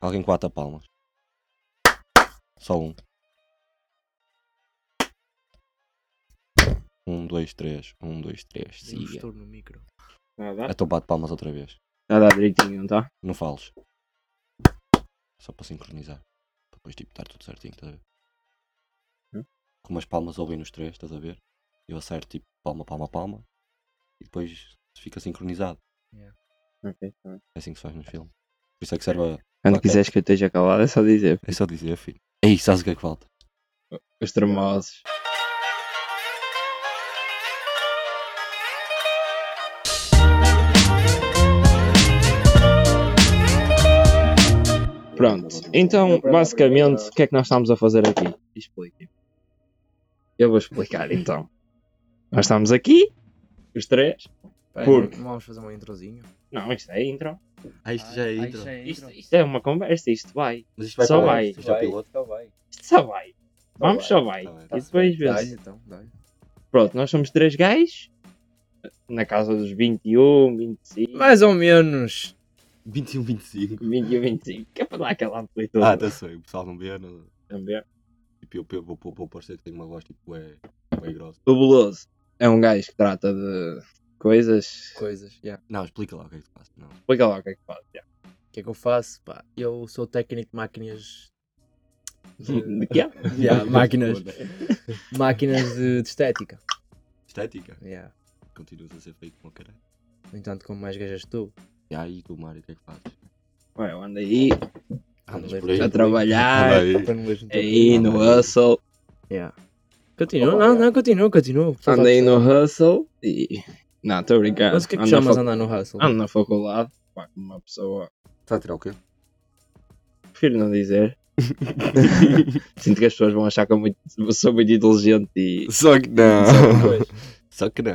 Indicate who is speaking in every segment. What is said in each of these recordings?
Speaker 1: Alguém quata palmas. Só um. Um, dois, três. Um, dois, três.
Speaker 2: Sim.
Speaker 1: Siga.
Speaker 2: Estou no micro.
Speaker 3: Está a dar?
Speaker 1: Então bate palmas outra vez.
Speaker 3: Está a dar Tá, direitinho, não tá? está?
Speaker 1: Não fales. Só para sincronizar. Para depois tipo estar tudo certinho, estás a ver?
Speaker 3: Hum?
Speaker 1: Com umas palmas ouvem nos três, estás a ver? Eu acerto tipo palma, palma, palma. E depois fica sincronizado.
Speaker 3: Ok, está bem.
Speaker 1: É assim que se faz nos filmes. Por isso é que serve a...
Speaker 3: Quando
Speaker 1: Ok.
Speaker 3: quiseres que eu esteja calado, é só dizer.
Speaker 1: É só dizer, filho. Ei, sabes o que é que falta?
Speaker 3: Os tremosos. Pronto, então basicamente o que é que nós estamos a fazer aqui? Expliquem. Eu vou explicar então. Nós estamos aqui, os três.
Speaker 2: Pera,
Speaker 3: Por-
Speaker 2: não Vamos fazer um introzinho.
Speaker 3: Não, isto é intro.
Speaker 1: Ah, isto já é intro.
Speaker 3: Isto, isto é uma conversa, isto vai.
Speaker 1: Mas isto
Speaker 3: vai Só para vai.
Speaker 1: Isto já é piloto.
Speaker 3: Isto só vai. Vamos, só vai.
Speaker 1: Tá bem, tá
Speaker 3: E depois vê-se.
Speaker 2: Dá-lhe então, dá-lhe.
Speaker 3: Pronto, nós somos três gajos. Na casa dos 21, 25.
Speaker 2: Mais ou menos.
Speaker 1: 21, 25.
Speaker 3: 21, 25. Que é para dar aquela amplitude.
Speaker 1: Ah, tá sei. O pessoal não vê. Não...
Speaker 3: Também.
Speaker 1: Tipo, eu, eu, vou- vou vou parecer que tenho uma voz tipo é, é grossa.
Speaker 3: O Buloso é um gajo que trata de coisas.
Speaker 2: Coisas. yeah.
Speaker 1: Não, explica lá o que é que tu fazes. Não.
Speaker 3: Explica lá o que é que faz. já.
Speaker 2: O que é que eu faço? Pá, eu sou técnico de máquinas.
Speaker 1: Uhum.
Speaker 2: de-
Speaker 3: De quê?
Speaker 2: Yeah, máquinas. máquinas de, de estética.
Speaker 1: Estética.
Speaker 2: Yeah.
Speaker 1: Continuas a ser feito com caralho.
Speaker 2: No entanto, como mais gajas tu,
Speaker 1: E aí, tu, Mário, o que é que fazes?
Speaker 3: Ué, eu ando aí
Speaker 1: Andas
Speaker 2: Ando
Speaker 1: Ah, por aí.
Speaker 3: a trabalhar.
Speaker 1: Anda
Speaker 2: para
Speaker 1: aí.
Speaker 2: não leres no teu
Speaker 3: Aí no hustle.
Speaker 2: Yeah. Continua, não, não, continua, continua.
Speaker 3: Ando aí no hustle e. Não, estou brincando.
Speaker 2: Mas o que é que
Speaker 3: Ando na
Speaker 2: chamas
Speaker 3: facu-
Speaker 2: andar no hustle?
Speaker 3: Ando na faculdade. Pá, como uma pessoa.
Speaker 1: Está a tirar o quê?
Speaker 3: Prefiro não dizer. Sinto que as pessoas vão achar que eu muito- sou muito inteligente e.
Speaker 1: Só que não. Só que não.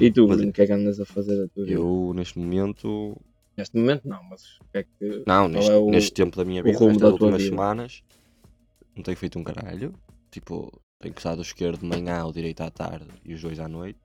Speaker 3: E tu,
Speaker 1: Mas-
Speaker 3: menino, o que é que andas a fazer da tua vida?
Speaker 1: Eu, neste momento.
Speaker 3: Neste momento não, mas o que é que.
Speaker 1: Não, neste,
Speaker 3: é o-
Speaker 1: neste tempo da minha
Speaker 3: o
Speaker 1: vida,
Speaker 3: rumo
Speaker 1: nestas
Speaker 3: da tua
Speaker 1: últimas
Speaker 3: vida?
Speaker 1: semanas, não tenho feito um caralho. Tipo, tenho gostado do esquerdo de manhã, o direito à tarde e os dois à noite.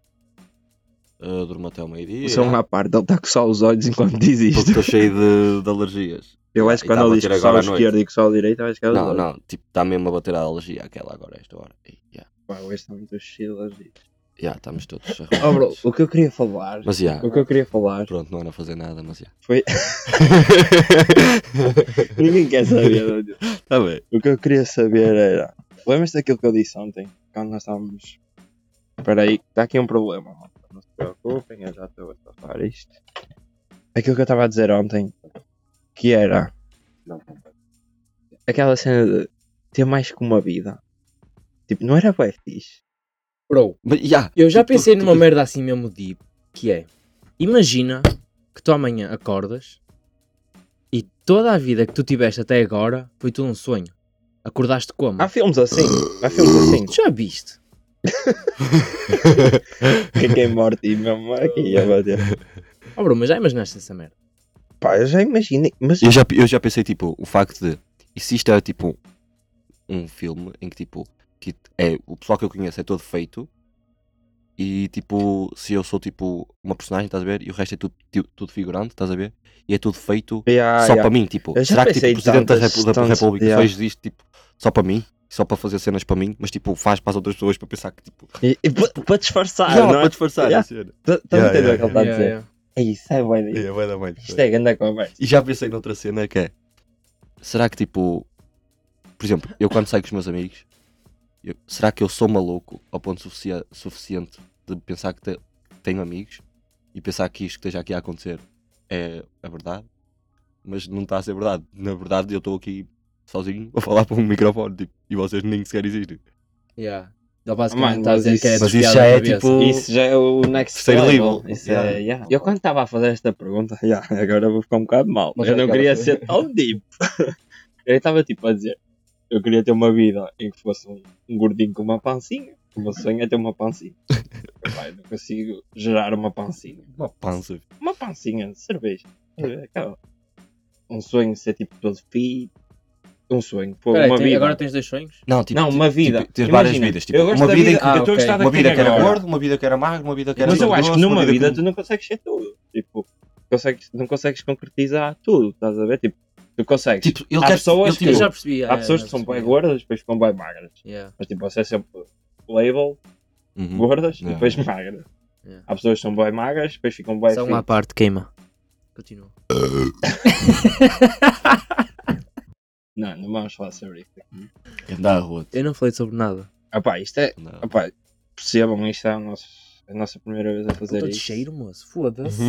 Speaker 1: Ah, durmo até ao meio-dia.
Speaker 3: Só um à parte, ele está a coçar os olhos enquanto diz
Speaker 1: Porque
Speaker 3: isto.
Speaker 1: estou cheio de, de alergias.
Speaker 3: Eu acho que
Speaker 1: E
Speaker 3: quando
Speaker 1: estava
Speaker 3: ele diz
Speaker 1: a ter
Speaker 3: coçar o
Speaker 1: agora à
Speaker 3: esquerdo e coçar o direito, eu acho que é os
Speaker 1: Não,
Speaker 3: olhos.
Speaker 1: não, tipo, está mesmo a bater a alergia aquela agora, a esta hora. E, já,
Speaker 3: Pá, hoje está muito cheio de alergias.
Speaker 1: já, estamos todos
Speaker 3: Oh, bro,
Speaker 1: arrumados.
Speaker 3: o que eu queria falar.
Speaker 1: Mas já,
Speaker 3: O que eu queria falar.
Speaker 1: pronto, não era fazer nada, mas já.
Speaker 3: Foi- Ninguém quer saber. meu Deus.
Speaker 1: Está bem.
Speaker 3: o que eu queria saber era. Lembras-te daquilo que eu disse ontem? Quando nós estávamos. Espera aí, está aqui um problema. malta, Não se preocupem, eu já estou a tapar isto. Aquilo que eu estava a dizer ontem, que era. Aquela cena de ter mais que uma vida. Tipo, não era bem fixe.
Speaker 2: Bro,
Speaker 1: Mas, já,
Speaker 2: eu já
Speaker 1: tu- tu-
Speaker 2: pensei
Speaker 1: tu-
Speaker 2: numa merda assim mesmo deep, que é, imagina que tu amanhã acordas e toda a vida que tu tiveste até agora foi tudo um sonho. Acordaste como?
Speaker 3: Há filmes assim. Há filmes assim.
Speaker 2: já viste?
Speaker 3: Fiquei morto e mesmo aqui a bater.
Speaker 2: Oh bro, mas já imaginaste essa merda?
Speaker 3: Pá, eu já imaginei. Mas
Speaker 1: Eu já, eu já pensei, tipo, o facto de. E se isto é, tipo, um filme em que, tipo, que é, o pessoal que eu conheço é todo feito e, tipo, se eu sou, tipo, uma personagem, estás a ver? E o resto é tudo, tu- tudo figurante, estás a ver? E é tudo feito
Speaker 3: Ya,
Speaker 1: só
Speaker 3: ya.
Speaker 1: para mim, tipo,
Speaker 3: Ah, Eu já
Speaker 1: será que, tipo,
Speaker 3: pensei
Speaker 1: o Presidente da,
Speaker 3: tantas-
Speaker 1: Repu- da
Speaker 3: tantas-
Speaker 1: República
Speaker 3: yeah.
Speaker 1: fez isto, tipo, só para mim? Só para fazer cenas para mim? Mas, tipo, faz para as outras pessoas para pensar que, tipo...
Speaker 3: E- e pa- Para disfarçar,
Speaker 1: não,
Speaker 3: não,
Speaker 1: para
Speaker 3: é?
Speaker 1: disfarçar
Speaker 3: Yeah.
Speaker 1: a cena.
Speaker 3: Estás a
Speaker 1: Ya,
Speaker 3: entender
Speaker 1: ya,
Speaker 3: o que ele está a dizer? É isso, é bué disso.
Speaker 1: É, vai dar mais.
Speaker 3: Isto é grande conversa.
Speaker 1: E já pensei noutra cena que é: será que tipo, por exemplo, eu quando saio com os meus amigos, eu- será que eu sou maluco ao ponto sufici- suficiente de pensar que te- tenho amigos e pensar que isto que esteja aqui a acontecer é a verdade? Mas não está a ser verdade. Na verdade, eu estou aqui sozinho a falar para um microfone tipo, e vocês nem sequer existem.
Speaker 2: Yeah. Ele basicamente
Speaker 3: Mano,
Speaker 2: está a dizer
Speaker 3: mas
Speaker 2: que é
Speaker 3: isso-
Speaker 1: mas isso
Speaker 2: desviado
Speaker 1: já
Speaker 2: da
Speaker 1: é,
Speaker 2: cabeça.
Speaker 1: tipo-
Speaker 3: Isso já é o next
Speaker 1: Terceiro
Speaker 3: level.
Speaker 1: nível.
Speaker 3: Isso
Speaker 1: Ya.
Speaker 3: é, ya. Eu quando estava a fazer esta pergunta, ya, agora vou ficar um bocado mal.
Speaker 2: Mas
Speaker 3: eu
Speaker 2: é
Speaker 3: não
Speaker 2: aquela
Speaker 3: queria
Speaker 2: coisa.
Speaker 3: ser tão deep. eu estava tipo a dizer, eu queria ter uma vida em que fosse um, um gordinho com uma pancinha. O meu sonho é ter uma pancinha. Epá, eu não consigo gerar uma pancinha.
Speaker 1: Uma pança.
Speaker 3: uma pancinha de cerveja. É, Aquela. Um sonho ser tipo todo fit. Um sonho. Pô,
Speaker 2: Peraí,
Speaker 3: uma
Speaker 2: tem-
Speaker 3: vida.
Speaker 2: agora tens dois sonhos?
Speaker 1: Não, tipo,
Speaker 3: Não,
Speaker 1: tipo,
Speaker 3: uma vida.
Speaker 1: tipo, tens várias
Speaker 3: Imagina,
Speaker 1: vidas. Tipo,
Speaker 3: eu gosto
Speaker 1: uma
Speaker 3: da
Speaker 1: vida,
Speaker 3: vida-
Speaker 1: que-
Speaker 3: eu
Speaker 2: Ah,
Speaker 3: estou
Speaker 2: ok.
Speaker 3: a gostar da
Speaker 1: uma vida que era
Speaker 3: agora.
Speaker 1: gordo, uma vida que era magro, uma vida que era
Speaker 3: Mas eu
Speaker 1: gordo,
Speaker 3: acho que numa
Speaker 1: uma
Speaker 3: vida
Speaker 1: que-
Speaker 3: tu não consegues ser tudo. Tipo, consegues, não consegues concretizar tudo. Estás a ver? Tipo, tu Tu consegues.
Speaker 1: Tipo, ele
Speaker 3: Há
Speaker 1: quer.
Speaker 3: pessoas
Speaker 1: ele,
Speaker 3: que-
Speaker 1: tipo,
Speaker 2: eu já percebi.
Speaker 3: Há pessoas que são bem gordas e depois ficam bem magras.
Speaker 2: Yeah.
Speaker 3: Mas tipo, você é sempre label,
Speaker 1: Uhum.
Speaker 3: gordas e
Speaker 1: Yeah.
Speaker 3: depois magras.
Speaker 2: Yeah.
Speaker 3: Há pessoas que são bem magras, depois ficam bem
Speaker 2: Só uma à
Speaker 3: fit.
Speaker 2: parte, queima. Continua.
Speaker 3: Não, não vamos falar sobre isso. aqui.
Speaker 1: Andar à rua. tipo,
Speaker 2: Eu não falei sobre nada.
Speaker 3: Opá, isto é.
Speaker 1: Não.
Speaker 3: Opá, percebam, isto é o nosso- a nossa primeira vez a fazer Uhum.
Speaker 2: Estou de
Speaker 3: isto.
Speaker 2: cheiro, moço. Foda-se.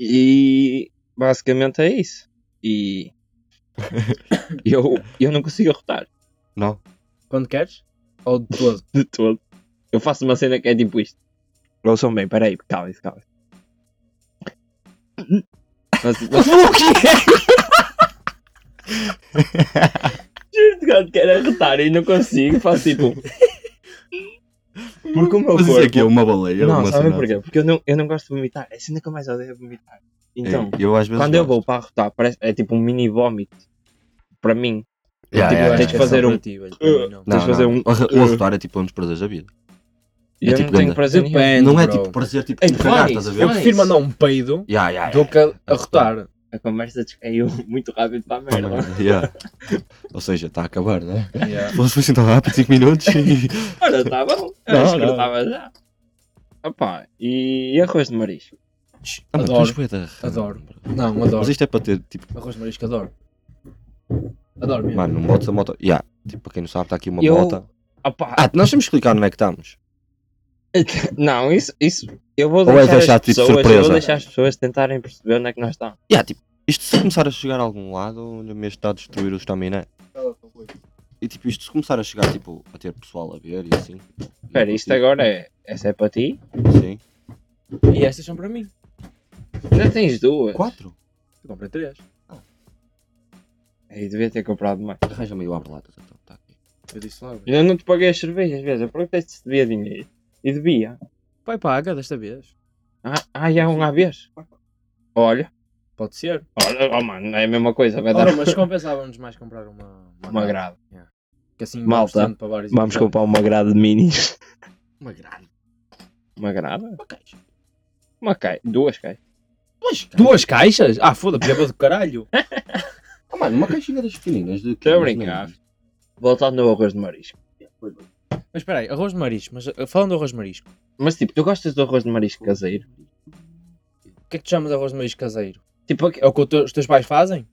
Speaker 3: E basicamente é isso. E eu, eu não consigo rotar
Speaker 1: não.
Speaker 2: Quando queres? Ou de todo?
Speaker 3: de todo. Tipo, Eu faço uma cena que é tipo isto. Ouçam bem, peraí, calem-se, calem-se. Mas, mas juro que eu quero rotar e não consigo, faço tipo. Porque o meu
Speaker 1: Mas isso
Speaker 3: corpo.
Speaker 1: aqui é uma baleia.
Speaker 3: Não,
Speaker 1: uma
Speaker 3: sabem
Speaker 1: cena- assim.
Speaker 3: porquê? Porque eu não, eu não gosto de vomitar. É a cena que eu mais odeio é vomitar.
Speaker 1: É,
Speaker 3: Então,
Speaker 1: eu às vezes.
Speaker 3: quando eu
Speaker 1: gosto.
Speaker 3: vou para rotar, parece, é tipo um mini vómito. Para mim.
Speaker 1: Yeah,
Speaker 3: tipo,
Speaker 1: yeah, yeah.
Speaker 3: tens que fazer um-
Speaker 1: Não,
Speaker 3: tens de fazer
Speaker 1: não.
Speaker 3: um-
Speaker 1: O o arrotar é tipo um dos prazeres da vida.
Speaker 3: E eu
Speaker 1: É tipo
Speaker 3: não tenho
Speaker 1: ganda.
Speaker 3: prazer nenhum.
Speaker 2: Depende,
Speaker 1: Não é
Speaker 2: bro.
Speaker 1: tipo prazer tipo
Speaker 3: Ei,
Speaker 1: de cagar,
Speaker 3: faz,
Speaker 1: estás a ver?
Speaker 2: Eu prefiro mandar um peido
Speaker 1: Yeah, yeah,
Speaker 2: do
Speaker 1: yeah.
Speaker 2: que a- a rotar.
Speaker 3: A conversa descaiu muito rápido para a merda.
Speaker 1: Yeah. Ou seja, está a acabar, não é?
Speaker 2: Yeah.
Speaker 1: Foi assim tão rápido, 5 minutos e.
Speaker 3: Ora, está bom. Eu
Speaker 1: Não,
Speaker 3: acho que
Speaker 1: não.
Speaker 3: estava já. Opa, e arroz de marisco?
Speaker 1: Ah, mano, tu és
Speaker 2: Adoro.
Speaker 1: bué da rana,
Speaker 2: Adoro.
Speaker 1: bro.
Speaker 2: Não, adoro.
Speaker 1: Mas isto é para ter, tipo,
Speaker 2: Arroz de marisco, adoro. Adoro mesmo.
Speaker 1: mano, não botes a moto. Yeah. Tipo, para quem não sabe, está aqui uma
Speaker 3: Eu-
Speaker 1: moto.
Speaker 3: Opa,
Speaker 1: Ah, nós temos que explicar onde é que estamos.
Speaker 3: não, isso, isso. Eu vou
Speaker 1: Ou é
Speaker 3: deixar, tipo as
Speaker 1: deixar-te de
Speaker 3: pessoas, eu
Speaker 1: surpresa.
Speaker 3: vou deixar as pessoas tentarem perceber onde é que nós estamos.
Speaker 1: Yeah, tipo, isto se começar a chegar a algum lado, olha, mesmo está a destruir o estaminé. E tipo, isto se começar a chegar, tipo, a ter pessoal a ver e assim.
Speaker 3: Espera, isto agora é. Essa é para ti?
Speaker 1: Sim.
Speaker 2: E estas são para mim.
Speaker 3: Já tens duas.
Speaker 1: Quatro?
Speaker 2: Eu comprei três.
Speaker 3: Aí devia ter comprado mais.
Speaker 1: Arranja meio abrelatas, então, está aqui.
Speaker 2: Eu disse logo.
Speaker 3: Eu não te paguei as cervejas, às vezes. Eu perguntei se devia dinheiro. E devia.
Speaker 2: Pai paga desta vez.
Speaker 3: Ah, ah já um à vez. Olha,
Speaker 2: Pode ser.
Speaker 3: olha, oh mano, é a mesma coisa. Vai dar
Speaker 2: Ora, mas compensávamos mais comprar uma...
Speaker 3: uma grade.
Speaker 2: Que assim
Speaker 3: Malta,
Speaker 2: vamos tanto para vários
Speaker 3: Vamos
Speaker 2: episódios.
Speaker 3: comprar uma grade de minis.
Speaker 2: Uma grade.
Speaker 3: Uma grade?
Speaker 2: Uma caixa.
Speaker 3: Uma cai, duas cai.
Speaker 1: Duas, cara.
Speaker 2: Duas caixas? Ah, foda-se, é do caralho.
Speaker 1: Ah, mano, uma caixinha das pequeninas. de
Speaker 3: Estou a
Speaker 1: 500
Speaker 3: brincar.
Speaker 1: ml.
Speaker 3: Voltando ao arroz de marisco.
Speaker 2: Mas espera aí, arroz de marisco. Mas uh, falando de arroz de marisco,
Speaker 3: Mas tipo, tu gostas do arroz de marisco caseiro?
Speaker 2: o que é que tu chamas de arroz de marisco caseiro?
Speaker 3: Tipo, aqui-
Speaker 2: É o que o teu- os teus pais fazem?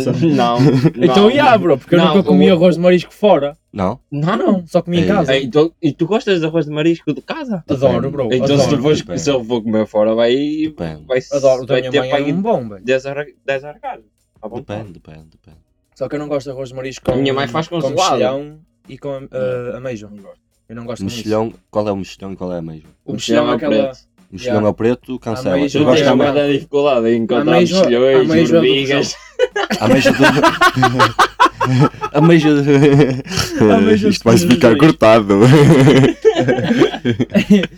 Speaker 1: Em casa.
Speaker 3: não.
Speaker 2: Então,
Speaker 3: não.
Speaker 2: ia, bro, porque
Speaker 3: Não,
Speaker 2: eu nunca comi
Speaker 3: o-
Speaker 2: arroz de marisco fora.
Speaker 1: Não?
Speaker 2: Ah,
Speaker 3: Não, não.
Speaker 2: não, só comi em
Speaker 1: Ei.
Speaker 2: casa.
Speaker 3: Ei, tu- e tu gostas de arroz de marisco de casa?
Speaker 2: Adoro, bro.
Speaker 3: Então se,
Speaker 2: adoro.
Speaker 3: tu fores-
Speaker 1: Depende.
Speaker 3: se eu vou comer fora, vai.
Speaker 1: Depende.
Speaker 3: Vai,
Speaker 2: Adoro, o da
Speaker 3: vai
Speaker 2: minha
Speaker 3: ter
Speaker 2: mãe é
Speaker 3: pago
Speaker 2: um bom, velho.
Speaker 3: 10 ar- 10 arcadas. Tá bom?
Speaker 1: Depende, depende, depende.
Speaker 2: Só que eu não gosto de arroz de marisco com,
Speaker 3: A minha mãe faz
Speaker 2: com
Speaker 3: congelado.
Speaker 2: mexilhão e com uh, ameijo. Eu não gosto de
Speaker 1: Mexilhão, qual é o mexilhão e qual é a mesma?
Speaker 2: O
Speaker 3: um
Speaker 2: mexilhão é aquela...
Speaker 3: preto.
Speaker 1: Mexilhão
Speaker 2: Yeah.
Speaker 1: ao preto, cancela.
Speaker 2: meijo-
Speaker 3: Eu
Speaker 1: Eu
Speaker 2: Não
Speaker 1: gosto
Speaker 2: tem
Speaker 3: gosto da
Speaker 1: da
Speaker 2: ameijo.
Speaker 3: muita dificuldade em encontrar
Speaker 2: Ameijo-
Speaker 3: mexilhões,
Speaker 2: ameijo é do
Speaker 3: mordigas.
Speaker 1: a meija do... A meija...
Speaker 2: A meija
Speaker 1: Isto vai
Speaker 2: do-
Speaker 1: ficar cortado.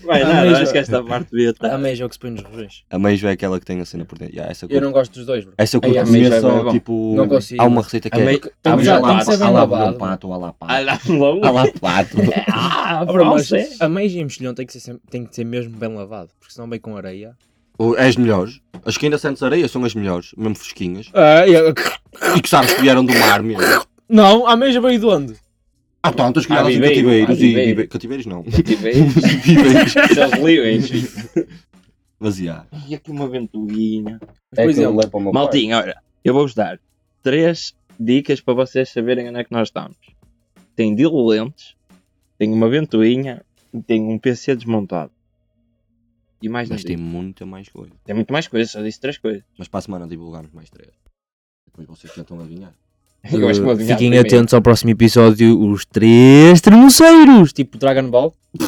Speaker 3: Vai nada,
Speaker 2: Ameijo-
Speaker 3: acho que esta parte devia estar.
Speaker 2: Ameijo é o que se põe nos rojões.
Speaker 1: A meija é aquela que tem a cena por dentro. Yeah, essa eu
Speaker 2: Eu
Speaker 1: curto.
Speaker 2: não gosto dos dois, bro.
Speaker 1: Essa eu
Speaker 3: Ei,
Speaker 1: curto
Speaker 3: a
Speaker 1: comer
Speaker 3: meija é
Speaker 1: só,
Speaker 3: bem
Speaker 1: tipo...
Speaker 2: Não consigo.
Speaker 1: Há uma é receita que
Speaker 3: A mei-
Speaker 1: é...
Speaker 3: tem que
Speaker 1: à
Speaker 3: ser-
Speaker 1: la-
Speaker 3: tem que
Speaker 2: ser bem
Speaker 1: à la Bolhão
Speaker 2: lavado.
Speaker 1: pato, à la pato.
Speaker 3: Ah, lá, falou.
Speaker 1: À la pato.
Speaker 3: Ah,
Speaker 2: Oh, bro, mas
Speaker 3: falso, é?
Speaker 2: ameijo e mexilhão tem que, ser sempre- tem que ser mesmo bem lavado, porque senão vem com areia.
Speaker 1: Ou É as melhores. As que ainda sentes areia são as melhores, mesmo fresquinhas. E que sabes que vieram do mar mesmo.
Speaker 2: Não, ameijo veio de onde?
Speaker 1: Há tantas que
Speaker 3: Há
Speaker 1: então elas em
Speaker 3: viveiros,
Speaker 1: cativeiros.
Speaker 3: há
Speaker 1: e
Speaker 3: viveiros.
Speaker 1: vive- Ah, Cativeiros não.
Speaker 3: Cativeiros.
Speaker 1: Viveiros.
Speaker 3: Seus livros.
Speaker 1: Mas yeah.
Speaker 3: E aqui uma ventoinha.
Speaker 2: Mas, por exemplo,
Speaker 1: É levo para o meu
Speaker 3: Maltinho, olha, eu vou-vos dar três dicas para vocês saberem onde é que nós estamos. Tem diluentes, tem uma ventoinha e tem um PC desmontado. E mais
Speaker 1: Mas
Speaker 3: nada.
Speaker 1: tem
Speaker 3: Tem...
Speaker 1: muita mais coisa.
Speaker 3: muito mais coisas, só disse três coisas.
Speaker 1: Mas para a semana divulgamos mais três. Depois vocês tentam adivinhar.
Speaker 3: Eu acho que vou
Speaker 2: eh,
Speaker 3: adivinhar
Speaker 2: fiquem
Speaker 3: primeiro.
Speaker 2: atentos ao próximo episódio, os três termoceiros, tipo Dragon Ball.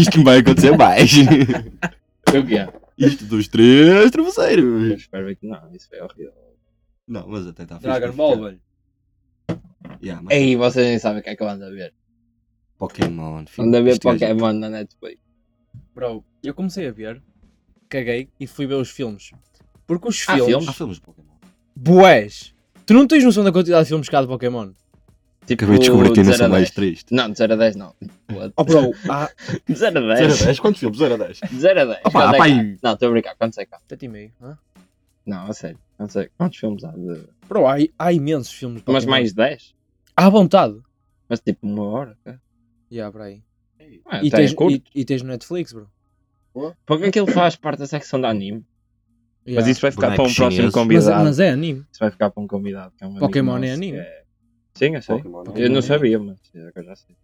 Speaker 1: Isto vai acontecer mais.
Speaker 3: Eu que é.
Speaker 1: Isto dos três
Speaker 3: Eu
Speaker 1: travesseiros.
Speaker 3: espero ver que não, isso foi horrível.
Speaker 1: Não, mas até está fixe.
Speaker 2: Dragon Ball, velho.
Speaker 1: Yeah, mas
Speaker 3: Ei, vocês nem sabem o que é que eu ando a ver.
Speaker 1: Pokémon. filho.
Speaker 3: Ando a ver
Speaker 1: Este gajo-
Speaker 3: Pokémon na Netflix.
Speaker 2: Bro, eu comecei a ver, caguei e fui ver os filmes. Porque os
Speaker 3: Há
Speaker 2: filmes,
Speaker 3: filmes?
Speaker 1: Há filmes de Pokémon.
Speaker 2: bués, tu não tens noção da quantidade de filmes que há de Pokémon?
Speaker 3: Tipo,
Speaker 1: Acabei de descobrir que ainda
Speaker 3: 0
Speaker 1: sou
Speaker 3: a
Speaker 1: mais
Speaker 3: 10.
Speaker 1: triste.
Speaker 3: Não, de 0 a 10 não.
Speaker 2: Oh, bro, há
Speaker 3: 0 a 10.
Speaker 1: 0 a 10? Quantos filmes? 0 a 10?
Speaker 3: 0 a 10.
Speaker 1: Opa,
Speaker 3: Quanto é
Speaker 1: opa,
Speaker 3: que há?
Speaker 1: e-
Speaker 3: Não, estou a brincar. Quanto é que há?
Speaker 2: 7,5, hã?
Speaker 3: Não, a sério. Não sei. Quantos filmes há de.
Speaker 2: Bro, há, há imensos filmes. de
Speaker 3: Mas
Speaker 2: Pokémon.
Speaker 3: mais 10?
Speaker 2: À vontade.
Speaker 3: Mas tipo uma hora, cara.
Speaker 2: Yeah, por aí.
Speaker 3: Ah,
Speaker 2: E
Speaker 3: até é
Speaker 2: tens,
Speaker 3: curto.
Speaker 2: e, e tens no Netflix, bro.
Speaker 3: Porque aquilo faz parte da secção de anime.
Speaker 2: Yeah.
Speaker 3: Mas isso vai ficar para um
Speaker 1: Bonecos
Speaker 3: próximo
Speaker 1: chineses.
Speaker 2: mas,
Speaker 3: convidado.
Speaker 2: mas é anime.
Speaker 3: Isso vai ficar para um convidado. que é um amigo
Speaker 2: Pokémon é
Speaker 3: nosso,
Speaker 2: anime.
Speaker 3: que é- Sim, eu sei.
Speaker 1: Pokémon.
Speaker 3: Eu não
Speaker 2: Pokémon é
Speaker 3: sabia, mas agora já sei.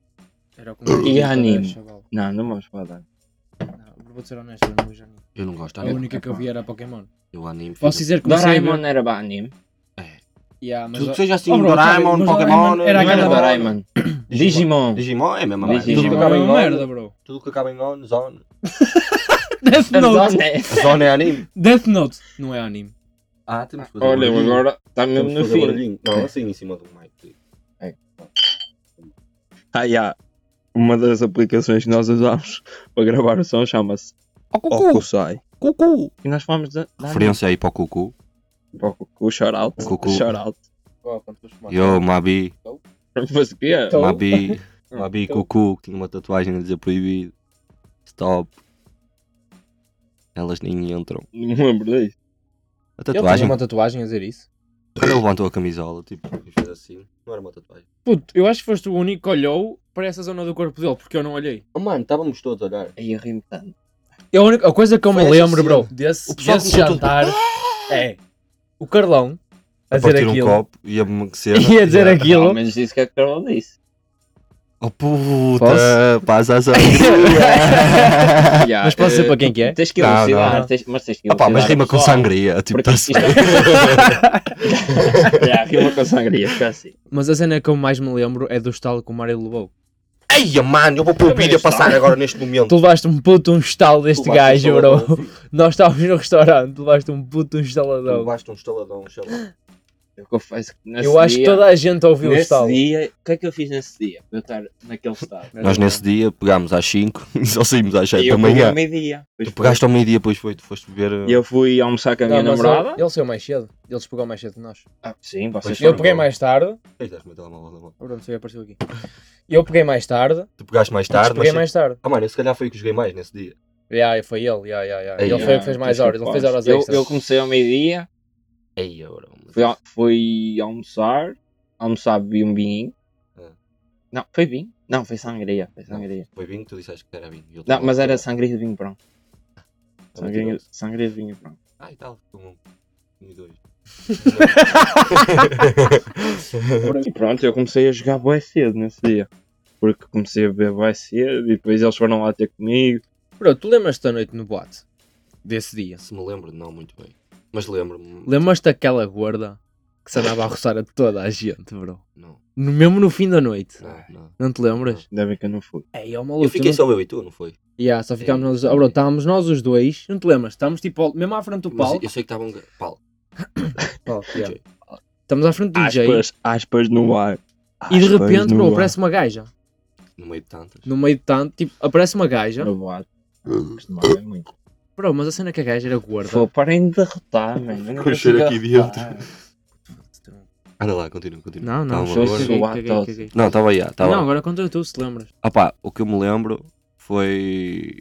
Speaker 2: Era o que
Speaker 3: E é
Speaker 2: eu ia
Speaker 3: anime?
Speaker 2: dizer, chaval.
Speaker 3: Não, não vamos falar de anime.
Speaker 2: Não, vou ser honesto, eu não vejo anime.
Speaker 1: Eu não gosto de
Speaker 2: A
Speaker 1: anime.
Speaker 2: única que eu vi era Pokémon.
Speaker 1: Eu anime.
Speaker 2: Posso
Speaker 1: filho.
Speaker 2: dizer que comecei a ver-
Speaker 3: Tá. Tipo, Doraemon né? era para anime.
Speaker 2: Yeah, mas
Speaker 1: Tudo
Speaker 2: o-
Speaker 1: que seja assim,
Speaker 2: Oh, bro,
Speaker 1: Doraemon,
Speaker 2: mas
Speaker 1: Pokémon.
Speaker 2: Doraemon era
Speaker 3: Não era
Speaker 2: aquela-
Speaker 3: Doraemon. Digimon.
Speaker 1: Digimon é a mesma merda.
Speaker 3: Digimon.
Speaker 1: Tudo que
Speaker 2: Digimon
Speaker 1: acaba
Speaker 2: é
Speaker 1: em
Speaker 2: uma
Speaker 1: on,
Speaker 2: merda, bro.
Speaker 1: Tudo que acaba em on, zone.
Speaker 2: Death
Speaker 3: A
Speaker 2: Note.
Speaker 3: Zona é-
Speaker 1: Zone é anime.
Speaker 2: Death Note não é anime.
Speaker 1: Ah, temos que fazer
Speaker 3: Olha, eu
Speaker 1: barulhinho.
Speaker 3: agora está mesmo
Speaker 1: Temos que
Speaker 3: no
Speaker 1: fazer
Speaker 3: fim.
Speaker 1: barulhinho. Não, assim em cima do mic.
Speaker 3: Ah, já. Uma das aplicações que nós usamos para gravar o som chama-se
Speaker 1: Oh,
Speaker 3: Okusai.
Speaker 1: Cucu!
Speaker 3: E nós falamos de. de anime.
Speaker 1: Referência aí para o Cucu.
Speaker 3: Okuku, shout out.
Speaker 1: Cucu.
Speaker 3: Shout out.
Speaker 1: Yo, Mabi.
Speaker 3: Mas o quê?
Speaker 2: Tô.
Speaker 1: Mabi. Mabi Cucu, que tinha uma tatuagem a dizer proibido. Stop. Elas nem entram.
Speaker 3: Não me lembro disso.
Speaker 1: A
Speaker 2: Ele tinha
Speaker 1: tatuagem,
Speaker 2: uma tatuagem a dizer isso.
Speaker 1: quando ele levantou a camisola, tipo, e fez assim. Não era uma tatuagem.
Speaker 2: Puto, eu acho que foste o único que olhou para essa zona do corpo dele, porque eu não olhei.
Speaker 1: Oh, mano, estávamos todos a olhar.
Speaker 2: É
Speaker 3: Aí eu rimo tanto.
Speaker 2: A única a coisa que eu me
Speaker 1: Foi essa
Speaker 2: lembro, bro,
Speaker 1: cena.
Speaker 2: desse,
Speaker 1: O pessoal
Speaker 2: desse
Speaker 1: começou tudo-
Speaker 2: jantar é o Carlão a dizer
Speaker 1: partir um
Speaker 2: aquilo.
Speaker 1: copo e a cena.
Speaker 2: e a dizer
Speaker 3: Pelo
Speaker 2: aquilo.
Speaker 3: menos disse que é que Carol disse.
Speaker 1: Oh puta,
Speaker 2: Posso?
Speaker 1: passa essa.
Speaker 3: Já,
Speaker 2: Mas posso dizer
Speaker 3: eh,
Speaker 2: para quem que é?
Speaker 3: Tens que
Speaker 1: Não,
Speaker 3: elucidar,
Speaker 2: não.
Speaker 3: tens- mas tens que
Speaker 1: Ah pá, mas
Speaker 3: elucidar o
Speaker 1: rima com
Speaker 3: pessoal.
Speaker 1: sangria. Tipo,
Speaker 3: Porque
Speaker 1: tá
Speaker 3: isto é-
Speaker 1: certo.
Speaker 3: Já, rima com sangria, fica assim.
Speaker 2: Mas a cena que eu mais me lembro é do estalo que o Mário levou.
Speaker 1: Eia, mano, eu vou pôr o
Speaker 3: Também
Speaker 1: vídeo a
Speaker 3: está.
Speaker 1: passar agora neste
Speaker 2: Tu
Speaker 1: momento.
Speaker 2: levaste um puto um estalo deste
Speaker 1: Tu levaste
Speaker 2: gajo,
Speaker 1: um
Speaker 2: bro.
Speaker 1: instaladão, filho.
Speaker 2: Nós estávamos no restaurante, tu levaste um puto um
Speaker 1: Tu
Speaker 2: estaladão.
Speaker 1: levaste um estaladão, sei lá.
Speaker 3: Eu confesso É que nesse
Speaker 2: Eu acho que
Speaker 3: dia-
Speaker 2: toda a gente ouviu o
Speaker 3: Nesse
Speaker 2: estalo.
Speaker 3: dia, o que é que eu fiz nesse dia? Para eu estar naquele estado.
Speaker 1: Nós nesse dia pegámos às 5 e só saímos às 7
Speaker 3: E
Speaker 1: da
Speaker 3: eu fui
Speaker 1: manhã.
Speaker 3: ao meio-dia. Pois
Speaker 1: Tu
Speaker 3: foi.
Speaker 1: pegaste ao meio-dia, depois foi, tu foste beber.
Speaker 3: E eu fui almoçar com a minha
Speaker 2: Não, mas
Speaker 3: namorada.
Speaker 2: Ele, ele saiu mais cedo. Ele despegou mais cedo que nós.
Speaker 3: Ah, sim, vocês
Speaker 1: Pois Foram
Speaker 2: Eu
Speaker 3: foram.
Speaker 2: peguei
Speaker 1: embora.
Speaker 2: mais tarde.
Speaker 1: Ei, deste-me o telemóvel na mão.
Speaker 2: O Bruno saiu apareceu aqui. Eu peguei mais tarde.
Speaker 1: Tu pegaste mais tarde,
Speaker 2: Peguei
Speaker 1: mas.
Speaker 2: mais tarde.
Speaker 1: Ah, mano, eu se calhar foi o que joguei mais nesse dia.
Speaker 2: Yeah, foi ele. Yeah, yeah, yeah.
Speaker 1: Ei,
Speaker 2: Ele foi o que fez mais horas. Ele fez horas
Speaker 3: eu,
Speaker 2: extras.
Speaker 3: eu comecei ao meio-dia,
Speaker 1: Eia, bro. mas-
Speaker 3: fui, al- fui almoçar. Almoçar, bebi um vinho.
Speaker 1: Ah.
Speaker 3: Não, foi vinho? Não, foi sangria. Foi
Speaker 1: Não,
Speaker 3: sangria.
Speaker 1: Foi vinho, tu disseste que era vinho. e eu
Speaker 3: Não,
Speaker 1: tomava-
Speaker 3: mas era sangria de vinho pronto.
Speaker 1: Ah,
Speaker 3: Sangria,
Speaker 1: mentiroso.
Speaker 3: sangria de vinho pronto.
Speaker 1: Ah, e tal, com um e dois.
Speaker 3: E pronto, eu comecei a jogar bem cedo nesse dia. Porque comecei a beber bem cedo e depois eles foram lá ter comigo.
Speaker 2: Bro, tu lembras-te da noite no boate? Desse dia.
Speaker 1: Se me lembro, não muito bem. Mas lembro-me.
Speaker 2: Lembras-te daquela gorda que se andava a roçar a toda a gente, bro?
Speaker 1: Não,
Speaker 2: No, mesmo no fim da noite.
Speaker 1: não, não.
Speaker 2: Não te lembras?
Speaker 3: Ainda bem que eu não fui.
Speaker 2: Ei, ó
Speaker 1: Eu
Speaker 2: maluco. tu
Speaker 1: fiquei
Speaker 2: não-
Speaker 1: só eu e tu, não foi?
Speaker 2: Yeah, só ficámos
Speaker 1: Ei,
Speaker 2: nós.
Speaker 1: ei.
Speaker 2: Oh, bro, estávamos nós os dois. Não te lembras? Estávamos tipo ao- mesmo à frente do
Speaker 1: Mas
Speaker 2: palco.
Speaker 1: eu sei que estava um. ga- Pau.
Speaker 2: Palco, yeah.
Speaker 1: DJ.
Speaker 2: Estamos à frente do DJ.
Speaker 3: Aspas, aspas no ar.
Speaker 2: E de
Speaker 3: Aspas
Speaker 2: repente,
Speaker 3: no
Speaker 2: bro,
Speaker 3: ar.
Speaker 2: aparece uma gaja.
Speaker 1: No meio de tantas.
Speaker 2: No meio de tanto, tipo, aparece uma gaja.
Speaker 3: No boato. Costumava ver muito.
Speaker 2: Bro, mas a cena é que a gaja era gorda.
Speaker 3: Pô, parem de derrotar, mano. Eu não
Speaker 1: Com o cheiro
Speaker 3: consigo
Speaker 1: aqui
Speaker 3: derrotar.
Speaker 1: Anda lá, continua, continua.
Speaker 2: Não, não,
Speaker 1: Tá bom,
Speaker 3: só isso.
Speaker 1: agora.
Speaker 2: caguei,
Speaker 3: agora.
Speaker 2: caguei, caguei.
Speaker 1: Não, estava aí, estava.
Speaker 2: não, agora conta tu, se te lembras.
Speaker 1: Ah pá, o que eu me lembro foi.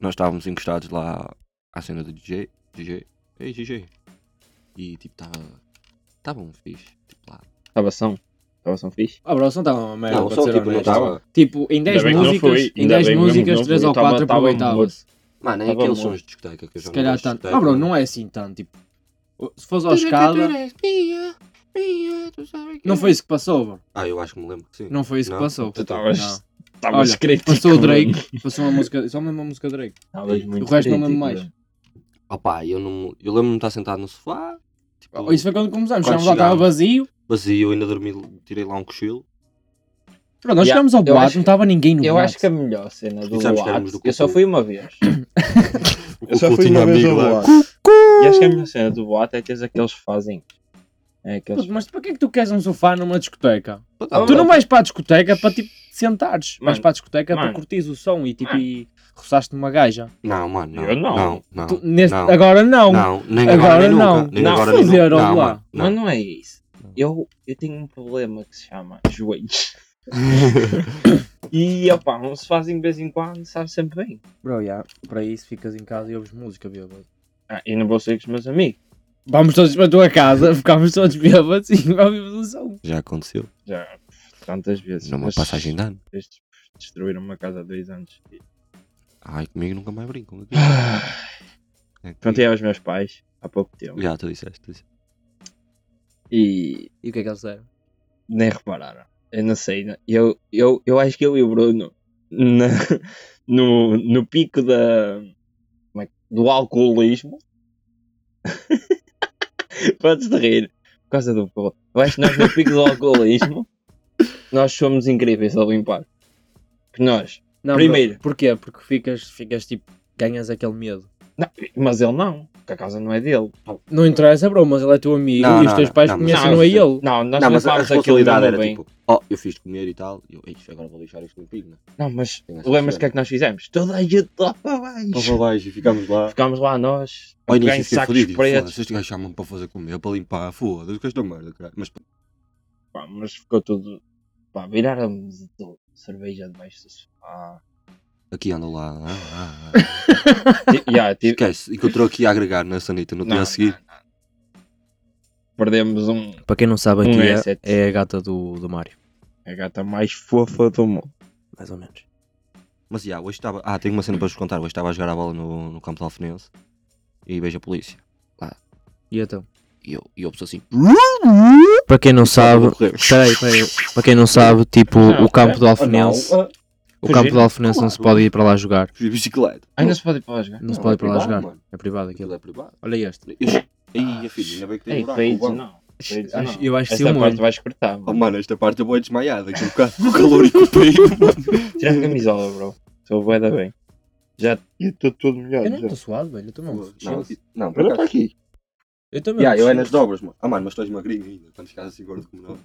Speaker 1: Nós estávamos encostados lá à cena do DJ. DJ. Ei, DJ. E tipo, estava. Estava um fixe. Tipo lá.
Speaker 3: Estava são. Estava são fixe.
Speaker 2: Ah, bro, o som estava uma merda,
Speaker 1: Não,
Speaker 2: para
Speaker 1: só
Speaker 2: ser
Speaker 1: tipo, não
Speaker 2: honesto.
Speaker 1: estava.
Speaker 2: Tipo, em 10
Speaker 3: Ainda bem que não
Speaker 2: músicas,
Speaker 3: foi,
Speaker 2: em
Speaker 3: ainda
Speaker 2: 10
Speaker 3: bem que
Speaker 2: músicas,
Speaker 3: não
Speaker 2: 3
Speaker 3: foi.
Speaker 2: ou
Speaker 3: Eu tava-
Speaker 2: 4
Speaker 3: tava
Speaker 2: aproveitavam-se.
Speaker 1: Mano, é
Speaker 3: Tava
Speaker 1: aqueles
Speaker 3: morto.
Speaker 1: sons de discoteca que eu já
Speaker 2: Se calhar tanto. Ah, bro, não é assim tanto. Tipo, se fores ao escada, não foi isso que passou, bro.
Speaker 1: Ah, eu acho que me lembro que sim.
Speaker 2: Não foi isso que
Speaker 1: Não?
Speaker 2: passou.
Speaker 3: Tu estavas.
Speaker 2: Não.
Speaker 3: Estavas
Speaker 2: Olha,
Speaker 3: crítico.
Speaker 2: Passou o
Speaker 3: mano.
Speaker 2: Drake, passou uma música, só mesmo uma música Drake.
Speaker 3: Estavas muito
Speaker 2: O resto não
Speaker 3: crítico,
Speaker 2: lembro mais.
Speaker 3: mano.
Speaker 1: Opá, eu não me- Eu lembro-me de estar sentado no sofá. Tipo,
Speaker 2: Oh, Isso foi quando começámos,
Speaker 1: Quando
Speaker 2: chegámos lá, estava
Speaker 1: chegámos.
Speaker 2: vazio.
Speaker 1: vazio, ainda dormi, tirei lá um cochilo.
Speaker 2: Bro, nós
Speaker 3: Yeah,
Speaker 2: chegámos ao
Speaker 3: eu
Speaker 2: boato,
Speaker 3: acho que-
Speaker 2: não estava ninguém no
Speaker 3: Eu
Speaker 2: boato.
Speaker 3: acho que a melhor cena do
Speaker 1: E sabes que éramos
Speaker 3: Boato.
Speaker 1: do
Speaker 3: Eu só
Speaker 1: Cucu.
Speaker 3: fui uma vez.
Speaker 1: O
Speaker 3: Eu só
Speaker 1: Cucu
Speaker 3: fui
Speaker 1: tinha
Speaker 3: uma vez
Speaker 1: amigo
Speaker 3: ao
Speaker 1: lá.
Speaker 3: boato. E acho que a melhor cena do Boato é teres aqueles fazem. É aqueles.
Speaker 2: Puto, Mas para que é que tu queres um sofá numa discoteca?
Speaker 1: Tá
Speaker 2: tu
Speaker 1: bom.
Speaker 2: não vais para a discoteca para tipo sentares. vais
Speaker 3: Mano,
Speaker 2: para a discoteca para
Speaker 3: mano.
Speaker 2: curtires o som e tipo
Speaker 3: Mano.
Speaker 2: e roçaste numa gaja.
Speaker 1: Não, mano, não.
Speaker 3: Eu não.
Speaker 1: Não, não.
Speaker 2: Tu- neste-
Speaker 1: não.
Speaker 2: Agora não.
Speaker 1: Não, nem agora,
Speaker 2: Agora
Speaker 1: nem
Speaker 2: não.
Speaker 1: nunca. Nem
Speaker 3: Não.
Speaker 1: agora, nem
Speaker 2: Fazer,
Speaker 1: nunca.
Speaker 2: olha
Speaker 1: Não,
Speaker 2: lá.
Speaker 1: mano, não.
Speaker 3: Mas não é isso. Eu, eu tenho um problema que se chama joelhos. E opá, não se fazem de vez em quando, sabe sempre bem.
Speaker 2: Bro, yeah, para isso ficas em casa e ouves música, bêbado.
Speaker 3: Ah, e não vou sair com os meus amigos.
Speaker 2: Vamos todos para a tua casa, ficámos todos bêbados e ouvimos um som.
Speaker 1: Já aconteceu.
Speaker 3: Já tantas vezes.
Speaker 1: Numa
Speaker 3: mas
Speaker 1: passagem de ano.
Speaker 3: Estes destruíram uma casa há dois anos. E...
Speaker 1: Ai, comigo nunca mais brincam. aqui. É que-
Speaker 3: Contei aos meus pais há pouco tempo
Speaker 1: Já, tu disseste. tu disseste.
Speaker 3: e
Speaker 2: E o que é que eles disseram?
Speaker 3: nem repararam. Eu não sei. não- Eu, eu, eu acho que eu e o Bruno, na- no, no pico da, como é que- do alcoolismo, podes te rir por causa do polo. Eu acho que nós, no pico do alcoolismo, nós somos incríveis a limpar. Que nós,
Speaker 2: Não,
Speaker 3: Primeiro.
Speaker 2: bro, Porquê? Porque ficas, ficas tipo, ganhas aquele medo.
Speaker 3: Não, mas ele não, porque a casa não é dele.
Speaker 2: Não interessa, bro, mas ele é teu amigo
Speaker 1: Não,
Speaker 2: e os
Speaker 1: não,
Speaker 2: teus
Speaker 1: não,
Speaker 2: pais
Speaker 1: não, mas-
Speaker 2: conhecem,
Speaker 3: Não,
Speaker 2: não é ele.
Speaker 3: Não, nós
Speaker 1: Não, mas a
Speaker 3: limpámos aquilo mesmo
Speaker 1: responsabilidade era
Speaker 3: bem.
Speaker 1: tipo, ó, eu fiz de comer e tal, e eu, "Ixi, agora vou lixar isto contigo, né?
Speaker 3: Não, mas
Speaker 1: Tem essa
Speaker 3: lembras o que
Speaker 1: cena.
Speaker 3: é que nós fizemos? Toda a gente lá para baixo.
Speaker 1: Para baixo e ficámos lá.
Speaker 3: Ficámos lá nós,
Speaker 1: Ao
Speaker 3: ganhei
Speaker 1: início fiquei
Speaker 3: sacos
Speaker 1: fodido,
Speaker 3: pretos.
Speaker 1: foda-se, este gajo chama-me para fazer comer, para limpar, foda-se, que esta merda, caralho. Mas pá,
Speaker 3: Pá, mas ficou tudo. Pá, viraram-me de cerveja debaixo do sofá.
Speaker 1: aqui ando lá, ah, ah, ah.
Speaker 3: Ti- Ya, ti-
Speaker 1: Esquece, encontrou aqui a agregar na sanita no dia
Speaker 3: Não,
Speaker 1: a seguir.
Speaker 3: Perdemos um,
Speaker 2: Para quem não sabe,
Speaker 3: Um
Speaker 2: aqui é-
Speaker 3: asset.
Speaker 2: é, a gata do, do Mário,
Speaker 3: a gata mais fofa do mundo.
Speaker 2: mais ou menos.
Speaker 1: Mas já, hoje estava. Ah, tenho uma cena para vos contar. Hoje estava a jogar a bola no, no campo de Alfenense e vejo a polícia.
Speaker 2: E então?
Speaker 1: E eu, e eu penso assim.
Speaker 2: Para quem não sabe,
Speaker 1: "Vou correr."
Speaker 2: peraí, peraí, para quem não sabe, tipo,
Speaker 3: Ah,
Speaker 2: o campo do
Speaker 3: ah,
Speaker 2: Alfenense,
Speaker 3: não, ah,
Speaker 2: o
Speaker 3: fugir.
Speaker 2: campo do Alfenense não se
Speaker 1: Claro.
Speaker 2: pode ir para lá jogar.
Speaker 1: Fui de bicicleta.
Speaker 3: Ainda se pode ir para lá jogar.
Speaker 2: Não se
Speaker 1: Não,
Speaker 2: pode
Speaker 1: é
Speaker 2: ir para lá
Speaker 1: privado,
Speaker 2: jogar.
Speaker 1: mano.
Speaker 2: É privado aquilo.
Speaker 1: Aquilo é privado.
Speaker 2: Olha este.
Speaker 1: Eu, aí, filho, ainda bem que tem
Speaker 3: Ei,
Speaker 1: um buraco.
Speaker 3: feitos,
Speaker 1: o banco.
Speaker 3: não. Feitos, não.
Speaker 2: Acho- eu acho que
Speaker 3: Esta
Speaker 2: saiu
Speaker 3: parte
Speaker 2: muito.
Speaker 3: vais cortar,
Speaker 1: Oh,
Speaker 3: mano.
Speaker 1: mano, esta parte eu vou desmaiar daqui a bocado. O calor e com o frio.
Speaker 3: Tira a camisola, bro. Estou bué da bem. Já estou todo melhor.
Speaker 2: Eu não
Speaker 3: já.
Speaker 2: estou é suado, velho. Eu estou mal.
Speaker 1: Não,
Speaker 2: Chill.
Speaker 1: não, por
Speaker 3: Olha
Speaker 1: acaso.
Speaker 3: para aqui.
Speaker 2: Eu também.
Speaker 1: Yeah, eu é nas dobras, mano. Ah, mano, mas tu és magrinho ainda. Quando ficas assim gordo como nós.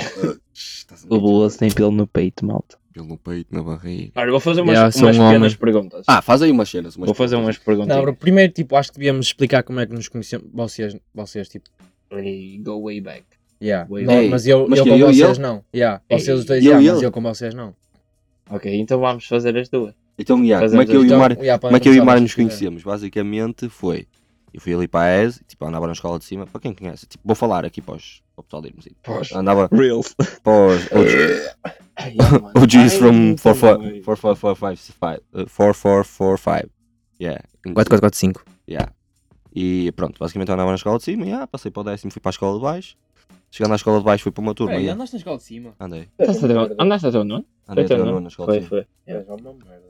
Speaker 1: Ah, estás
Speaker 3: O Boas tem pelo no peito, malta.
Speaker 1: Pelo no peito, na barriga.
Speaker 3: Olha, vou fazer umas,
Speaker 2: Yeah, sou
Speaker 3: umas
Speaker 2: um
Speaker 3: pequenas
Speaker 2: homem.
Speaker 3: perguntas.
Speaker 1: Ah, faz aí umas cenas.
Speaker 3: vou fazer umas perguntas.
Speaker 2: Não, bro, primeiro, tipo, acho que devíamos explicar como é que nos conhecemos. Vocês, vocês tipo.
Speaker 3: Ei, Go way back.
Speaker 2: Yeah.
Speaker 3: Wait.
Speaker 2: Não,
Speaker 1: Ei,
Speaker 2: mas eu,
Speaker 1: mas
Speaker 2: eu
Speaker 1: que
Speaker 2: com
Speaker 1: eu e
Speaker 2: vocês
Speaker 1: ele?
Speaker 2: não. Yeah.
Speaker 3: Ei,
Speaker 2: Vocês os dois,
Speaker 1: eu
Speaker 2: yeah,
Speaker 1: e
Speaker 2: mas
Speaker 1: ele?
Speaker 2: eu com vocês não.
Speaker 3: Ok, então vamos fazer as duas.
Speaker 1: Então, yeah, como é que eu
Speaker 3: Fazemos
Speaker 1: e o
Speaker 2: Então,
Speaker 1: Mário
Speaker 2: yeah, podem
Speaker 1: Como é que eu e o
Speaker 2: começar,
Speaker 1: Mário
Speaker 2: se
Speaker 1: nos
Speaker 2: quiserem.
Speaker 1: conhecemos? Basicamente foi. Eu fui ali para a ES, tipo, andava na escola de cima, para quem conhece, tipo, vou falar aqui para, os, para o pessoal de irmos aí.
Speaker 3: Pois.
Speaker 1: Andava
Speaker 3: Reels.
Speaker 1: para os OG- OGs from uh, 4445. Yeah.
Speaker 2: 4445.
Speaker 1: Yeah. E pronto, basicamente eu andava na escola de cima, yeah, passei para o décimo, fui para a escola de baixo. Chegando à escola de baixo fui para uma turma.
Speaker 2: Peraí,
Speaker 1: yeah.
Speaker 2: andaste na escola de cima.
Speaker 1: Andei,
Speaker 3: Tá Andaste até o nono?
Speaker 1: andei até
Speaker 3: Então,
Speaker 1: o
Speaker 3: não.
Speaker 1: nono na escola
Speaker 3: Foi,
Speaker 1: de cima.
Speaker 3: foi.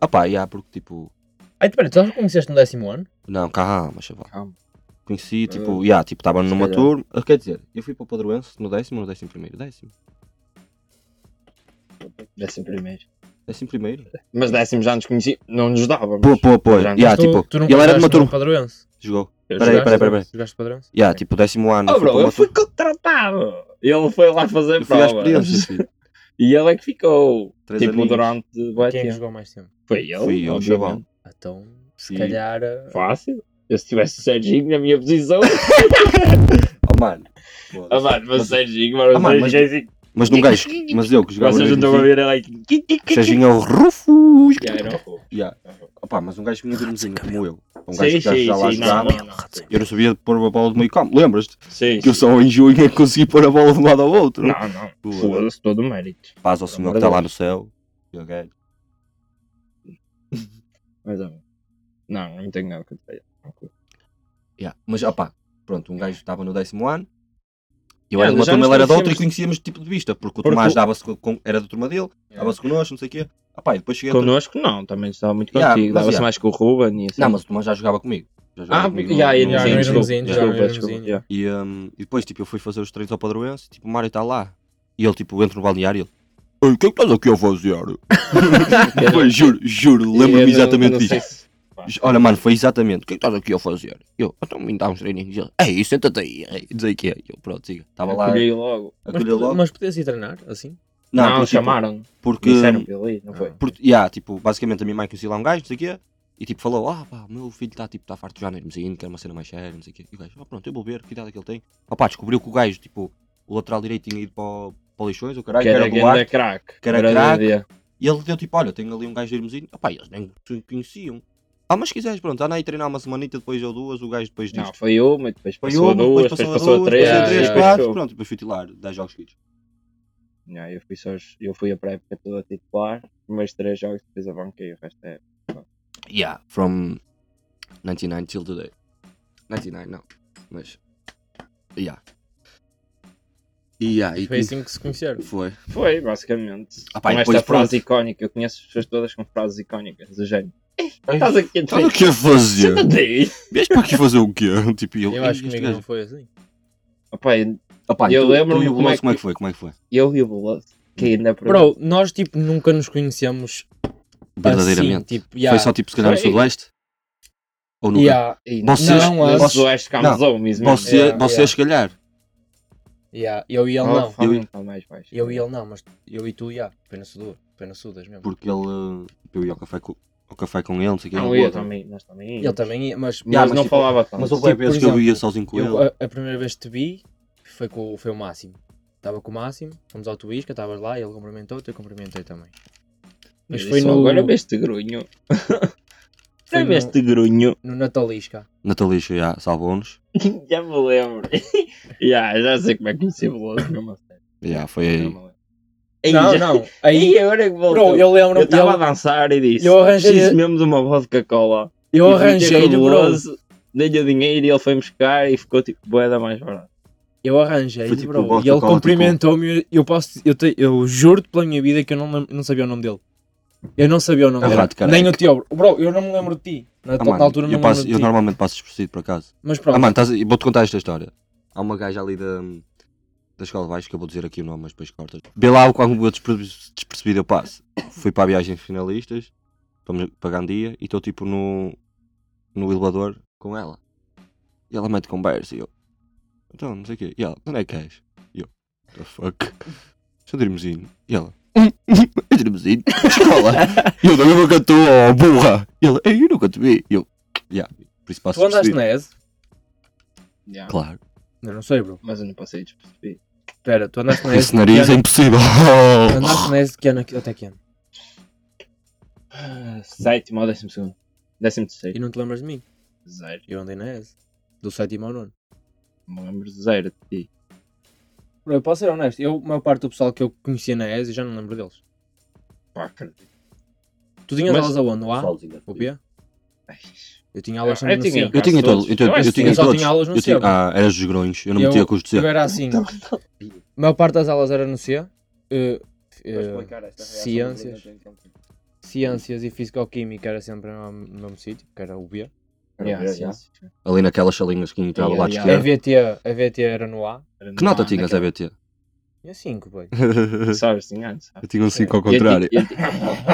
Speaker 1: Ah pá, yeah, porque tipo,
Speaker 2: Ai, peraí, tu já conheceste no décimo ano?
Speaker 1: não, calma, chaval.
Speaker 3: Calma.
Speaker 1: conheci, tipo,
Speaker 3: Ah,
Speaker 1: já, tipo, estava numa
Speaker 3: calhar.
Speaker 1: turma. Ah, Quer dizer, eu fui para o Padroense no décimo ou no décimo primeiro? Décimo.
Speaker 3: Décimo primeiro.
Speaker 1: Décimo
Speaker 3: É
Speaker 1: primeiro?
Speaker 3: Mas décimo já nos conheci, não nos dávamos.
Speaker 1: Pô, pô, pô.
Speaker 3: Já,
Speaker 1: Já,
Speaker 2: Mas
Speaker 3: mas
Speaker 2: tu-
Speaker 1: tipo,
Speaker 2: tu nunca
Speaker 1: ele era de uma
Speaker 2: jogaste no
Speaker 1: turma.
Speaker 2: Padroense?
Speaker 1: Jogou.
Speaker 3: Eu
Speaker 1: Peraí,
Speaker 3: joguei.
Speaker 1: peraí, peraí. peraí.
Speaker 2: Jogaste Padroense?
Speaker 1: Já, tipo, décimo ano.
Speaker 3: Oh,
Speaker 1: eu fui
Speaker 3: bro,
Speaker 1: para
Speaker 3: eu
Speaker 1: uma
Speaker 3: fui
Speaker 1: turma-
Speaker 3: contratado. Ele foi lá fazer
Speaker 1: Eu fui às
Speaker 3: provas.
Speaker 1: experiências, filho.
Speaker 3: E ele é que ficou.
Speaker 1: Três
Speaker 3: tipo,
Speaker 1: aninhos.
Speaker 3: durante. bué
Speaker 2: Quem é
Speaker 3: tempo.
Speaker 2: jogou mais tempo?
Speaker 3: Foi ele.
Speaker 1: Fui eu,
Speaker 3: obviamente.
Speaker 1: chaval.
Speaker 2: Então, se
Speaker 1: Sim.
Speaker 2: calhar. eh,
Speaker 3: Fácil. Eu se tivesse o Serginho na minha posição.
Speaker 1: Oh, mano.
Speaker 3: ah, mano, mas o Serginho, mano,
Speaker 1: Ah,
Speaker 3: o
Speaker 1: mano, mas-
Speaker 3: Serginho.
Speaker 1: Mas num gajo, mas eu que jogava. assim.
Speaker 3: Vocês não
Speaker 1: no
Speaker 3: estão a
Speaker 1: Irmezinho,
Speaker 3: ver ele aqui.
Speaker 1: Serginho é o Rufus.
Speaker 3: Já era o
Speaker 1: Já. Opá, mas um gajo que vinha de irmãozinho como eu. Um gajo
Speaker 3: Sim,
Speaker 1: que já,
Speaker 3: sim,
Speaker 1: já lá
Speaker 3: sim, não,
Speaker 1: jogava.
Speaker 3: não, não.
Speaker 1: Eu não sabia pôr uma bola do meio campo. Lembras-te?
Speaker 3: Sim,
Speaker 1: Que eu
Speaker 3: sim.
Speaker 1: só em junho é que consegui pôr a bola de um lado ao outro.
Speaker 3: Não, não.
Speaker 1: Boa.
Speaker 3: Foda-se todo o mérito.
Speaker 1: Paz ao senhor que está lá no céu. Eu quero.
Speaker 3: Mas, ah, não, não tenho nada que dizer.
Speaker 1: Yeah. Mas, opá, pronto, um gajo estava no décimo ano, eu
Speaker 3: Yeah,
Speaker 1: era de uma
Speaker 3: mas já
Speaker 1: turma, ele
Speaker 3: nos
Speaker 1: era de outra e conhecíamos
Speaker 3: conhecíamos-
Speaker 1: tipo de vista, porque o
Speaker 3: Porque
Speaker 1: Tomás
Speaker 3: o-
Speaker 1: dava-se co- com- era da turma dele, dava-se connosco, não sei o quê. Opá, e depois cheguei a turma-
Speaker 3: Connosco não, também estava muito
Speaker 1: Yeah,
Speaker 3: contigo.
Speaker 1: mas
Speaker 3: Dava-se
Speaker 1: yeah.
Speaker 3: mais com o Ruben e assim.
Speaker 1: Não, mas o Tomás já jogava comigo. Já jogava
Speaker 3: Ah,
Speaker 1: comigo
Speaker 3: já, já,
Speaker 1: no-
Speaker 2: no-
Speaker 3: já,
Speaker 2: no-
Speaker 3: desculpa,
Speaker 2: no-
Speaker 3: desculpa,
Speaker 2: no-
Speaker 3: desculpa,
Speaker 2: no-
Speaker 3: yeah.
Speaker 1: E, hum, e depois, tipo, eu fui fazer os treinos ao Padroense, tipo, o Mário está lá. E ele, tipo, entra no balneário e ele... Ei, o que é que estás aqui a fazer? Foi, juro, juro,
Speaker 3: Eu
Speaker 1: lembro-me
Speaker 3: não-
Speaker 1: exatamente
Speaker 3: não
Speaker 1: disto.
Speaker 3: sei se-
Speaker 1: J- Olha, mano, foi exatamente. O que é que estás aqui a fazer? Eu, então me dá uns treininhos. Ele, ei, senta-te aí. Ei, dizer que é. Eu, pronto, siga. Estava lá.
Speaker 3: Acolhi logo.
Speaker 2: Mas,
Speaker 1: acolheu logo.
Speaker 2: mas podias ir treinar assim?
Speaker 3: Não,
Speaker 1: porque, tipo,
Speaker 3: chamaram.
Speaker 1: Porque,
Speaker 3: Disseram para ele ir, não foi?
Speaker 1: porque yeah, tipo, basicamente a minha mãe conhecia lá um gajo, não sei o quê. E tipo, falou, ah pá, o meu filho está tipo, tá farto já no Hermesinho, quer uma cena mais séria, não sei o quê. E o gajo, ah pronto, eu vou ver que idade é que ele tem. Ah pá, descobriu que o gajo, tipo, o lateral direito tinha ido para, o- para o Leixões, o caralho,
Speaker 3: Que
Speaker 1: que era
Speaker 3: era
Speaker 1: do ar.
Speaker 3: grande crack.
Speaker 1: que era
Speaker 3: grande
Speaker 1: craque.
Speaker 3: dia.
Speaker 1: E ele deu tipo, olha, tenho ali um gajo de Hermesinho. Ah pá, eles nem se conheciam. Ah, mas se quiseres, pronto, anda aí a treinar uma semanita, depois eu duas, o gajo depois diz.
Speaker 3: Não, foi uma, depois
Speaker 1: Foi
Speaker 3: passou
Speaker 1: uma,
Speaker 3: a duas,
Speaker 1: depois passou a duas,
Speaker 3: três,
Speaker 1: depois a
Speaker 2: yeah,
Speaker 1: três,
Speaker 2: yeah.
Speaker 1: quatro,
Speaker 3: depois
Speaker 1: pronto, depois fui titular, 10 jogos seguidos.
Speaker 3: Não, eu fui só, eu fui a pré-época toda titular, os primeiros três jogos depois a banca e o resto é.
Speaker 1: Yeah, from 99 till today. 99, não, mas. Yeah. Yeah, e
Speaker 2: Foi
Speaker 1: que-
Speaker 2: assim que se conheceram.
Speaker 1: foi.
Speaker 3: Foi, basicamente.
Speaker 1: Ah pá, e
Speaker 3: com
Speaker 1: depois
Speaker 3: esta frase
Speaker 1: pronto.
Speaker 3: icónica, eu conheço as pessoas todas com frases icónicas, do género. Estás aqui a
Speaker 1: Estás Então, o que a fazer?
Speaker 3: treinar.
Speaker 1: Vieste para aqui fazer o quê? Tipo, e eu,
Speaker 2: Eu acho que
Speaker 1: este
Speaker 2: comigo
Speaker 1: gajo- Ah,
Speaker 2: não foi assim.
Speaker 3: Opa, e
Speaker 1: Opa,
Speaker 3: Eu
Speaker 1: tu- tu
Speaker 3: lembro-me
Speaker 1: e o
Speaker 3: como é
Speaker 1: Bolso, como é
Speaker 3: que- Ah,
Speaker 1: que foi? Como é que foi?
Speaker 3: eu e o Bolas, que ainda por
Speaker 2: Bro, nós tipo nunca nos conhecemos
Speaker 1: Verdadeiramente.
Speaker 2: assim, tipo, yeah.
Speaker 1: Foi só tipo, se calhar no
Speaker 3: Foi-
Speaker 1: Sudoeste? Ou nunca?
Speaker 2: Yeah,
Speaker 3: E
Speaker 1: Vocês-
Speaker 3: não,
Speaker 2: vocês-
Speaker 3: nós dois ficámos
Speaker 1: não,
Speaker 3: homens, mano.
Speaker 1: Você,
Speaker 2: Yeah,
Speaker 1: você
Speaker 2: yeah.
Speaker 1: se calhar.
Speaker 2: yeah. Eu e ele
Speaker 3: Oh,
Speaker 2: não.
Speaker 3: É. fala-
Speaker 1: Eu-
Speaker 3: fala mais baixo.
Speaker 2: Eu e ele não, mas eu e tu, já. Foi na Sudas. Foi na Sudas mesmo.
Speaker 1: Porque ele. eh, Eu ia ao café com, ao café com ele, não sei o que.
Speaker 3: Não, eu também, nós também.
Speaker 2: Ele também ia, mas,
Speaker 1: Yeah,
Speaker 3: Mas
Speaker 1: mas
Speaker 3: não
Speaker 1: tipo-
Speaker 3: falava tanto.
Speaker 1: Mas houve tipo,
Speaker 2: Tipo,
Speaker 1: vezes
Speaker 2: por
Speaker 1: que eu ia
Speaker 2: exemplo,
Speaker 1: sozinho com
Speaker 2: eu- eh,
Speaker 1: ele.
Speaker 2: a, a primeira vez que te vi foi com, foi o Máximo. Estava com o Máximo, fomos ao Tuísca, estavas lá, ele cumprimentou-te, eu cumprimentei também. Mas
Speaker 3: Isso,
Speaker 2: foi no,
Speaker 3: Agora veste grunho.
Speaker 2: Foi
Speaker 3: Foi
Speaker 2: no-
Speaker 3: veste grunho.
Speaker 2: no Natalisca.
Speaker 1: Natalisha, yeah, salvou-nos.
Speaker 3: Já me lembro. já, já sei como é que conheci o Veloso, mesmo assim.
Speaker 1: Yeah, foi aí.
Speaker 2: Tá,
Speaker 3: Ei,
Speaker 2: Não,
Speaker 3: já-
Speaker 2: não.
Speaker 3: Ei,
Speaker 2: Aí,
Speaker 3: agora é que
Speaker 2: bro,
Speaker 3: voltou.
Speaker 2: eu
Speaker 3: eu
Speaker 2: lembro-me.
Speaker 3: estava a
Speaker 2: Eu,
Speaker 3: dançar e disse:
Speaker 2: eu arranjei-
Speaker 3: "Preciso mesmo de uma vodka-cola.
Speaker 2: eu arranjei-lhe, bro.
Speaker 3: Dei-lhe o dinheiro e ele foi-me buscar e ficou tipo boeda mais barata.
Speaker 2: Eu arranjei,
Speaker 1: Foi tipo
Speaker 2: bro.
Speaker 1: o Bosta
Speaker 2: e ele
Speaker 1: Cola,
Speaker 2: cumprimentou-me. Eu posso, eu, te- eu juro-te pela minha vida que eu não, lem- não sabia o nome dele. Eu não sabia o nome
Speaker 1: Ah,
Speaker 2: dele.
Speaker 1: rato, careca.
Speaker 2: Nem o teu, bro. Bro, eu não me lembro de ti. Na,
Speaker 1: Ah,
Speaker 2: tá, na
Speaker 1: mano,
Speaker 2: altura não
Speaker 1: eu,
Speaker 2: me
Speaker 1: passo-
Speaker 2: lembro de
Speaker 1: eu
Speaker 2: ti.
Speaker 1: normalmente passo despercebido por acaso.
Speaker 2: Mas pronto.
Speaker 1: Ah, mano, estás- vou-te contar esta história. Há uma gaja ali da, da escola de baixo que eu vou dizer aqui o nome, mas depois cortas. Vê lá o quão eu despre- despercebido eu passo. Fui para a viagem de finalistas, fomos para Gandia, e estou tipo no, no elevador com ela. E ela mete conversa e eu. Então, não sei o quê. E ela, onde é que és? E eu, "What the fuck? Sou de Irmezinho. E ela, é de Irmezinho? Escola. e eu, também nunca estou, oh, burra. E ela, ei, eu nunca te vi. E eu, yeah, por isso passo
Speaker 2: tu andaste
Speaker 1: despercebido.
Speaker 2: na ESE?
Speaker 1: Claro.
Speaker 2: Eu não sei, bro.
Speaker 3: Mas eu não passei tipo, despercebido.
Speaker 2: Espera, tu andaste na ESE.
Speaker 1: Esse nariz é impossível.
Speaker 2: Andaste na ESE de que ano? Até que ano?
Speaker 3: Ah, Sétimo ou décimo segundo? Décimo
Speaker 2: E
Speaker 3: terceiro.
Speaker 2: não te lembras de mim?
Speaker 3: Zero.
Speaker 2: Eu andei na ESE. Do sétimo ao nono.
Speaker 3: Não me lembro de zero de ti.
Speaker 2: Bro, eu posso ser honesto. Eu, a maior parte do pessoal que eu conhecia na ESE, eu já não lembro deles.
Speaker 3: Pá, acredito.
Speaker 2: Tu tinhas
Speaker 3: Mas-
Speaker 2: aulas aonde? No A? O B?
Speaker 3: Ai,
Speaker 2: Eu tinha aulas também no C.
Speaker 1: Eu tinha
Speaker 3: quase
Speaker 1: todo- eu tinha-
Speaker 3: todos.
Speaker 1: eu
Speaker 3: acho que
Speaker 1: tinha
Speaker 2: Eu
Speaker 3: sim.
Speaker 2: só
Speaker 1: todos.
Speaker 2: tinha aulas no
Speaker 1: Eu
Speaker 2: C.
Speaker 1: tinha,
Speaker 2: bro.
Speaker 1: ah, era os grões. Eu não
Speaker 2: Eu-
Speaker 1: metia com os de
Speaker 2: Eu
Speaker 1: ser.
Speaker 2: era assim. A maior parte das aulas era no C. eh, eh,
Speaker 3: é
Speaker 2: ciências. ciências e Fisicoquímica era sempre no mesmo, no mesmo sítio, que era o B.
Speaker 3: Yeah,
Speaker 1: Yeah,
Speaker 3: yeah.
Speaker 1: Ali naquelas salinhas que entrava lá de
Speaker 3: Yeah,
Speaker 2: A
Speaker 3: yeah.
Speaker 1: esquerda.
Speaker 2: VT, a VT era no A.
Speaker 3: Era
Speaker 1: Que nota
Speaker 3: numa-
Speaker 1: tinhas a
Speaker 3: naquela-
Speaker 1: BT?
Speaker 2: E assim a 5, bem.
Speaker 3: Sabes, tinha, sabes?
Speaker 1: Eu tinha um 5 ao
Speaker 3: Eu ti-
Speaker 1: contrário.
Speaker 3: Eu, ti-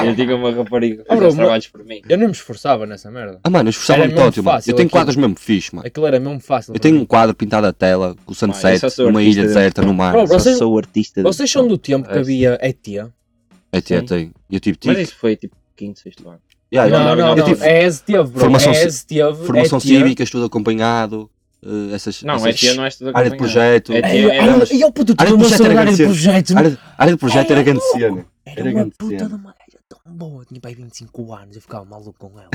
Speaker 3: eu tinha uma rapariga que
Speaker 2: Ah,
Speaker 3: fazia
Speaker 2: bro,
Speaker 3: os trabalhos por mim.
Speaker 2: Eu nem me esforçava nessa merda.
Speaker 1: Ah, mano, eu esforçava-me
Speaker 2: Era mesmo
Speaker 1: tanto, mano.
Speaker 2: fácil
Speaker 1: Eu tenho
Speaker 2: aquilo.
Speaker 1: quadros mesmo fixe, mano.
Speaker 2: Aquilo é era mesmo fácil.
Speaker 1: Eu
Speaker 2: para
Speaker 1: tenho
Speaker 2: mim.
Speaker 1: um quadro pintado à tela, com o
Speaker 3: eu é só
Speaker 1: sunset,
Speaker 3: sou
Speaker 1: numa
Speaker 3: artista né?
Speaker 1: ilha
Speaker 3: desse
Speaker 1: deserta no mar.
Speaker 2: Bro, vocês-
Speaker 3: sou artista.
Speaker 2: Vocês são do tempo que
Speaker 3: É.
Speaker 2: havia ET?
Speaker 1: Ah, Até
Speaker 2: Sim.
Speaker 1: tem. Eu tipo,
Speaker 3: Mas
Speaker 1: tive.
Speaker 3: isso foi tipo quinto, sexto ano.
Speaker 1: Yeah, eu-
Speaker 2: Não, não,
Speaker 1: eu
Speaker 2: não.
Speaker 1: tive
Speaker 2: É ES teve, bro.
Speaker 1: Formação
Speaker 2: é
Speaker 1: ci-
Speaker 2: ES teve.
Speaker 1: Formação
Speaker 2: ET.
Speaker 1: cívicas, tudo acompanhado. eh, Essas.
Speaker 3: Não,
Speaker 1: essas-
Speaker 3: ET não é tudo
Speaker 1: Área de projeto.
Speaker 3: É
Speaker 2: Ei,
Speaker 3: Era-
Speaker 2: ai,
Speaker 3: éramos-
Speaker 2: E eu puto, tu
Speaker 1: Área de
Speaker 2: uma
Speaker 1: projeto era
Speaker 2: saudade de
Speaker 1: grande
Speaker 2: projeto.
Speaker 1: Área, área de
Speaker 3: é
Speaker 1: projeto era grande
Speaker 2: Era
Speaker 1: cena.
Speaker 2: Era
Speaker 1: era
Speaker 2: uma
Speaker 1: grande
Speaker 2: puta
Speaker 1: cena.
Speaker 2: de uma gaja tão boa. Tinha pai 25 anos, eu ficava maluco com ela.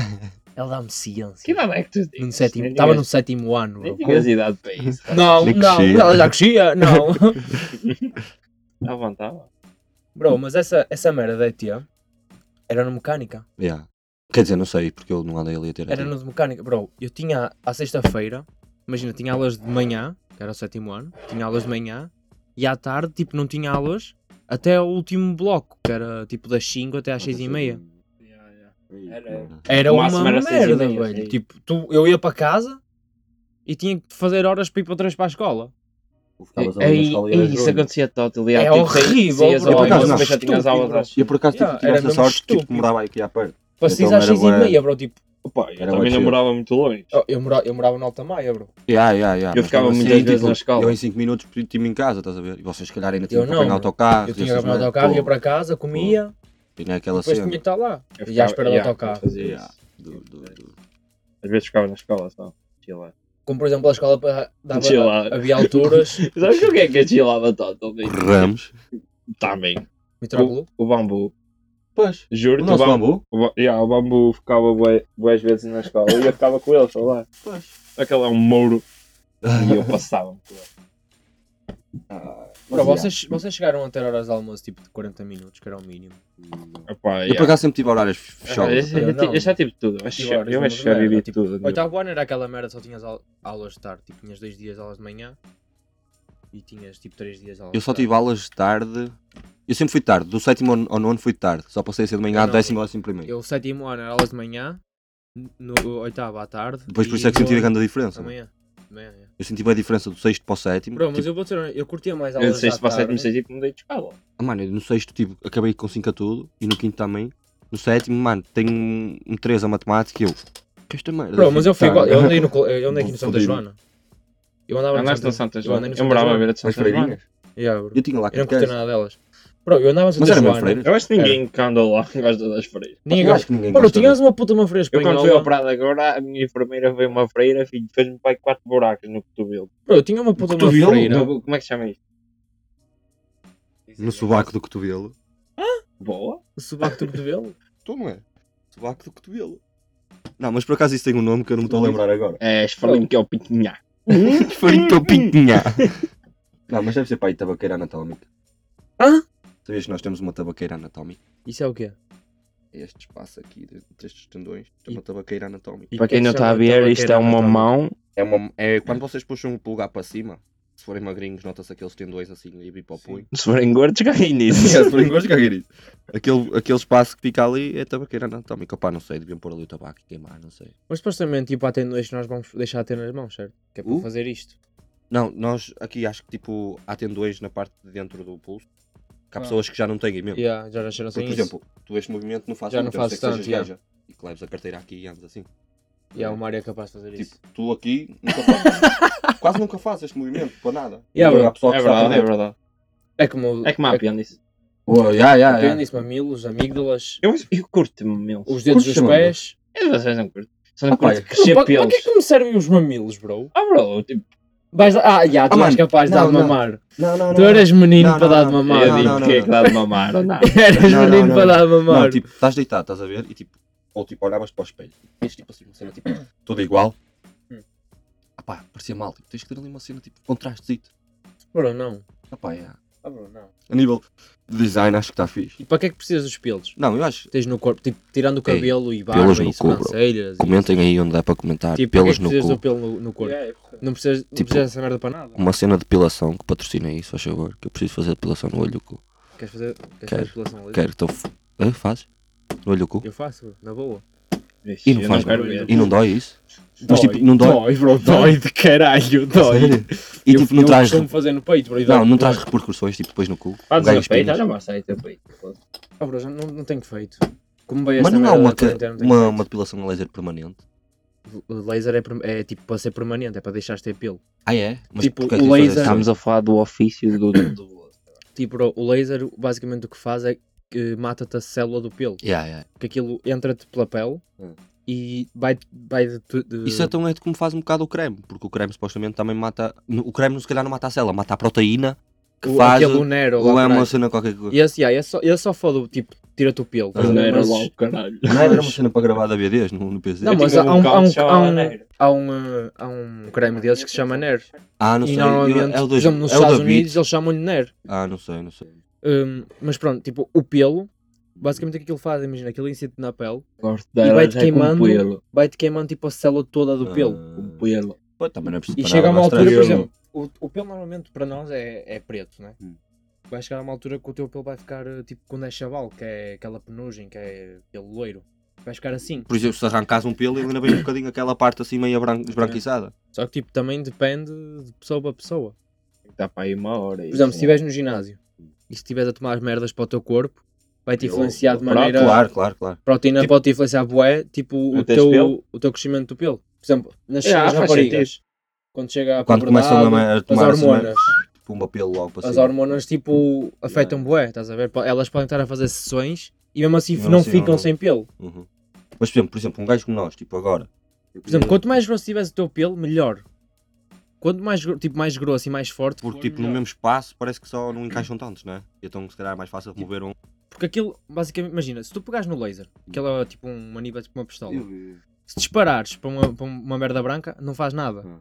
Speaker 2: Ela dá-me ciência.
Speaker 3: Que idade é que tu tens?
Speaker 2: No sétimo,
Speaker 3: Nem
Speaker 2: estava no
Speaker 3: tinhas-
Speaker 2: sétimo ano, bro.
Speaker 3: Nem tinhas idade para isso.
Speaker 2: Não,
Speaker 1: Nem
Speaker 2: não,
Speaker 1: crescia.
Speaker 2: ela já crescia, não.
Speaker 3: À vontade.
Speaker 2: Bro, mas essa, essa merda da ET era no mecânica.
Speaker 1: Yeah. Quer dizer, não sei, porque eu não andei ali a ter.
Speaker 2: Era
Speaker 1: aqui.
Speaker 2: no de mecânica. Bro, eu tinha à sexta-feira, imagina, tinha aulas de manhã, que era o sétimo ano, tinha aulas de manhã, e à tarde, tipo, não tinha aulas até o último bloco, que era tipo das 5 até às 6 e meia.
Speaker 3: Era-
Speaker 2: Era
Speaker 3: O
Speaker 2: uma
Speaker 3: máximo era
Speaker 2: merda,
Speaker 3: seis e meia,
Speaker 2: velho.
Speaker 3: sim.
Speaker 2: Tipo, tu, eu ia para casa e tinha que fazer horas para ir para trás para a escola.
Speaker 3: Ei, ei, isso acontecia tipo, total.
Speaker 2: É horrível,
Speaker 1: bro. Eu por acaso
Speaker 3: Depois já
Speaker 2: acho
Speaker 3: tinhas
Speaker 2: estúpido,
Speaker 3: aulas
Speaker 2: bro.
Speaker 3: às
Speaker 1: E eu por acaso
Speaker 2: Yeah,
Speaker 1: tipo, tive
Speaker 2: era
Speaker 1: essa
Speaker 2: mesmo
Speaker 1: sorte, tipo,
Speaker 2: estúpido.
Speaker 1: morava aqui à perto.
Speaker 2: Passei
Speaker 1: Então
Speaker 2: às
Speaker 1: era
Speaker 2: 6 e
Speaker 1: bué-
Speaker 2: meia, bro. Tipo,
Speaker 3: Opa, eu
Speaker 1: Era
Speaker 3: também
Speaker 1: bué
Speaker 3: não
Speaker 1: chill.
Speaker 3: morava muito longe.
Speaker 2: eu, eu mora- eu morava na Alta Maia, bro.
Speaker 1: Yeah, yeah, yeah,
Speaker 3: Eu
Speaker 1: mas
Speaker 3: ficava
Speaker 1: mesmo assim, tipo,
Speaker 3: muitas vezes na escola.
Speaker 1: Eu em 5 minutos tive-me em casa, estás a ver? E vocês, se calhar, ainda tinham
Speaker 2: Eu
Speaker 1: que
Speaker 2: não,
Speaker 1: apanhar
Speaker 2: bro.
Speaker 1: autocarro.
Speaker 2: Eu
Speaker 1: e
Speaker 2: tinha que
Speaker 1: essas tipo,
Speaker 2: apanhar o
Speaker 1: merdas.
Speaker 2: autocarro,
Speaker 1: Pô,
Speaker 2: ia para casa, comia,
Speaker 1: Tinha é aquela
Speaker 2: depois tinha
Speaker 1: cena.
Speaker 2: que estar lá. E
Speaker 3: Eu
Speaker 2: à
Speaker 3: ficava-
Speaker 2: espera do
Speaker 3: yeah,
Speaker 2: autocarro.
Speaker 3: fazia isso.
Speaker 1: Yeah, do- do- do-
Speaker 3: Às vezes ficava na escola só. Chilava.
Speaker 2: Como por exemplo a escola pa- dava,
Speaker 3: Chilar.
Speaker 2: havia alturas.
Speaker 3: Sabes o que é que eu chilava total?
Speaker 1: Ramos.
Speaker 3: Também.
Speaker 2: Metrópole?
Speaker 3: O bambu.
Speaker 1: Pois.
Speaker 3: Juro,
Speaker 1: O nosso bambu?
Speaker 3: O, ba- yeah, o bambu ficava bué- bué vezes na escola e eu ficava com ele, sei lá.
Speaker 1: Pois.
Speaker 3: Aquele é um mouro e eu passava-me com ele. Ah, mas,
Speaker 2: Bro,
Speaker 3: yeah.
Speaker 2: vocês, vocês chegaram a ter horas de almoço tipo de 40 minutos, que era o mínimo.
Speaker 3: Epá,
Speaker 1: Eu
Speaker 3: yeah.
Speaker 1: por acaso sempre tive horários
Speaker 3: Ah,
Speaker 1: fechados.
Speaker 3: esse- eu,
Speaker 2: Não.
Speaker 3: ti- eu já tive tudo.
Speaker 2: Tive
Speaker 3: Acho,
Speaker 2: horas,
Speaker 3: eu
Speaker 2: não
Speaker 3: acho que já
Speaker 2: era,
Speaker 3: vivi
Speaker 2: tipo,
Speaker 3: tudo.
Speaker 2: O oitavo ano era aquela merda, só tinhas au- aulas de tarde, tipo, tinhas dois dias de aulas de manhã e tinhas tipo três dias de aulas
Speaker 1: Eu só tive aulas de tarde. Eu sempre fui tarde. Do sétimo ao- ao nono fui tarde. Só passei a ser de manhã,
Speaker 2: Eu não.
Speaker 1: décimo ao décimo primeiro.
Speaker 2: Eu, o sétimo ano era aulas de manhã, no oitavo à tarde.
Speaker 1: Depois por
Speaker 2: e
Speaker 1: isso é que senti a
Speaker 2: nono
Speaker 1: grande diferença.
Speaker 2: da manhã. De manhã, é.
Speaker 1: Eu senti bem a diferença do sexto para o sétimo.
Speaker 2: Bro, mas
Speaker 1: Tipo,
Speaker 2: eu vou dizer, eu curtia mais
Speaker 3: Eu
Speaker 2: aulas
Speaker 3: sei
Speaker 2: à
Speaker 3: se você
Speaker 2: tarde.
Speaker 3: me sei tipo, mudei de escola.
Speaker 1: ah, Mano, eu no sexto tipo, acabei com 5 a tudo. E no quinto também. No sétimo, mano, tenho um- um 3 a matemática e eu. Que esta merda.
Speaker 2: Bro, mas eu fui
Speaker 1: Tá.
Speaker 2: igual, eu andei, no, col- eu andei
Speaker 1: Vou
Speaker 2: aqui no Santa
Speaker 1: foder-me.
Speaker 2: Joana. Eu andava
Speaker 3: Andaste no
Speaker 2: Santa
Speaker 3: Santa
Speaker 2: Joana. Eu
Speaker 3: Joana.
Speaker 2: andei no
Speaker 3: Eu
Speaker 2: Santa
Speaker 3: morava a
Speaker 2: Joana.
Speaker 3: beira de
Speaker 1: Mas
Speaker 3: Santa Joana.
Speaker 1: freirinhas?
Speaker 2: Yeah, bro.
Speaker 1: Eu tinha lá
Speaker 2: Eu não
Speaker 1: carteiras.
Speaker 2: curtia nada delas. Bro, eu andava no
Speaker 1: Mas
Speaker 2: Santa
Speaker 1: eram bem
Speaker 2: Joana.
Speaker 1: freiras.
Speaker 3: Eu acho que ninguém que andou lá gosta das freiras.
Speaker 2: Ninguém
Speaker 1: Eu
Speaker 2: gosta.
Speaker 1: acho que ninguém
Speaker 2: Mano,
Speaker 1: gosta,
Speaker 2: tinhas uma puta uma freira
Speaker 3: Eu quando
Speaker 2: espanhola.
Speaker 3: fui operado agora, a minha enfermeira veio uma freira, filho, fez-me pai quatro buracos no cotovelo.
Speaker 2: Bro, eu tinha uma puta uma
Speaker 1: Cotovelo?
Speaker 2: freira.
Speaker 3: No- como é que se chama isto?
Speaker 1: No sovaco do cotovelo.
Speaker 3: Boa?
Speaker 2: O sovaco do cotovelo?
Speaker 1: Tu não é? Sovaco do cotovelo. Não, mas por acaso isso tem um nome que eu não me estou a lembrar agora. um
Speaker 3: É, esfalinho que é o pitinhá.
Speaker 1: Farinha ou pintinha. Hum? Não, mas deve ser para aí tabaqueira anatómica.
Speaker 2: Hã?
Speaker 1: Sabias que nós temos uma tabaqueira anatómica?
Speaker 2: Isso é o quê?
Speaker 1: Este espaço aqui, entre estes tendões, tem uma tabaqueira anatómica.
Speaker 2: E
Speaker 3: Para
Speaker 2: que
Speaker 3: quem não
Speaker 2: se
Speaker 3: está a
Speaker 2: chama
Speaker 3: ver,
Speaker 2: tabaqueira
Speaker 3: isto é uma
Speaker 2: anatómica?
Speaker 3: mão.
Speaker 1: É, uma, é quando vocês puxam o pulgar para cima, se forem magrinhos, nota-se aqueles tendões assim e vir para o punho.
Speaker 3: Se forem gordos, caem nisso.
Speaker 1: É, se forem gordos, caguei nisso. Aquele, aquele espaço que fica ali é tabaqueira anatómica. Opá, não sei, deviam pôr ali o tabaco e queimar, não sei.
Speaker 2: Mas supostamente, tipo, há tendões que nós vamos deixar a ter nas mãos, certo? Que é para
Speaker 1: Uh?
Speaker 2: fazer isto.
Speaker 1: Não, nós aqui acho que tipo há tendões na parte de dentro do pulso que há
Speaker 2: Ah.
Speaker 1: pessoas que já não têm mesmo.
Speaker 2: Yeah, já nasceram
Speaker 1: Porque,
Speaker 2: sem
Speaker 1: por
Speaker 2: isso.
Speaker 1: exemplo, tu este movimento não fazes
Speaker 2: Já
Speaker 1: muito,
Speaker 2: não
Speaker 1: a não ser
Speaker 2: fazes
Speaker 1: que sejas
Speaker 2: tanto, yeah.
Speaker 1: gaja e que leves a carteira aqui e andas assim.
Speaker 2: Yeah, o Mário é capaz de fazer isso.
Speaker 1: Tipo, tu aqui nunca fazes. quase nunca fazes este movimento para nada.
Speaker 2: Yeah,
Speaker 1: Então,
Speaker 2: bro.
Speaker 1: há pessoal que
Speaker 3: É
Speaker 1: está
Speaker 3: verdade, é
Speaker 1: para dentro.
Speaker 3: verdade.
Speaker 2: É como...
Speaker 3: É que
Speaker 2: é-
Speaker 3: mapeando isso.
Speaker 1: Oh, yeah, yeah,
Speaker 2: Depende
Speaker 1: yeah.
Speaker 2: disso, mamilos, amígdalas,
Speaker 3: Eu, eu curto-me, meu.
Speaker 2: os dedos dos
Speaker 1: Curtes, mano?
Speaker 2: pés.
Speaker 3: Eu vocês não curto. Só não
Speaker 1: Ah, pá,
Speaker 3: curto
Speaker 1: eu-
Speaker 3: crescer
Speaker 2: Para para
Speaker 3: pelos.
Speaker 2: que é que me servem os mamilos, bro?
Speaker 3: Ah, bro, tipo,
Speaker 2: Vais... Ah, já, tu
Speaker 1: Ah,
Speaker 2: és
Speaker 1: mano,
Speaker 2: capaz de dar de
Speaker 1: não, não.
Speaker 2: mamar.
Speaker 1: Não, não, não.
Speaker 2: Tu eras menino
Speaker 1: Não,
Speaker 2: para
Speaker 1: não,
Speaker 2: dar de
Speaker 1: não.
Speaker 2: mamar. tipo.
Speaker 3: eu digo
Speaker 1: não,
Speaker 3: porque é
Speaker 1: não.
Speaker 3: que dá de mamar ou não.
Speaker 2: Eras
Speaker 1: Não, não,
Speaker 2: menino
Speaker 1: não.
Speaker 2: para dar de mamar.
Speaker 1: Não, tipo, estás deitado, estás a ver? E tipo, ou tipo, olhavas para o espelho. e Tens tipo assim uma cena tipo, tudo igual.
Speaker 2: Hum.
Speaker 1: Ah pá, parecia mal. Tipo, tens que ter ali uma cena tipo, contrastezito.
Speaker 2: Bro, não.
Speaker 1: Ah pá, yeah.
Speaker 2: Ah, bro, não.
Speaker 1: A nível de design acho que está fixe.
Speaker 2: E para que é que precisas dos pelos?
Speaker 1: Não, eu acho.
Speaker 2: Tens no corpo, tipo, tirando o
Speaker 1: Ei,
Speaker 2: cabelo e barba
Speaker 1: pelos no
Speaker 2: e
Speaker 1: cu, bro.
Speaker 2: sobrancelhas. e-
Speaker 1: Comentem aí onde dá para comentar.
Speaker 2: Tipo, para que é
Speaker 1: pelos
Speaker 2: que
Speaker 1: no
Speaker 2: precisas
Speaker 1: cu.
Speaker 2: do pelo no, no corpo? Não precisas, não
Speaker 1: Tipo-
Speaker 2: precisas dessa merda para nada.
Speaker 1: Uma cena de depilação que patrocina isso, faz favor. Que eu preciso fazer depilação no olho do cu.
Speaker 2: Queres fazer, queres
Speaker 1: Quero.
Speaker 2: fazer depilação laser?
Speaker 1: Quero, então. f- Ah, faz? No olho do cu.
Speaker 2: Eu faço, bro, na boa.
Speaker 1: E não faz
Speaker 3: quero
Speaker 2: bem.
Speaker 3: ver.
Speaker 1: E não dói isso? Mas, tipo, não dói?
Speaker 2: Dói, bro, dói de caralho, dói.
Speaker 1: Sério? E tipo, não
Speaker 2: eu um
Speaker 1: traz.
Speaker 2: costumo fazer no peito, bro, e dói.
Speaker 1: Não, não traz repercussões, tipo, depois no cu.
Speaker 3: Fazes
Speaker 1: Ganhas
Speaker 3: a peito,
Speaker 1: penas.
Speaker 3: olha, mas sai teu peito.
Speaker 2: Ah, bro, já não, não tenho feito. Como bem
Speaker 1: Mas
Speaker 2: esta
Speaker 1: não há
Speaker 2: merda
Speaker 1: uma,
Speaker 2: da
Speaker 1: que-
Speaker 2: quarentena, não tenho
Speaker 1: uma, uma depilação a laser permanente.
Speaker 2: feito. O laser é, per- é tipo para ser permanente, é para deixares ter pelo.
Speaker 1: Ah, é? Mas
Speaker 2: Tipo,
Speaker 1: porquê é que
Speaker 2: o
Speaker 1: tens de
Speaker 2: laser-
Speaker 1: fazer isso?
Speaker 3: Estamos a falar do ofício do. do...
Speaker 2: Tipo, bro, o laser basicamente o que faz é que mata-te a célula do pelo.
Speaker 1: Yeah, yeah.
Speaker 2: Que aquilo entra-te pela pele
Speaker 1: Hum.
Speaker 2: e vai, vai de, tu- de-
Speaker 1: Isso é tão é como faz um bocado o creme, porque o creme supostamente também mata. O creme, se calhar, não mata a célula, mata a proteína que
Speaker 2: o-
Speaker 1: faz.
Speaker 2: aquele lunero lá
Speaker 1: Ou é uma
Speaker 2: atrás.
Speaker 1: cena qualquer coisa.
Speaker 2: E esse, yeah, esse, só, esse só foda, tipo, tira-te o pelo.
Speaker 1: Ah.
Speaker 3: Não era
Speaker 2: Mas-
Speaker 3: lá o caralho.
Speaker 1: Não era uma
Speaker 2: Mas-
Speaker 1: cena para gravar da BDs no, Tipo, no PC?
Speaker 2: Não,
Speaker 3: Eu
Speaker 2: mas
Speaker 3: tinha
Speaker 2: há um, há
Speaker 3: local
Speaker 2: um,
Speaker 3: que se chama
Speaker 2: há um,
Speaker 3: Nero.
Speaker 2: há um, eh, há um creme deles que se chama Ner.
Speaker 1: ah, não
Speaker 2: E
Speaker 1: sei.
Speaker 2: normalmente,
Speaker 1: é o
Speaker 2: por
Speaker 1: dois-
Speaker 2: exemplo, nos
Speaker 1: é o
Speaker 2: Estados
Speaker 1: David.
Speaker 2: Unidos eles chamam-lhe Ner.
Speaker 1: Ah, não sei, não sei.
Speaker 2: Hum, mas pronto, tipo, o pelo, basicamente o que aquilo faz, imagina, aquilo incide na pele,
Speaker 3: Gosto
Speaker 2: E vai-te
Speaker 3: da laranja com
Speaker 2: queimando.
Speaker 3: pelo.
Speaker 2: vai-te queimando tipo a célula toda do pelo.
Speaker 3: Com
Speaker 1: Ah,
Speaker 3: pelo.
Speaker 1: pô, também não é preciso
Speaker 2: E
Speaker 1: para
Speaker 2: chega a
Speaker 1: nada
Speaker 2: uma
Speaker 1: mais
Speaker 2: altura, por
Speaker 1: trazer.
Speaker 2: exemplo, o, o pelo normalmente para nós é, é preto, né?
Speaker 1: Hum.
Speaker 2: Vai chegar a uma altura que o teu pelo vai ficar eh, tipo quando é chaval, que é aquela penugem, que é aquele loiro. Vai ficar assim.
Speaker 1: Por exemplo, se arrancas um pelo, ele ainda vem um bocadinho aquela parte assim meio bran- esbranquiçada.
Speaker 2: Só que tipo também depende de pessoa para pessoa.
Speaker 3: Está para aí Tá uma hora.
Speaker 2: Por exemplo, se estiveres no ginásio e se estiveres a tomar as merdas para o teu corpo, vai-te
Speaker 1: Eu-
Speaker 2: influenciar de
Speaker 1: Pronto,
Speaker 2: maneira.
Speaker 1: Claro, claro, claro.
Speaker 2: Proteína
Speaker 1: Tipo-
Speaker 2: pode-te influenciar bué, tipo o
Speaker 3: Não tens
Speaker 2: teu,
Speaker 3: pelo?
Speaker 2: o teu crescimento do pelo. Por exemplo, nas,
Speaker 3: É,
Speaker 2: nas
Speaker 3: faz
Speaker 2: raparigas, quando chega a
Speaker 1: Quando
Speaker 2: puberdade,
Speaker 1: começam a ma- a tomar assim
Speaker 2: as
Speaker 1: essa
Speaker 2: hormonas,
Speaker 1: Pumba pelo logo assim. para
Speaker 2: as
Speaker 1: cima.
Speaker 2: hormonas tipo afetam bué, estás a ver? Po- Elas podem estar a fazer sessões e mesmo assim
Speaker 1: Mesmo
Speaker 2: não
Speaker 1: assim,
Speaker 2: ficam
Speaker 1: não-
Speaker 2: sem pelo.
Speaker 1: Uhum. Mas, por exemplo, por exemplo, um gajo como nós, tipo agora.
Speaker 3: é
Speaker 2: Por exemplo, quanto mais grosso tivesse o teu pelo, melhor. Quanto mais, gro- tipo, mais grosso e mais forte,
Speaker 1: Porque,
Speaker 2: for,
Speaker 1: tipo, no
Speaker 2: melhor.
Speaker 1: mesmo espaço parece que só não encaixam tantos, né? Então, se calhar é mais fácil remover um
Speaker 2: Porque aquilo, basicamente, imagina, se tu pegares no laser, aquilo é tipo um- uma nível, tipo uma pistola.
Speaker 1: Eu vi.
Speaker 2: Se disparares para uma, para uma merda branca, não faz nada.
Speaker 1: Hum.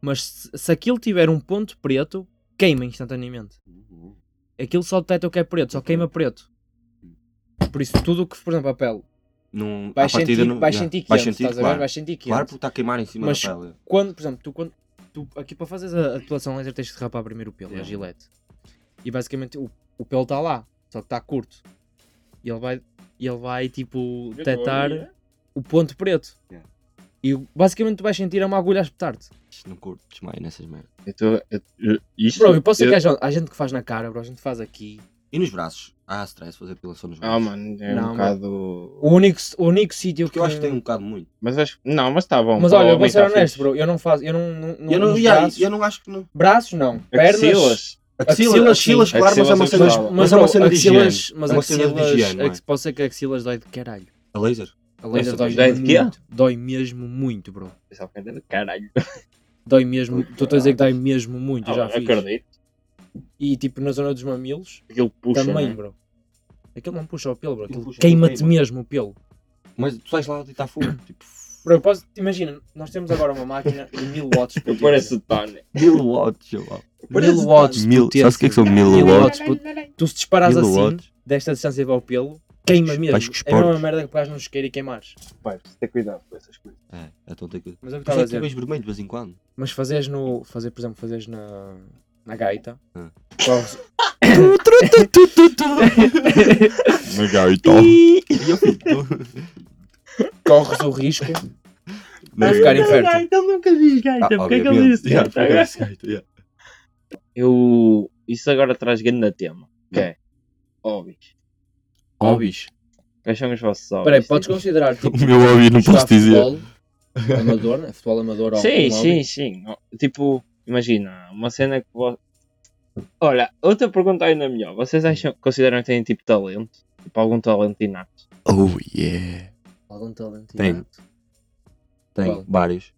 Speaker 2: Mas se, se aquilo tiver um ponto preto, queima instantaneamente. Aquilo só detecta o que é preto, só queima preto.
Speaker 1: Hum.
Speaker 2: Por isso, tudo o que, por exemplo, a pele,
Speaker 1: Não,
Speaker 2: vais
Speaker 1: à partida
Speaker 2: sentir,
Speaker 1: não-
Speaker 2: vais
Speaker 1: já.
Speaker 2: sentir quente,
Speaker 1: Vais sentir,
Speaker 2: estás a ver?
Speaker 1: claro.
Speaker 2: Vais sentir quente.
Speaker 1: Claro, porque está a queimar em cima
Speaker 2: Mas-
Speaker 1: da pele.
Speaker 2: quando, por exemplo, tu quando tu, aqui para fazeres a, a depilação laser tens de rapar primeiro o pelo,
Speaker 1: Yeah.
Speaker 2: a gilete. E basicamente o, o pelo está lá, só que está curto. E ele vai, e ele vai tipo
Speaker 3: é?
Speaker 2: detectar o ponto preto.
Speaker 1: Yeah.
Speaker 2: E basicamente tu vais sentir uma agulha a espetar-te.
Speaker 1: Não curto desmaio nessas merdas.
Speaker 3: Eu tô, eu, eu- isto,
Speaker 2: Bro, eu posso
Speaker 3: eu-
Speaker 2: dizer que há, há gente que faz na cara, bro, a gente faz aqui.
Speaker 1: E nos braços? Ah, stress, fazer depilação nos braços.
Speaker 3: Não, mano, é
Speaker 2: Não,
Speaker 3: um
Speaker 2: mano.
Speaker 3: bocado.
Speaker 2: O único, o único sítio que.
Speaker 1: Porque eu acho que tem um bocado muito.
Speaker 3: Mas acho que. Não, mas está bom.
Speaker 2: Mas
Speaker 3: para
Speaker 2: olha,
Speaker 3: o
Speaker 2: eu vou
Speaker 3: homem
Speaker 2: ser
Speaker 3: tá
Speaker 2: honesto,
Speaker 3: fixe.
Speaker 2: bro, eu não faço. Eu não. não, não
Speaker 1: Eu não,
Speaker 2: nos
Speaker 1: já,
Speaker 2: braços,
Speaker 1: eu não acho que não.
Speaker 2: braços não,
Speaker 3: Axilas,
Speaker 2: pernas.
Speaker 1: Axilas, axilas,
Speaker 3: sim.
Speaker 1: claro, mas é uma
Speaker 3: Axilas eu
Speaker 1: cena,
Speaker 3: gostava.
Speaker 1: mas, é uma
Speaker 2: bro,
Speaker 1: cena de higiene.
Speaker 2: axilas- Mas
Speaker 1: é uma cena de
Speaker 2: axilas-
Speaker 1: higiene, não é?
Speaker 2: ax- Pode ser que axilas dói de caralho.
Speaker 1: A laser?
Speaker 2: A laser
Speaker 1: Essa
Speaker 2: dói
Speaker 3: dói de quê?
Speaker 2: muito. Dói mesmo muito, bro.
Speaker 3: Pensava que era- é Caralho.
Speaker 2: Dói mesmo. Estou a dizer que dói mesmo muito. eu já
Speaker 3: Ah,
Speaker 2: fiz.
Speaker 3: Acredito.
Speaker 2: E tipo na zona dos mamilos
Speaker 3: Aquilo puxa.
Speaker 2: também,
Speaker 3: né?
Speaker 2: bro. Aquilo não puxa o pelo, bro.
Speaker 1: Aquilo
Speaker 2: Aquilo
Speaker 1: puxa,
Speaker 2: queima-te
Speaker 1: queima.
Speaker 2: mesmo o pelo.
Speaker 1: Mas tu sais lá e está fogo. Tipo,
Speaker 2: Bro, eu posso. Imagina, nós temos agora uma máquina de mil watts por
Speaker 3: Eu
Speaker 2: dia.
Speaker 3: pareço o Tony.
Speaker 1: mil watts, chaval.
Speaker 2: Mil watts. de
Speaker 1: Mil, sabes o que é que são
Speaker 2: potência.
Speaker 1: mil watts?
Speaker 2: puto. Tu se disparas
Speaker 1: Mil
Speaker 2: assim,
Speaker 1: watts.
Speaker 2: desta distância para o pelo, queima
Speaker 1: Vais
Speaker 2: mesmo.
Speaker 1: cuspar.
Speaker 2: É a mesma merda que pegas num isqueiro e queimares.
Speaker 3: Pai, preciso ter cuidado com essas coisas.
Speaker 1: É, então tem que...
Speaker 2: Mas é o que
Speaker 1: Por isso
Speaker 2: estava a
Speaker 1: é que tu
Speaker 2: dizer.
Speaker 1: vês vermelho de vez em quando.
Speaker 2: Mas fazes no. Fazer, por exemplo, fazes na. na gaita.
Speaker 1: Hum.
Speaker 2: Corres-
Speaker 1: Legal, então. E eu fico...
Speaker 2: corres o risco de ficar infértil.
Speaker 3: então nunca vi gaita.
Speaker 1: Ah,
Speaker 3: Porquê é que ele
Speaker 1: obviamente.
Speaker 3: disse
Speaker 1: Yeah,
Speaker 3: gaita?
Speaker 1: porque eu disse gaita, yeah.
Speaker 3: Eu. Isso agora traz grande tema. Que é. Hobbies.
Speaker 2: Hobbies.
Speaker 3: Quais são os vossos hobbies?
Speaker 2: Peraí, podes considerar tipo.
Speaker 1: O meu hobby não
Speaker 2: jogar
Speaker 1: posso dizer.
Speaker 2: Futebol amador, né? futebol amador ou
Speaker 3: Sim,
Speaker 2: um hobby.
Speaker 3: sim, sim. Tipo, imagina, uma cena que vo... Olha, outra pergunta ainda melhor. Vocês acham, consideram que têm tipo talento? Tipo, algum talento inato?
Speaker 1: Oh yeah.
Speaker 2: Algum talento.
Speaker 1: Tenho. Tenho
Speaker 2: Qual?
Speaker 1: vários.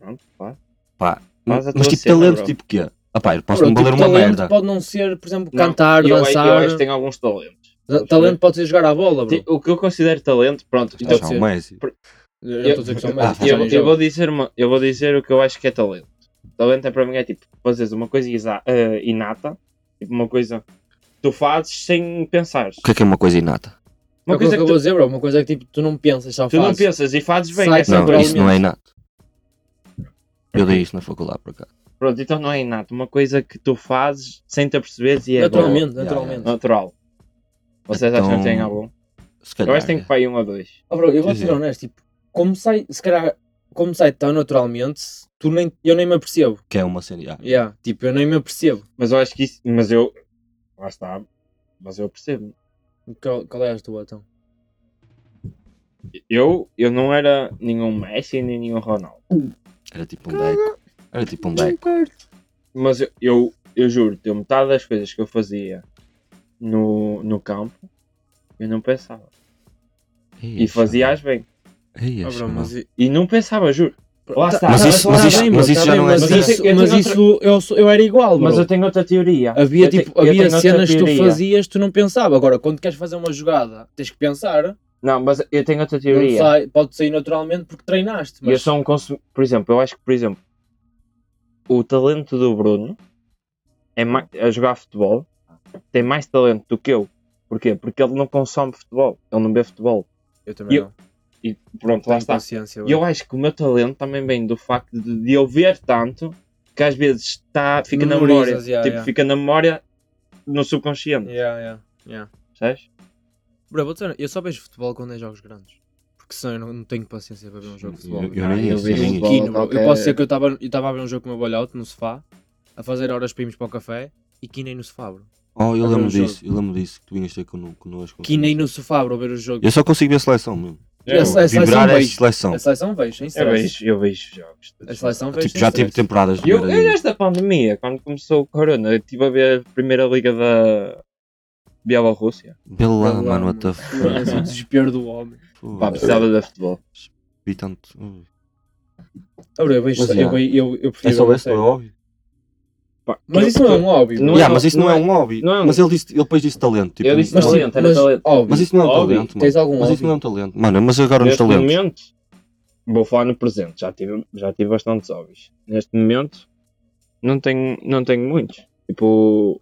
Speaker 3: Pronto, pá.
Speaker 1: Pá.
Speaker 3: Mas a
Speaker 1: Mas
Speaker 3: tua
Speaker 1: tipo
Speaker 3: cena,
Speaker 1: talento,
Speaker 3: bro.
Speaker 1: tipo quê? Ah pá, eu posso
Speaker 2: Ora,
Speaker 1: me valer
Speaker 2: tipo,
Speaker 1: uma
Speaker 2: talento
Speaker 1: merda.
Speaker 2: Pode não ser, por exemplo,
Speaker 3: Não,
Speaker 2: cantar,
Speaker 3: eu, Eu
Speaker 2: dançar.
Speaker 3: acho que tenho alguns talentos.
Speaker 2: Ta- Talento pode ser jogar à bola, bro.
Speaker 3: Ti- O que eu considero talento, pronto.
Speaker 1: Mas
Speaker 3: Então,
Speaker 2: Pode
Speaker 1: só
Speaker 2: ser.
Speaker 1: o Messi.
Speaker 2: Eu
Speaker 3: eu-
Speaker 2: estou a dizer que são É mais.
Speaker 1: Ah,
Speaker 2: já
Speaker 3: eu,
Speaker 2: nem
Speaker 3: eu
Speaker 2: jogo.
Speaker 3: vou dizer uma, eu vou dizer o que eu acho que é talento. Talento é para mim é tipo, fazeres uma coisa isa- eh, inata, tipo uma coisa que tu fazes sem pensares.
Speaker 1: O que é que é uma coisa inata?
Speaker 2: É
Speaker 3: Uma
Speaker 2: o que eu
Speaker 3: coisa que
Speaker 2: vou
Speaker 3: tu,
Speaker 2: dizer, bro. Uma coisa que tipo, tu não pensas, só
Speaker 3: tu não
Speaker 2: fazes.
Speaker 3: pensas e fazes bem.
Speaker 2: Sai
Speaker 3: essa
Speaker 1: Não,
Speaker 3: coisa.
Speaker 1: isso não é inato. Eu dei isso na faculdade, por acaso.
Speaker 3: Pronto, então não é inato, uma coisa que tu fazes sem te aperceberes e é
Speaker 2: Naturalmente,
Speaker 1: Yeah,
Speaker 2: naturalmente.
Speaker 3: boa. natural. Vocês acham que tem algum?
Speaker 1: Então, Se
Speaker 3: Eu
Speaker 1: calhar. é.
Speaker 3: acho que tem que para aí um ou dois.
Speaker 2: Ah, bro, eu vou
Speaker 1: Sim,
Speaker 2: ser
Speaker 1: sim.
Speaker 2: honesto, tipo, como sai, se calhar, como sai tão naturalmente, tu nem, eu nem me apercebo.
Speaker 1: Que é uma cena. yeah.
Speaker 2: Yeah, tipo, eu nem me apercebo.
Speaker 3: Mas eu acho que isso. Mas eu. Lá está. Mas eu percebo.
Speaker 2: Qual, qual é a tua, então?
Speaker 3: Eu, eu não era nenhum Messi nem nenhum Ronaldo.
Speaker 1: Era tipo um beco. Era tipo um beco.
Speaker 3: Mas eu, eu, eu juro, eu metade das coisas que eu fazia no, no campo, eu não pensava. E fazias bem.
Speaker 1: Ei,
Speaker 2: Ah,
Speaker 1: esse
Speaker 2: bro, mas, i-
Speaker 3: E não pensava, juro. Lá
Speaker 2: Tá-
Speaker 3: está.
Speaker 2: tá-
Speaker 1: Mas isso-
Speaker 2: tá
Speaker 1: mas isso-
Speaker 2: bem,
Speaker 1: mas
Speaker 2: bro,
Speaker 1: isso
Speaker 2: tá
Speaker 1: já
Speaker 2: bem,
Speaker 1: não é
Speaker 2: mas
Speaker 1: certo.
Speaker 2: isso-
Speaker 3: Eu
Speaker 2: Mas
Speaker 3: tenho
Speaker 2: isso, eu sou- eu era igual,
Speaker 3: Mas
Speaker 2: bro.
Speaker 3: eu tenho outra teoria.
Speaker 1: Ah.
Speaker 2: Havia,
Speaker 3: Eu te-
Speaker 2: tipo,
Speaker 3: eu
Speaker 2: havia
Speaker 3: tenho outra
Speaker 2: cenas que tu
Speaker 3: teoria.
Speaker 2: fazias, tu não pensava. Agora, quando queres fazer uma jogada, tens que pensar.
Speaker 3: Não, mas eu tenho outra
Speaker 2: Não
Speaker 3: teoria.
Speaker 2: sai, pode sair naturalmente porque treinaste.
Speaker 3: E eu
Speaker 2: Mas
Speaker 3: sou um consumidor. Por exemplo, eu acho que, por exemplo, o talento do Bruno é ma- a jogar futebol tem mais talento do que eu. Porquê? Porque ele não consome futebol, ele não vê futebol.
Speaker 2: eu também
Speaker 3: eu-
Speaker 2: não.
Speaker 3: E pronto, lá
Speaker 2: Tenho
Speaker 3: está.
Speaker 2: consciência.
Speaker 3: E eu acho que o meu talento também vem do facto de, de eu ver tanto que às vezes está, fica na
Speaker 2: Memorizas,
Speaker 3: memória.
Speaker 2: yeah,
Speaker 3: tipo,
Speaker 2: yeah.
Speaker 3: fica na memória no subconsciente.
Speaker 2: Yeah, yeah, yeah.
Speaker 3: Sabes?
Speaker 2: Bro, vou dizer, eu só vejo futebol quando é jogos grandes. Porque senão eu não, não tenho paciência para ver um jogo de futebol.
Speaker 1: Eu-
Speaker 2: bro.
Speaker 1: eu nem
Speaker 3: Ah,
Speaker 1: isso,
Speaker 3: vi
Speaker 1: nem
Speaker 3: futebol
Speaker 2: um Quino, bro.
Speaker 3: qualquer-
Speaker 2: Eu posso dizer que eu estava eu tava a ver um jogo com o meu bolhout no sofá, a fazer horas para irmos para o café e quinei no sofá, bro.
Speaker 1: Oh, eu
Speaker 2: Abre
Speaker 1: lembro
Speaker 2: um jogo.
Speaker 1: disso. Eu lembro disso que tu vinhas ter cono- connosco.
Speaker 2: Quinei no sofá, bro, ver o jogo.
Speaker 1: Eu só consigo ver a seleção, meu.
Speaker 2: E a
Speaker 3: Eu,
Speaker 2: seleção
Speaker 1: Vibrar é
Speaker 2: vejo.
Speaker 1: seleção.
Speaker 2: A seleção vejo, sem
Speaker 3: eu
Speaker 2: stress.
Speaker 3: vejo, eu vejo jogos.
Speaker 2: A seleção vejo.
Speaker 1: Tipo,
Speaker 2: sem
Speaker 1: já tive
Speaker 2: stress.
Speaker 1: temporadas de
Speaker 3: Eu,
Speaker 1: ver
Speaker 3: eu
Speaker 1: aí.
Speaker 3: nesta pandemia, quando começou o corona, eu estive a ver a primeira liga da Bielorrússia.
Speaker 1: Bela,
Speaker 2: Bela,
Speaker 1: mano, what the
Speaker 2: Mano, esse é o
Speaker 1: fuck.
Speaker 2: desespero do homem.
Speaker 1: Pô,
Speaker 3: Pá, precisava de futebol.
Speaker 1: Vi tanto. Hum.
Speaker 2: Ah, bro, eu vejo.
Speaker 1: Mas,
Speaker 2: eu,
Speaker 1: yeah.
Speaker 2: eu, eu, eu
Speaker 1: É
Speaker 2: prefiro.
Speaker 1: só
Speaker 2: ver
Speaker 1: esse, não é
Speaker 2: sério.
Speaker 1: óbvio?
Speaker 3: Pá,
Speaker 2: Mas isso não é um óbvio.
Speaker 3: Não
Speaker 1: Não
Speaker 3: é-
Speaker 1: mas isso não,
Speaker 3: não
Speaker 1: é um hobby.
Speaker 3: não é um-
Speaker 1: Mas ele, disse, ele depois disse talento. Tipo,
Speaker 3: Eu disse
Speaker 1: mas,
Speaker 3: é talento.
Speaker 2: tipo,
Speaker 4: era talento.
Speaker 2: óbvio,
Speaker 1: mas isso não é um
Speaker 3: Hobby?
Speaker 1: talento, mano.
Speaker 2: tens algum
Speaker 1: Mas
Speaker 2: óbvio?
Speaker 1: isso não é um talento. Mano, mas agora nos
Speaker 3: neste
Speaker 1: talentos.
Speaker 3: momento, vou falar no presente, já tive, já tive bastantes hobbies. Neste momento, não tenho, não tenho muitos. Tipo,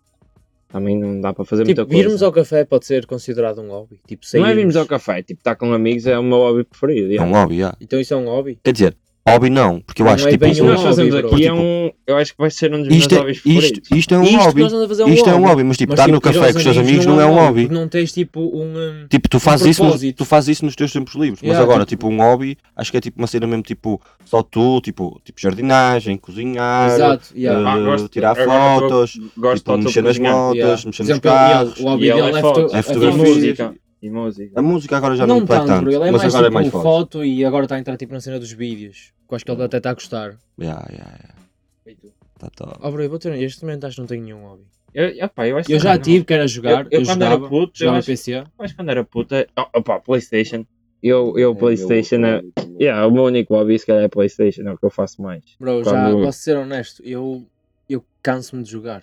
Speaker 3: também não dá para fazer
Speaker 2: Tipo,
Speaker 3: muita coisa.
Speaker 2: virmos ao café pode ser considerado um hobby. Tipo,
Speaker 3: Não é
Speaker 2: sairmos.
Speaker 3: virmos ao café, tipo, estar com amigos é o meu hobby preferido.
Speaker 1: É
Speaker 3: yeah.
Speaker 1: um hobby, yeah.
Speaker 2: Então isso é um hobby?
Speaker 1: Quer dizer, hobby não, porque eu
Speaker 2: Não
Speaker 1: acho
Speaker 2: é
Speaker 1: que tipo,
Speaker 2: bem
Speaker 3: O que
Speaker 1: isso
Speaker 2: um
Speaker 1: não-
Speaker 3: nós
Speaker 2: hobby,
Speaker 3: fazemos
Speaker 2: bro.
Speaker 3: aqui é
Speaker 1: Tipo,
Speaker 3: um. Eu acho que vai ser um dos
Speaker 1: isto,
Speaker 3: meus
Speaker 1: é,
Speaker 3: hobbies favoritos.
Speaker 1: isto, isto é um
Speaker 2: isto que
Speaker 1: hobby.
Speaker 2: nós andamos a fazer é um
Speaker 1: Isto é um
Speaker 2: hobby.
Speaker 1: hobby, mas tipo,
Speaker 2: Mas,
Speaker 1: estar no
Speaker 2: tipo, ir
Speaker 1: café
Speaker 2: aos
Speaker 1: com os teus amigos não é um hobby.
Speaker 2: Não tens tipo um. hum,
Speaker 1: Tipo, tu fazes,
Speaker 2: um
Speaker 1: isso nos,
Speaker 2: propósito.
Speaker 1: tu fazes isso nos teus tempos livres, mas
Speaker 2: Yeah,
Speaker 1: agora, tipo, um hobby, acho que é tipo uma cena mesmo, tipo, só tu, tipo, tipo jardinagem, cozinhar,
Speaker 2: Exato, yeah.
Speaker 1: Ah, tirar
Speaker 3: agora tô-
Speaker 1: fotos,
Speaker 3: gosto
Speaker 1: tipo,
Speaker 3: de
Speaker 1: mexer nas
Speaker 3: cozinhar.
Speaker 1: motos,
Speaker 2: Yeah.
Speaker 1: mexer
Speaker 2: Por
Speaker 1: nos
Speaker 2: exemplo, ele-
Speaker 1: carros,
Speaker 2: o hobby
Speaker 3: E
Speaker 2: dele
Speaker 3: ele é
Speaker 2: é,
Speaker 3: foto-
Speaker 2: foto-
Speaker 1: é
Speaker 3: E
Speaker 1: fotografia.
Speaker 2: foto-
Speaker 3: música. E música.
Speaker 1: a música agora já não,
Speaker 2: Não
Speaker 1: vai
Speaker 2: tanto,
Speaker 1: tanto,
Speaker 2: bro. Ele é
Speaker 1: mas
Speaker 2: mais
Speaker 1: agora
Speaker 2: tipo
Speaker 1: é mais
Speaker 2: foto.
Speaker 1: foto.
Speaker 2: e agora está a entrar tipo na cena dos vídeos. Que eu acho que ele até está a gostar.
Speaker 1: Yeah, yeah, yeah. Tá top.
Speaker 2: Oh, bro, eu vou ter. Este momento acho que não tenho nenhum hobby.
Speaker 3: Eu, opá, eu acho
Speaker 2: Eu
Speaker 3: que
Speaker 2: já
Speaker 3: não.
Speaker 2: tive, que era jogar.
Speaker 3: Eu-
Speaker 2: Eu,
Speaker 3: eu quando era
Speaker 2: jogava,
Speaker 3: puto, eu
Speaker 2: jogava
Speaker 3: acho-
Speaker 2: PC.
Speaker 3: Mas quando era puta. Oh, opá, PlayStation. Eu, eu PlayStation. é- Yeah, o meu único hobby, se calhar, é PlayStation. É o que eu faço mais.
Speaker 2: Bro,
Speaker 3: Quando-
Speaker 2: já posso ser honesto. Eu, eu canso-me de jogar.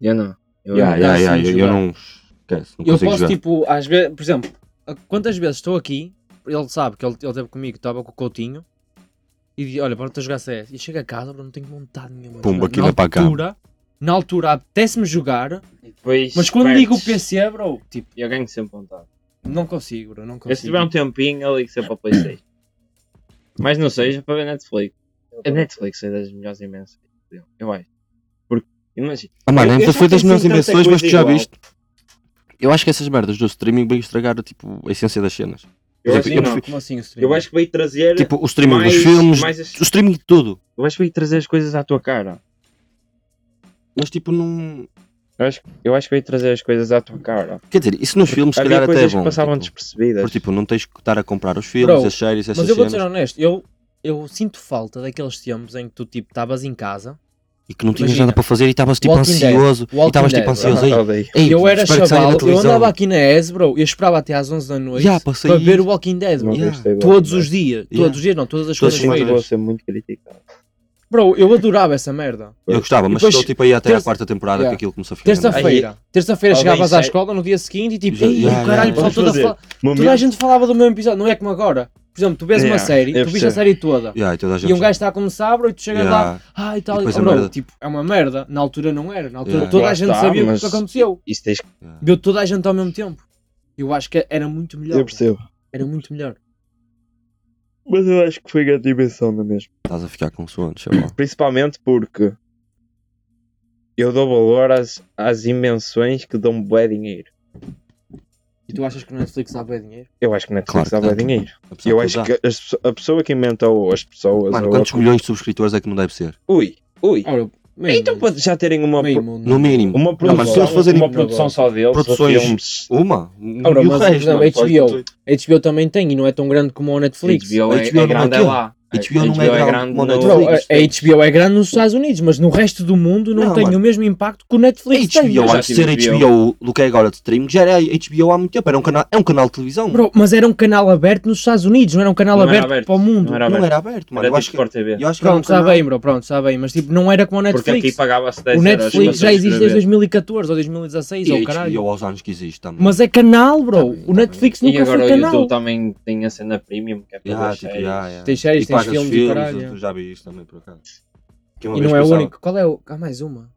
Speaker 3: Eu não. Eu,
Speaker 1: Yeah, yeah,
Speaker 2: canso-me
Speaker 1: yeah,
Speaker 2: de
Speaker 1: eu, eu
Speaker 2: jogar.
Speaker 1: não esquece, não
Speaker 2: Eu
Speaker 1: consigo
Speaker 2: posso,
Speaker 1: jogar.
Speaker 2: tipo, às vezes, por exemplo, a- quantas vezes estou aqui, ele sabe que ele, ele esteve comigo, estava com o Coutinho, e diz, olha, bora-te a jogar CS. E chega a casa, bro, não tenho vontade nenhuma. de
Speaker 1: Pumba,
Speaker 2: jogar.
Speaker 1: aquilo
Speaker 2: na
Speaker 1: é para a cama.
Speaker 2: altura, Na altura, apetece-me jogar,
Speaker 3: Depois
Speaker 2: mas quando
Speaker 3: perdes.
Speaker 2: ligo o PC, bro, tipo,
Speaker 3: Eu ganho sempre vontade.
Speaker 2: Então não consigo, bro, não
Speaker 3: Eu, se
Speaker 2: consigo.
Speaker 1: Tipo,
Speaker 3: tiver um tempinho, eu ligo sempre ao PlayStation. Mas não seja para ver Netflix. A Netflix é das melhores imensas. Eu acho. Porque, imagina.
Speaker 1: Ah, mano,
Speaker 3: Eu- eu
Speaker 1: ainda
Speaker 3: já
Speaker 1: foi das
Speaker 3: fiz
Speaker 1: melhores
Speaker 3: tanta
Speaker 1: invenções, mas
Speaker 3: coisa
Speaker 1: tu já
Speaker 3: igual.
Speaker 1: viste. Eu acho que essas merdas do streaming vêm estragar, tipo, a essência das cenas.
Speaker 3: Eu,
Speaker 1: Eu
Speaker 3: acho, que
Speaker 1: eu
Speaker 3: não.
Speaker 1: prefiro-
Speaker 2: Como assim o stream?
Speaker 3: eu acho que veio trazer.
Speaker 1: Tipo, o streaming
Speaker 3: mais,
Speaker 1: dos filmes,
Speaker 3: mais as-
Speaker 1: o streaming de tudo.
Speaker 3: Eu acho que veio trazer as coisas à tua cara.
Speaker 1: Mas, tipo, não...
Speaker 3: Eu acho, eu acho que veio trazer as coisas à tua cara.
Speaker 1: Quer dizer, isso nos filmes, se calhar,
Speaker 3: Havia
Speaker 1: até é
Speaker 3: coisas
Speaker 1: bom.
Speaker 3: que passavam
Speaker 1: tipo.
Speaker 3: despercebidas.
Speaker 1: Porque tipo, não tens que estar a comprar os filmes,
Speaker 2: Bro,
Speaker 1: as séries, essas
Speaker 2: Mas eu vou
Speaker 1: cenas.
Speaker 2: ser honesto, eu, eu sinto falta daqueles tempos em que tu, tipo, estavas em casa,
Speaker 1: E que não tinhas
Speaker 2: Imagina,
Speaker 1: nada para fazer e estavas tipo
Speaker 2: Walking Dead,
Speaker 1: ansioso. E
Speaker 2: Walking
Speaker 1: estavas tipo
Speaker 2: Dead,
Speaker 1: ansioso. Ei,
Speaker 3: odeio.
Speaker 1: ei,
Speaker 2: eu era
Speaker 1: espero que saia na
Speaker 2: chaval, eu
Speaker 1: televisão.
Speaker 2: andava aqui na ES, bro, eu esperava até às 11 da noite
Speaker 1: Yeah, para
Speaker 2: para
Speaker 1: sair.
Speaker 2: ver o Walking Dead, bro.
Speaker 3: Não
Speaker 1: Yeah.
Speaker 3: gostei,
Speaker 2: Todos
Speaker 3: bro.
Speaker 2: os dias,
Speaker 1: Yeah.
Speaker 2: todos os dias não, todas as
Speaker 1: Todas
Speaker 2: coisas.
Speaker 1: as
Speaker 3: Mas
Speaker 1: semanas.
Speaker 3: vou ser muito criticado.
Speaker 2: Bro, eu adorava essa merda.
Speaker 1: Eu gostava, mas
Speaker 2: Depois-
Speaker 1: chegou tipo aí até à
Speaker 2: terça-
Speaker 1: quarta temporada
Speaker 2: Yeah.
Speaker 1: que aquilo começou a ficar. merda.
Speaker 2: Terça-feira. Terça-feira
Speaker 3: Alguém
Speaker 2: chegavas à
Speaker 3: sai-
Speaker 2: escola no dia seguinte e tipo,
Speaker 1: Já-
Speaker 2: ei,
Speaker 1: yeah,
Speaker 2: caralho,
Speaker 1: yeah,
Speaker 2: pessoal,
Speaker 1: vamos
Speaker 2: toda, a fala- toda a gente falava do mesmo episódio, não é como agora. Por exemplo, tu vês
Speaker 3: Yeah,
Speaker 2: uma série,
Speaker 3: eu
Speaker 2: tu viste a
Speaker 3: percebo.
Speaker 2: série toda.
Speaker 1: Yeah, e toda a gente-
Speaker 2: E um gajo está a começar, bro, e tu chegas lá,
Speaker 1: Yeah.
Speaker 2: ah, e tal,
Speaker 1: E
Speaker 2: e
Speaker 1: depois
Speaker 2: oh,
Speaker 1: a
Speaker 2: bro,
Speaker 1: merda.
Speaker 2: tipo, é uma merda. Na altura não era, na altura
Speaker 1: Yeah.
Speaker 2: toda
Speaker 3: Lá
Speaker 2: a gente
Speaker 3: está,
Speaker 2: sabia o
Speaker 3: mas-
Speaker 2: que aconteceu.
Speaker 3: Isso tens que.
Speaker 2: Viu toda a gente ao mesmo tempo. Eu acho que era muito melhor.
Speaker 3: Eu percebo.
Speaker 2: Era muito melhor.
Speaker 3: Mas eu acho que foi grande dimensão não é mesmo.
Speaker 1: Estás a ficar com sono, chaval.
Speaker 3: Principalmente porque eu dou valor às, às invenções que dão bué dinheiro.
Speaker 2: E tu achas que o Netflix dá bem dinheiro?
Speaker 3: Eu acho que Netflix
Speaker 1: Claro que
Speaker 3: dá bué
Speaker 1: dá.
Speaker 3: dinheiro.
Speaker 1: Apesar
Speaker 3: Eu
Speaker 1: de
Speaker 3: acho
Speaker 1: tudo,
Speaker 3: que as pesso- a pessoa que inventou as pessoas.
Speaker 1: dá. Mano,
Speaker 3: ou-
Speaker 1: quantos milhões de subscritores é que não deve ser?
Speaker 3: Ui, ui.
Speaker 2: Ah, bro, meio
Speaker 3: Então
Speaker 2: mundo,
Speaker 3: pode já terem uma,
Speaker 2: meio
Speaker 3: pro-
Speaker 2: mundo.
Speaker 1: No mínimo.
Speaker 3: Hum. uma
Speaker 1: Não, mas se
Speaker 3: produção,
Speaker 1: eles fazerem
Speaker 3: uma produção só deles, ou
Speaker 1: Produções-
Speaker 3: filmes.
Speaker 1: uma.
Speaker 2: Ora,
Speaker 1: e o
Speaker 2: mas, por
Speaker 1: resto?
Speaker 2: exemplo,
Speaker 1: mano, só
Speaker 2: HBO.
Speaker 1: isso tudo.
Speaker 2: HBO também tem e não é tão grande como o Netflix.
Speaker 3: HBO,
Speaker 1: HBO
Speaker 3: é, é
Speaker 1: não
Speaker 3: grande
Speaker 1: é
Speaker 3: é
Speaker 1: aquilo.
Speaker 3: lá.
Speaker 1: HBO não é grande como o
Speaker 3: no-
Speaker 2: Bro, a,
Speaker 1: Netflix.
Speaker 2: a HBO é grande nos Estados Unidos, mas no resto do mundo não,
Speaker 1: Não,
Speaker 2: tem
Speaker 1: mano.
Speaker 2: o mesmo impacto que o é Netflix tem.
Speaker 1: HBO,
Speaker 3: já
Speaker 1: antes de ser
Speaker 3: tive
Speaker 1: HBO do que é agora de streaming, já era HBO há muito tempo. Era um canal, é um canal de televisão.
Speaker 2: Bro, mas era um canal aberto nos Estados Unidos, não era um canal
Speaker 3: Não era
Speaker 2: aberto,
Speaker 3: aberto,
Speaker 2: para o mundo.
Speaker 3: não era
Speaker 1: não
Speaker 3: aberto.
Speaker 1: era aberto, mano.
Speaker 3: Era
Speaker 1: Eu acho
Speaker 3: tipo
Speaker 1: que
Speaker 3: Sport TV.
Speaker 1: eu acho que era um
Speaker 2: Pronto, está
Speaker 1: canal-
Speaker 2: bem, bro, pronto, está bem, mas tipo, não era como o
Speaker 3: Porque aqui
Speaker 2: Netflix.
Speaker 3: pagava-se 10
Speaker 2: O
Speaker 3: euros
Speaker 2: Netflix
Speaker 3: para
Speaker 2: já existe desde
Speaker 3: subscrever.
Speaker 2: 2014 ou 2016, ou
Speaker 1: E
Speaker 2: caralho.
Speaker 1: HBO aos anos que existe também.
Speaker 2: Mas é canal,
Speaker 1: Tá
Speaker 2: bro.
Speaker 1: bem,
Speaker 2: O
Speaker 1: tá
Speaker 2: Netflix
Speaker 3: E
Speaker 2: nunca
Speaker 3: agora
Speaker 2: foi
Speaker 3: o
Speaker 2: canal.
Speaker 3: YouTube tá- também tem a cena premium, que é para
Speaker 1: Yeah,
Speaker 3: as
Speaker 1: tipo,
Speaker 3: séries.
Speaker 1: yeah, yeah.
Speaker 2: Tem séries,
Speaker 1: E
Speaker 2: tens
Speaker 1: pagas
Speaker 2: filmes e caralho,
Speaker 1: eu
Speaker 2: yeah.
Speaker 1: já vi isto também, por acaso. Que uma
Speaker 2: E
Speaker 1: vez
Speaker 2: não é o
Speaker 1: pensava,
Speaker 2: único. Qual é o. Há mais uma.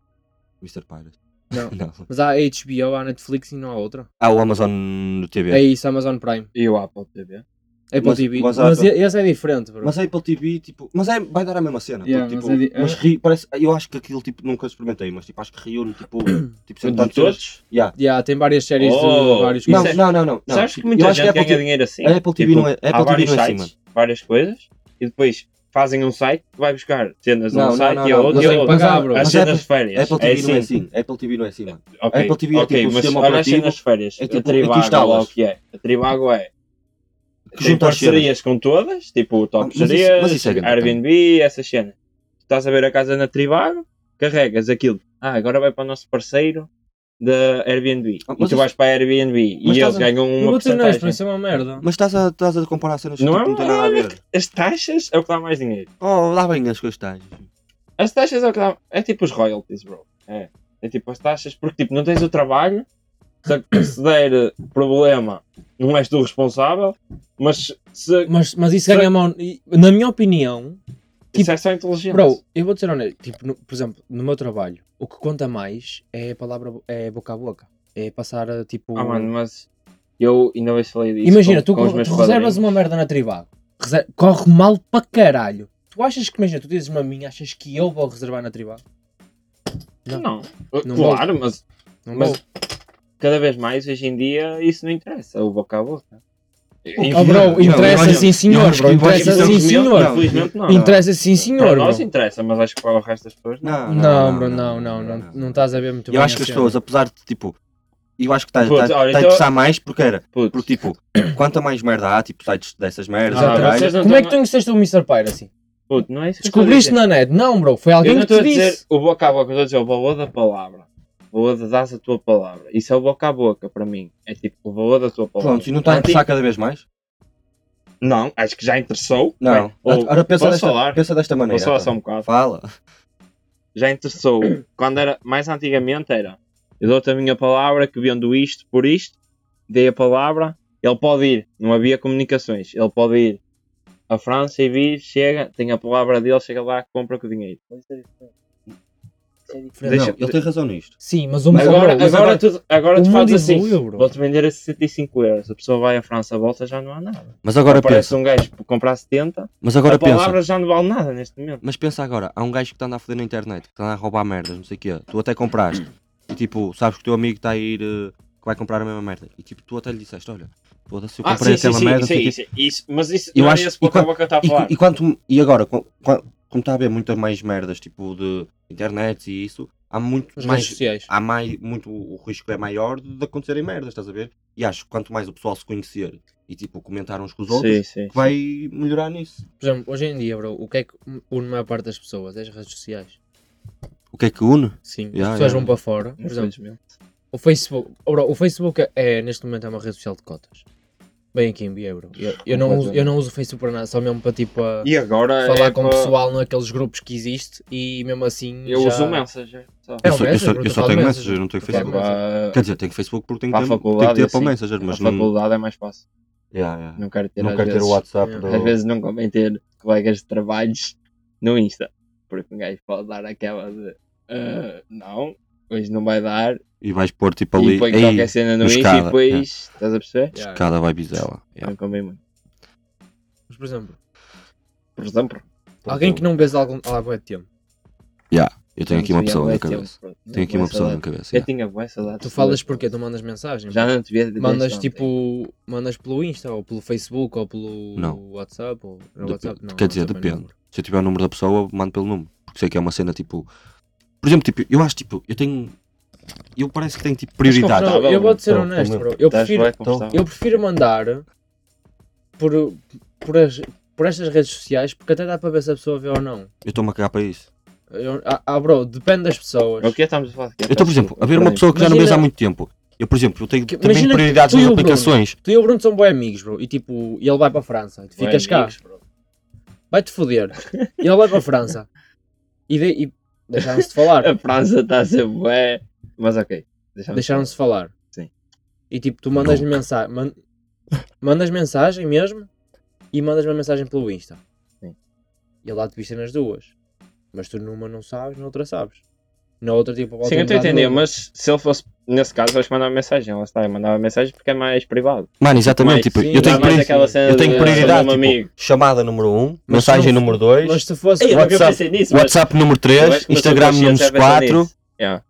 Speaker 1: Mr. Pirates.
Speaker 2: Não.
Speaker 1: Não.
Speaker 2: Mas há a HBO, há a Netflix e não há outra.
Speaker 1: Ah, o Amazon TV.
Speaker 2: É isso, Amazon Prime.
Speaker 3: E o Apple TV.
Speaker 2: Apple
Speaker 1: Mas-
Speaker 2: TV.
Speaker 1: mas
Speaker 2: Mas,
Speaker 1: há-
Speaker 2: esse é diferente, bro.
Speaker 1: Mas a Apple TV, tipo... Mas é, vai dar a mesma cena.
Speaker 2: Yeah,
Speaker 1: porque,
Speaker 2: mas
Speaker 1: tipo,
Speaker 2: é di-
Speaker 1: mas ri- parece, eu acho que aquilo, tipo, nunca experimentei, mas tipo, acho que reúne, tipo... tipo sempre
Speaker 3: De
Speaker 1: tantas cenas.
Speaker 3: todos?
Speaker 1: Yeah.
Speaker 2: Yeah, tem várias séries
Speaker 3: Oh,
Speaker 2: de vários
Speaker 1: Não,
Speaker 3: Isso é-
Speaker 1: não, não, não. não.
Speaker 3: Sabes que
Speaker 1: Tipo,
Speaker 3: muita
Speaker 1: eu acho
Speaker 3: gente
Speaker 1: que a
Speaker 3: ganha
Speaker 1: Apple,
Speaker 3: dinheiro assim?
Speaker 1: a Apple TV não é... A
Speaker 3: há
Speaker 1: Apple TV
Speaker 3: vários
Speaker 1: não é assim,
Speaker 3: sites,
Speaker 1: mano.
Speaker 3: várias coisas, e depois fazem um site, vai buscar cenas a
Speaker 1: Não,
Speaker 3: um
Speaker 1: não,
Speaker 3: site
Speaker 1: não,
Speaker 3: e a
Speaker 1: não,
Speaker 3: outro
Speaker 2: mas
Speaker 3: e a
Speaker 2: tem que
Speaker 3: outro.
Speaker 2: pagar, bro.
Speaker 1: Mas é
Speaker 3: As
Speaker 1: a
Speaker 3: cenas de
Speaker 1: A
Speaker 3: férias.
Speaker 1: Apple
Speaker 3: é
Speaker 1: TV não é
Speaker 3: assim.
Speaker 1: assim. A Apple TV não é assim, mano.
Speaker 3: Ok,
Speaker 1: Apple TV é
Speaker 3: ok,
Speaker 1: tipo um
Speaker 3: mas
Speaker 1: sistema
Speaker 3: olha as cenas
Speaker 1: operativo,
Speaker 3: de férias.
Speaker 1: é tipo,
Speaker 3: a
Speaker 1: é tu
Speaker 3: Trivago, lá o
Speaker 1: instalas.
Speaker 3: que é. A Trivago é.
Speaker 1: Que
Speaker 3: tem
Speaker 1: junta as cenas.
Speaker 3: parcerias com todas, tipo
Speaker 1: Ah,
Speaker 3: Top
Speaker 1: mas isso-
Speaker 3: Parcerias,
Speaker 1: mas isso é grande
Speaker 3: Airbnb, essas cenas. Tu Estás a ver a casa na Trivago, carregas aquilo. Ah, agora vai para o nosso parceiro da Airbnb.
Speaker 1: Ah,
Speaker 3: e tu
Speaker 1: mas isso-
Speaker 3: vais para a Airbnb
Speaker 1: Mas
Speaker 3: e
Speaker 1: estás
Speaker 3: eles
Speaker 1: a-
Speaker 3: ganham
Speaker 2: Eu
Speaker 3: uma
Speaker 2: vou ter
Speaker 3: porcentagem.
Speaker 2: nesta, isso é uma merda.
Speaker 1: Mas estás a, estás a comparar cenas que
Speaker 3: Não
Speaker 1: tipo,
Speaker 3: é
Speaker 1: não têm nada a ver.
Speaker 3: As taxas é o que dá mais dinheiro.
Speaker 1: Oh, lá bem as coisas que tens.
Speaker 3: As taxas é o que dá. É tipo os royalties, bro. É tipo as taxas, porque tipo, não tens o trabalho, se, se der eh, problema, não és tu o responsável, mas se,
Speaker 2: Mas, mas isso
Speaker 3: Será-
Speaker 2: ganha mal. e, Na minha opinião,
Speaker 1: Tipo,
Speaker 3: isso é só inteligência.
Speaker 2: bro, eu vou dizer honesto. Tipo, no- por exemplo, no meu trabalho, o que conta mais é a palavra, é boca a boca. É passar a, tipo.
Speaker 3: Ah, mano, mas eu ainda vez falei disso.
Speaker 2: imagina,
Speaker 3: com-
Speaker 2: tu,
Speaker 3: com os meus
Speaker 2: tu reservas
Speaker 3: padrinhos.
Speaker 2: uma merda na Tribago, reser- corre mal para caralho. Tu achas que, imagina, tu dizes-me a mim, achas que eu vou reservar na Tribago?
Speaker 3: Não,
Speaker 2: Não
Speaker 3: claro, mas
Speaker 2: Não
Speaker 3: Mas-
Speaker 2: vou.
Speaker 3: cada vez mais hoje em dia isso não interessa, o boca a boca.
Speaker 2: Oh, bro,
Speaker 3: Infelizmente,
Speaker 2: interessa
Speaker 3: não,
Speaker 2: sim, senhor.
Speaker 1: acho
Speaker 2: bro,
Speaker 1: que vai-
Speaker 2: interessa sim,
Speaker 1: infelizmente-
Speaker 2: senhor.
Speaker 3: Infelizmente não.
Speaker 2: Interessa sim, senhor.
Speaker 3: Para nós
Speaker 2: bro.
Speaker 3: interessa, mas acho que para o resto das pessoas não.
Speaker 2: Não, bro, não, não, não, não estás a ver muito bem.
Speaker 1: Eu acho que
Speaker 2: a
Speaker 1: as
Speaker 2: cena.
Speaker 1: pessoas, apesar de tipo. Eu acho que está
Speaker 3: Putz, olha,
Speaker 1: a
Speaker 3: então-
Speaker 1: interessar mais porque era.
Speaker 3: Puto,
Speaker 1: Porque tipo, quanto mais merda há, tipo sites dessas merdas,
Speaker 2: Ah,
Speaker 1: e caralho,
Speaker 3: vocês não
Speaker 2: Como é que tu
Speaker 3: estão-
Speaker 2: conheceste o Mr. Pyre assim?
Speaker 3: puto, não é isso que eu estou a
Speaker 2: Descobriste
Speaker 3: dizer.
Speaker 2: na net? Não, bro, foi
Speaker 3: Eu
Speaker 2: alguém
Speaker 3: não
Speaker 2: que
Speaker 3: estou
Speaker 2: te
Speaker 3: a dizer
Speaker 2: disse.
Speaker 3: o boca a boca, eu estou a dizer o valor da palavra. O valor de dar a tua palavra. Isso é o boca a boca para mim. É tipo o valor da tua palavra.
Speaker 1: pronto, e não está a
Speaker 3: Antes-
Speaker 1: interessar cada vez mais?
Speaker 3: Não, acho que já interessou.
Speaker 1: Não.
Speaker 3: Bem, ou-
Speaker 1: Ora, pensa
Speaker 3: posso
Speaker 1: desta,
Speaker 3: falar?
Speaker 1: pensa desta maneira.
Speaker 3: Vou falar
Speaker 1: então.
Speaker 3: só um bocado.
Speaker 1: Fala.
Speaker 3: Já interessou. Quando era mais antigamente era eu dou-te a minha palavra que vendo isto por isto, dei a palavra, ele pode ir. Não havia comunicações. Ele pode ir à França e vir, chega, tem a palavra dele, chega lá, compra com o dinheiro. Deixa-
Speaker 1: Não, ele tem razão nisto.
Speaker 2: Sim, mas o é
Speaker 1: Mas
Speaker 2: Mr.
Speaker 3: Agora,
Speaker 2: Bro,
Speaker 3: agora,
Speaker 2: agora-
Speaker 3: tu, agora tu
Speaker 2: o mundo
Speaker 3: fazes assim.
Speaker 2: evoluiu, bro.
Speaker 3: Vou-te vender a 65 euros. A pessoa vai à França, volta, já não há nada.
Speaker 1: Mas agora
Speaker 3: Aparece
Speaker 1: pensa.
Speaker 3: um gajo para comprar 70,
Speaker 1: Mas agora
Speaker 3: a palavra
Speaker 1: pensa.
Speaker 3: já não vale nada neste momento.
Speaker 1: Mas pensa agora, há um gajo que está a andar a foder na internet, que está a roubar merdas, não sei o quê. Tu até compraste. E tipo, sabes que o teu amigo está a ir. eh, que vai comprar a mesma merda. E tipo, tu até lhe disseste, olha, foda-se,
Speaker 3: Ah,
Speaker 1: eu comprei aquela merda. não
Speaker 3: isso, é
Speaker 1: sei o quê.
Speaker 3: isso, isso, mas isso
Speaker 1: Eu
Speaker 3: não
Speaker 1: acho-
Speaker 3: é esse
Speaker 1: e
Speaker 3: pouco a
Speaker 1: quando-
Speaker 3: boca que eu estava a
Speaker 1: E,
Speaker 3: falar.
Speaker 1: co- e quanto, e agora, co- co- como está a haver muitas mais merdas, tipo de internet e isso, há muito
Speaker 2: As redes
Speaker 1: mais,
Speaker 2: sociais.
Speaker 1: há mais, muito, o risco é maior de, de acontecerem merdas, estás a ver? E acho que quanto mais o pessoal se conhecer e tipo comentar uns com os outros,
Speaker 3: Sim, sim.
Speaker 1: que vai melhorar nisso.
Speaker 2: Por exemplo, hoje em dia, bro, o que é que une a maior parte das pessoas? É as redes sociais.
Speaker 1: O que é que une?
Speaker 2: Sim,
Speaker 1: Yeah,
Speaker 2: as pessoas
Speaker 1: yeah.
Speaker 2: vão para fora. Por exemplo, o Facebook. Bro, o Facebook é- é, neste momento, é uma rede social de cotas. Bem aqui em Bia, bro. Eu, eu, não uso, eu não uso o Facebook para nada, só mesmo para tipo a-
Speaker 3: E agora
Speaker 2: falar
Speaker 3: é
Speaker 2: com o
Speaker 3: para-
Speaker 2: pessoal naqueles grupos que existe e mesmo assim.
Speaker 3: Eu
Speaker 2: já...
Speaker 3: uso o Messenger. Só.
Speaker 2: É
Speaker 1: Eu só, eu
Speaker 2: o
Speaker 1: só-
Speaker 2: Messenger,
Speaker 1: eu só
Speaker 2: total
Speaker 1: tenho
Speaker 2: Messenger.
Speaker 1: Messenger, não tenho
Speaker 2: Total
Speaker 1: Facebook.
Speaker 2: Messenger.
Speaker 3: Para,
Speaker 1: Quer dizer, tenho Facebook porque tenho que
Speaker 3: Para
Speaker 1: ter,
Speaker 3: a
Speaker 1: tenho que
Speaker 3: faculdade,
Speaker 1: ter para o
Speaker 3: assim.
Speaker 1: Messenger, mas
Speaker 3: para a
Speaker 1: não,
Speaker 3: faculdade é mais fácil.
Speaker 1: yeah, yeah.
Speaker 3: Não quero ter,
Speaker 1: não
Speaker 3: às
Speaker 1: quero ter o
Speaker 3: vezes-
Speaker 1: WhatsApp.
Speaker 2: yeah.
Speaker 1: do-
Speaker 3: Às vezes não convém ter colegas de trabalhos no Insta. Porque um gajo pode dar aquela de "Ah, não, hoje não vai dar.
Speaker 1: E vais pôr tipo
Speaker 3: e
Speaker 1: ali.
Speaker 3: põe
Speaker 1: Ei,
Speaker 3: qualquer cena
Speaker 1: no
Speaker 3: no Insta e
Speaker 1: escada,
Speaker 3: depois. Estás a perceber?
Speaker 2: Yeah.
Speaker 1: cada vai bizela. Yeah.
Speaker 3: Não convém muito.
Speaker 2: Mas, por exemplo,
Speaker 3: Por exemplo,
Speaker 2: alguém que não beza algum, há bué de tempo.
Speaker 1: Eu tenho aqui uma pessoa na
Speaker 3: minha
Speaker 1: cabeça.
Speaker 2: um-
Speaker 3: Tenho
Speaker 1: Tenho aqui uma pessoa na cabeça.
Speaker 3: Eu
Speaker 1: yeah.
Speaker 3: tinha boa saudade.
Speaker 2: Tu falas porque tu mandas mensagem.
Speaker 3: Já não te via de
Speaker 2: Mandas
Speaker 3: desde
Speaker 2: tipo. Mandas pelo Insta ou pelo Facebook ou pelo
Speaker 1: Não.
Speaker 2: WhatsApp ou no
Speaker 1: Dep-
Speaker 2: WhatsApp não.
Speaker 1: quer dizer,
Speaker 2: WhatsApp é
Speaker 1: depende.
Speaker 2: número.
Speaker 1: Se eu tiver o número da pessoa, mando pelo número. Porque sei que é uma cena tipo. Por exemplo, tipo, eu acho tipo, eu tenho. Eu parece que tenho tipo prioridade.
Speaker 2: Não,
Speaker 3: Tá bom,
Speaker 2: eu vou-te ser
Speaker 1: tá bom,
Speaker 2: honesto,
Speaker 1: tá bom.
Speaker 2: bro. Eu
Speaker 3: Estás
Speaker 2: prefiro,
Speaker 3: bué confortável.
Speaker 2: eu prefiro mandar por, por, as- por estas redes sociais porque até dá para ver se a pessoa vê ou não.
Speaker 1: Eu estou-me a cagar para isso.
Speaker 2: Eu- ah, ah, bro, depende das pessoas.
Speaker 3: O que é que estamos a falar?
Speaker 1: Eu estou, Então, por exemplo, a ver uma pessoa que já não
Speaker 2: Imagina-
Speaker 1: vejo há muito tempo. Eu, por exemplo, eu tenho
Speaker 2: Que-
Speaker 1: também
Speaker 2: imagina que
Speaker 1: prioridades
Speaker 2: tu e
Speaker 1: nas
Speaker 2: o Bruno.
Speaker 1: aplicações.
Speaker 2: Tu e o Bruno são bons amigos, bro. E tipo, e ele vai para a França. Tu ficas cá. Vai-te foder. E ele vai para a França. E, de- e deixaram-se de falar.
Speaker 3: A França está a ser bué. Mas ok. deixamos-
Speaker 2: deixaram-se de falar.
Speaker 3: Tá Sim.
Speaker 2: E tipo, tu mandas mensagem, man- mandas mensagem mesmo e mandas uma mensagem pelo Insta.
Speaker 3: Sim.
Speaker 2: E lá te viste nas duas. Mas tu numa não sabes, na outra sabes. Na outra tipo,
Speaker 3: Sim, eu estou a entender, mas se ele fosse, nesse caso, vais mandar uma mensagem. Lá está, eu mandava mensagem porque é mais privado.
Speaker 1: Mano, exatamente.
Speaker 3: Mais-
Speaker 1: Tipo,
Speaker 2: é sim,
Speaker 1: eu tenho,
Speaker 3: Dá mais
Speaker 1: priori-
Speaker 3: aquela cena
Speaker 1: eu tenho
Speaker 3: de-
Speaker 1: prioridade.
Speaker 3: de um
Speaker 1: Tipo,
Speaker 3: amigo.
Speaker 1: chamada número 1, um,
Speaker 2: é Mas
Speaker 1: mensagem
Speaker 2: se não-
Speaker 1: número 2,
Speaker 2: Mas se fosse.
Speaker 3: Ei, eu nunca
Speaker 1: WhatsApp-
Speaker 3: pensei nisso, mas-
Speaker 1: WhatsApp número
Speaker 3: eu acho
Speaker 1: 3,
Speaker 3: que o meu
Speaker 1: Instagram
Speaker 3: subconsciente
Speaker 2: é
Speaker 1: número
Speaker 3: vai pensar
Speaker 1: 4.
Speaker 3: nisso. Yeah.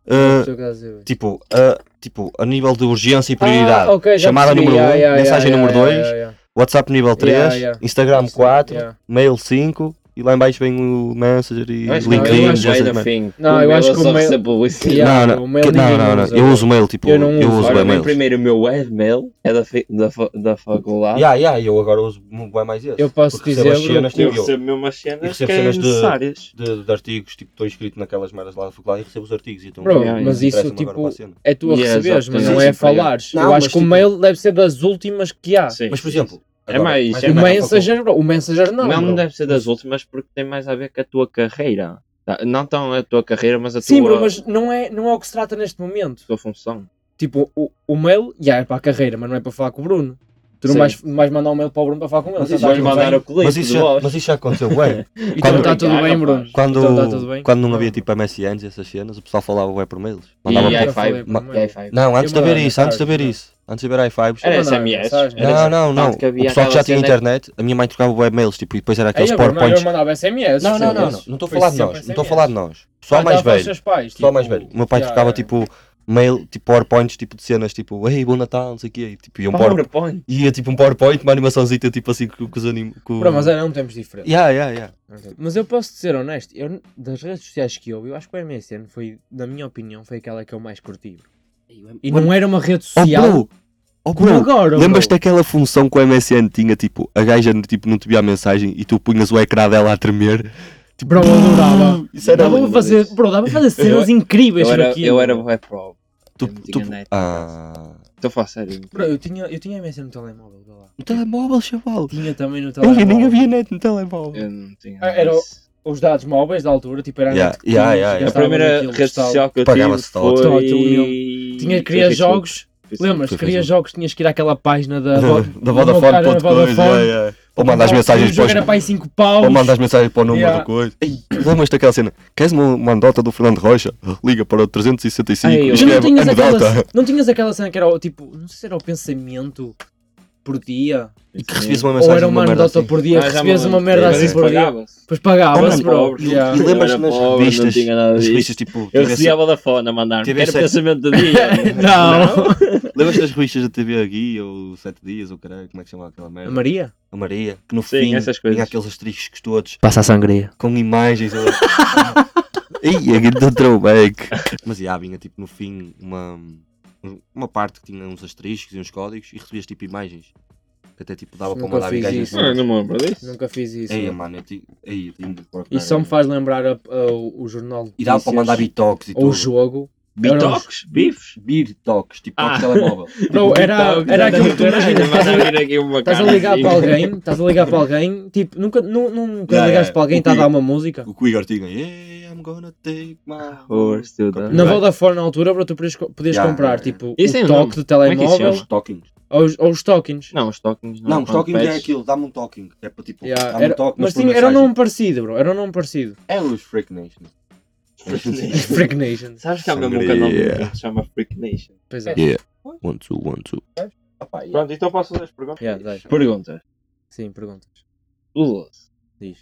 Speaker 1: tipo, a, tipo, a nível de urgência e prioridade.
Speaker 2: Ah, ok, já
Speaker 1: Chamada
Speaker 2: percebi.
Speaker 1: número 1,
Speaker 2: Yeah, yeah,
Speaker 1: mensagem
Speaker 2: yeah,
Speaker 1: número 2,
Speaker 2: yeah, yeah, yeah.
Speaker 1: WhatsApp nível 3,
Speaker 2: Yeah, yeah.
Speaker 1: Instagram 4,
Speaker 2: Yeah.
Speaker 1: mail 5 e lá em baixo vem o Messenger e
Speaker 3: Eu acho que
Speaker 1: LinkedIn.
Speaker 3: não, eu
Speaker 1: essas
Speaker 3: acho que é
Speaker 1: merdas.
Speaker 3: no fim.
Speaker 2: Não, eu acho que o
Speaker 3: só
Speaker 2: mail-
Speaker 3: recebo isso.
Speaker 2: Yeah.
Speaker 1: não,
Speaker 2: o
Speaker 1: não,
Speaker 2: mail
Speaker 1: que- não,
Speaker 2: ninguém
Speaker 1: não, não,
Speaker 2: usa.
Speaker 1: eu uso mail, tipo,
Speaker 2: Eu
Speaker 1: eu,
Speaker 2: não uso.
Speaker 1: uso
Speaker 3: Ora,
Speaker 1: bem
Speaker 3: o meu
Speaker 1: mail.
Speaker 3: primeiro, o meu webmail é da, fi- da, fa- da faculdade.
Speaker 1: Yeah, yeah, eu agora uso bem mais esse.
Speaker 2: Eu posso
Speaker 1: Porque recebo
Speaker 2: dizer,
Speaker 1: as cenas,
Speaker 3: Eu
Speaker 1: tipo, eu,
Speaker 3: recebo mesmo umas cenas que
Speaker 1: recebo
Speaker 3: é
Speaker 1: cenas de-
Speaker 3: necessárias.
Speaker 1: de, de artigos, tipo, estou inscrito naquelas merdas lá da faculdade e recebo os artigos. e Então,
Speaker 2: Bro,
Speaker 3: Yeah,
Speaker 2: mas
Speaker 1: interessa-me
Speaker 2: isso
Speaker 1: agora para
Speaker 2: tipo
Speaker 1: a cena.
Speaker 2: é tu a
Speaker 3: Yeah,
Speaker 2: receberes,
Speaker 3: exato,
Speaker 2: mas não
Speaker 3: sim,
Speaker 2: é
Speaker 3: sim, para ele.
Speaker 2: falares.
Speaker 1: Não,
Speaker 2: eu acho
Speaker 1: mas,
Speaker 2: que o
Speaker 1: tipo-
Speaker 2: mail deve ser das últimas que há.
Speaker 3: Sim.
Speaker 1: Mas, por exemplo,
Speaker 3: É
Speaker 1: agora,
Speaker 2: O
Speaker 3: mais- é
Speaker 1: agora na faculdade-
Speaker 2: Messenger, bro, o Messenger não.
Speaker 3: Não,
Speaker 2: bro.
Speaker 3: deve ser das últimas porque tem mais a ver com a tua carreira. Tá, Não tão a tua carreira, mas a
Speaker 2: Sim,
Speaker 3: tua,
Speaker 2: bro, mas não é, não é o que se trata neste momento.
Speaker 3: tua função.
Speaker 2: Tipo, o, o mail, já é para a carreira, mas não é para falar com o Bruno. Tu não
Speaker 3: Sim.
Speaker 2: vais, não vais mandar um mail para o Bruno para falar com ele.
Speaker 1: Mas
Speaker 2: só
Speaker 1: isso
Speaker 2: estás
Speaker 1: vais
Speaker 2: tudo
Speaker 1: mandar
Speaker 2: bem.
Speaker 3: clipe
Speaker 1: Mas isso, já, mas isso já aconteceu, ué.
Speaker 2: E
Speaker 1: quando-
Speaker 2: quando está tudo bem, Bruno.
Speaker 1: Quando,
Speaker 2: Então tá tudo bem.
Speaker 1: quando não havia
Speaker 2: Pronto.
Speaker 1: tipo um MSNs e essas cenas, o pessoal falava ué por mails.
Speaker 3: Mandava
Speaker 1: Mandava
Speaker 3: e
Speaker 1: por-
Speaker 2: Yeah,
Speaker 3: high
Speaker 2: eu falei
Speaker 3: five.
Speaker 2: por mail.
Speaker 3: E high five.
Speaker 1: Não, antes de
Speaker 2: Eu
Speaker 1: haver
Speaker 2: mandava
Speaker 1: isso, antes de haver
Speaker 2: mensagem,
Speaker 1: isso. Antes de haver high fives.
Speaker 3: Era
Speaker 2: mandava
Speaker 3: SMS.
Speaker 2: mensagem.
Speaker 3: era
Speaker 1: Não, não, não.
Speaker 3: tanto que
Speaker 1: O
Speaker 3: havia
Speaker 1: pessoal que já
Speaker 3: aquela
Speaker 1: tinha
Speaker 3: cena-
Speaker 1: internet, a minha mãe trocava webmails, tipo, e depois era
Speaker 2: Aí
Speaker 1: aqueles
Speaker 2: agora, mas
Speaker 1: PowerPoints.
Speaker 2: eu mandava SMS.
Speaker 1: Não, não, não,
Speaker 2: certeza.
Speaker 1: não. Não estou a
Speaker 2: Foi
Speaker 1: falar de
Speaker 2: sempre
Speaker 1: nós.
Speaker 2: SMS.
Speaker 1: Não estou a falar de nós. Pessoal
Speaker 2: Ah,
Speaker 1: mais
Speaker 2: estava aos
Speaker 1: velho.
Speaker 2: seus pais,
Speaker 1: Pessoal
Speaker 2: tipo,
Speaker 1: mais velho. O meu pai
Speaker 2: já,
Speaker 1: trocava
Speaker 2: é.
Speaker 1: tipo mail, tipo PowerPoints, tipo de cenas, tipo, ei, bom Natal, não sei o quê. E, tipo, ia um power...
Speaker 3: PowerPoint.
Speaker 1: ia tipo um PowerPoint, uma animaçãozinha tipo assim com, com os animais. Com...
Speaker 2: Bro, mas é eram tempos diferentes.
Speaker 1: Yeah, yeah, yeah.
Speaker 2: Mas eu posso ser honesto, eu, das redes sociais que houve, eu acho que o MSN foi, na minha opinião, foi aquela que eu mais curti. E não era uma rede
Speaker 1: Oh,
Speaker 2: social
Speaker 1: bro! Oh,
Speaker 2: como
Speaker 1: bro!
Speaker 2: agora,
Speaker 1: Lembras-te
Speaker 2: bro.
Speaker 1: daquela função que o MSN tinha, tipo, a gaja tipo, não te via a mensagem e tu punhas o ecrã dela a tremer? Tipo,
Speaker 2: Bro, eu adorava.
Speaker 1: Isso era
Speaker 2: dava
Speaker 3: lindo,
Speaker 2: para fazer,
Speaker 3: isso.
Speaker 2: bro, dava para fazer cenas incríveis
Speaker 3: Eu
Speaker 2: para
Speaker 3: era,
Speaker 2: aquilo.
Speaker 3: eu era bué pro.
Speaker 1: Tu,
Speaker 3: Eu não tinha
Speaker 1: tu...
Speaker 3: net, por
Speaker 1: Ah.
Speaker 3: Estou a falar sério.
Speaker 2: Bro, eu tinha, eu tinha MSN no telemóvel, vê lá.
Speaker 1: No telemóvel, chaval.
Speaker 2: Tinha também no telemóvel.
Speaker 1: Ninguém nem havia net no telemóvel.
Speaker 3: Eu não tinha.
Speaker 2: Ah, era o-
Speaker 3: isso.
Speaker 2: Os dados móveis da altura, tipo, era a
Speaker 1: Yeah,
Speaker 2: net que
Speaker 1: yeah,
Speaker 2: tinhas,
Speaker 1: yeah, yeah.
Speaker 3: A
Speaker 2: gastavas
Speaker 3: primeira
Speaker 2: naquilo,
Speaker 3: rede
Speaker 2: tal.
Speaker 3: social que eu tive
Speaker 1: Pagava-se
Speaker 3: foi...
Speaker 2: Tótil Tinha, queria
Speaker 3: Facebook.
Speaker 2: jogos, lembras?
Speaker 1: Foi
Speaker 2: Queria
Speaker 1: Facebook.
Speaker 2: jogos, tinhas que ir àquela página da,
Speaker 1: Da- da Vodafone, ponto coisa, é, é. Ou manda as
Speaker 2: O
Speaker 1: mensagens
Speaker 2: jogo
Speaker 1: para
Speaker 2: era
Speaker 1: os-
Speaker 2: para aí 5 paus.
Speaker 1: ou manda as mensagens para o número
Speaker 2: Yeah.
Speaker 1: do coisa. Ei, Lembras-te daquela cena? Queres uma, uma anedota do Fernando Rocha? Liga para o 365
Speaker 3: Ei,
Speaker 1: e
Speaker 3: eu-
Speaker 2: Já não
Speaker 1: escreve
Speaker 2: tinhas, aquela,
Speaker 1: anedota.
Speaker 2: não tinhas aquela cena que era o tipo, não sei se era o pensamento por dia,
Speaker 1: E que recebias uma
Speaker 2: ou
Speaker 1: mensagem
Speaker 2: era
Speaker 1: de
Speaker 2: uma
Speaker 1: merda
Speaker 2: anedota
Speaker 1: assim.
Speaker 2: por dia,
Speaker 3: Ah, já me
Speaker 2: recebias uma
Speaker 3: lembro.
Speaker 2: merda
Speaker 1: Mas
Speaker 2: assim
Speaker 1: isso
Speaker 2: por dia,
Speaker 3: Pagava-se.
Speaker 2: depois
Speaker 1: Oh,
Speaker 2: pagavas,
Speaker 1: mano,
Speaker 2: bro.
Speaker 3: pobre.
Speaker 2: Yeah.
Speaker 1: E lembras-te
Speaker 3: Eu
Speaker 1: nas
Speaker 3: era pobre, não
Speaker 1: revistas?
Speaker 3: tinha nada
Speaker 1: Nas
Speaker 3: disso.
Speaker 1: revistas tipo.
Speaker 3: Eu
Speaker 1: tivesse-
Speaker 3: recebia a Vodafone a mandar.
Speaker 1: Tive
Speaker 3: Era
Speaker 1: essa-
Speaker 3: pensamento do dia.
Speaker 2: Não.
Speaker 1: Lembras-te das revistas da TV Agui ou Sete Dias ou caralho, como é que chamava aquela
Speaker 2: A
Speaker 1: merda?
Speaker 2: Maria?
Speaker 1: A Maria, que no
Speaker 3: Sim,
Speaker 1: fim
Speaker 3: essas coisas.
Speaker 1: tinha aqueles asteriscos todos
Speaker 2: Passa a sangria.
Speaker 1: com imagens. eu- Ei, aquele do throwback. Mas já vinha tipo no fim uma, uma parte que tinha uns asteriscos e uns códigos e recebias tipo imagens. Que até tipo dava
Speaker 2: Nunca
Speaker 1: para mandar
Speaker 2: fiz
Speaker 1: imagens.
Speaker 2: isso.
Speaker 3: Ah, não me lembro disso.
Speaker 2: Nunca fiz isso.
Speaker 1: Ei,
Speaker 2: mano.
Speaker 1: mano, eu tinha. Ei, eu tinha de procurar.
Speaker 2: Isso só me faz lembrar a- a- o o jornal de
Speaker 1: E dava para
Speaker 2: notícias,
Speaker 1: mandar bitoques e
Speaker 2: Ou o
Speaker 1: tudo.
Speaker 2: jogo.
Speaker 3: Bitox? Bifes?
Speaker 1: Bitoques, tipo toque
Speaker 3: Ah.
Speaker 1: de telemóvel.
Speaker 2: Bro, era,
Speaker 3: Então,
Speaker 2: era aquilo que tu imaginas. estás a- Estás a ligar
Speaker 3: assim.
Speaker 2: para alguém, estás a ligar para alguém, tipo, nunca, nu, nu- nunca
Speaker 1: Yeah, yeah.
Speaker 2: ligaste para alguém,
Speaker 1: O
Speaker 2: está a
Speaker 1: Igor-
Speaker 2: dar uma música.
Speaker 1: O que Tipo, o Igor tinha. Yeah, I'm gonna take my
Speaker 3: Horse to the-
Speaker 2: Na
Speaker 1: Right.
Speaker 2: Vodafone, na altura, bro, tu podias, co- podias
Speaker 1: Yeah,
Speaker 2: comprar,
Speaker 1: yeah,
Speaker 2: tipo,
Speaker 3: Isso é
Speaker 2: o
Speaker 3: o
Speaker 2: toque do
Speaker 3: é que isso se
Speaker 2: telemóvel
Speaker 3: chama?
Speaker 1: Os toquings.
Speaker 2: ou, os- ou os tokens.
Speaker 3: Não, os tokens não.
Speaker 1: Não, os
Speaker 3: Quando
Speaker 1: toquings é
Speaker 3: pedes-
Speaker 1: aquilo, dá-me um toquing. É para tipo,
Speaker 2: Yeah,
Speaker 1: dá-me
Speaker 2: era-
Speaker 1: um toque, mas,
Speaker 2: mas tinha,
Speaker 1: por
Speaker 2: era um
Speaker 1: mensagem.
Speaker 2: nome parecido, bro, era um nome parecido.
Speaker 1: É os Freak Nation.
Speaker 2: Freak Nation.
Speaker 3: Sabes que há mesmo um
Speaker 1: Sangria.
Speaker 3: canal de YouTube que se chama Freak Nation.
Speaker 2: Pois é.
Speaker 1: Yeah. One, two, one, two.
Speaker 3: Opa, yeah. Pronto, então posso fazer as perguntas?
Speaker 2: Yeah, dai.
Speaker 3: Perguntas.
Speaker 2: Sim, perguntas.
Speaker 3: Luz.
Speaker 2: Diz.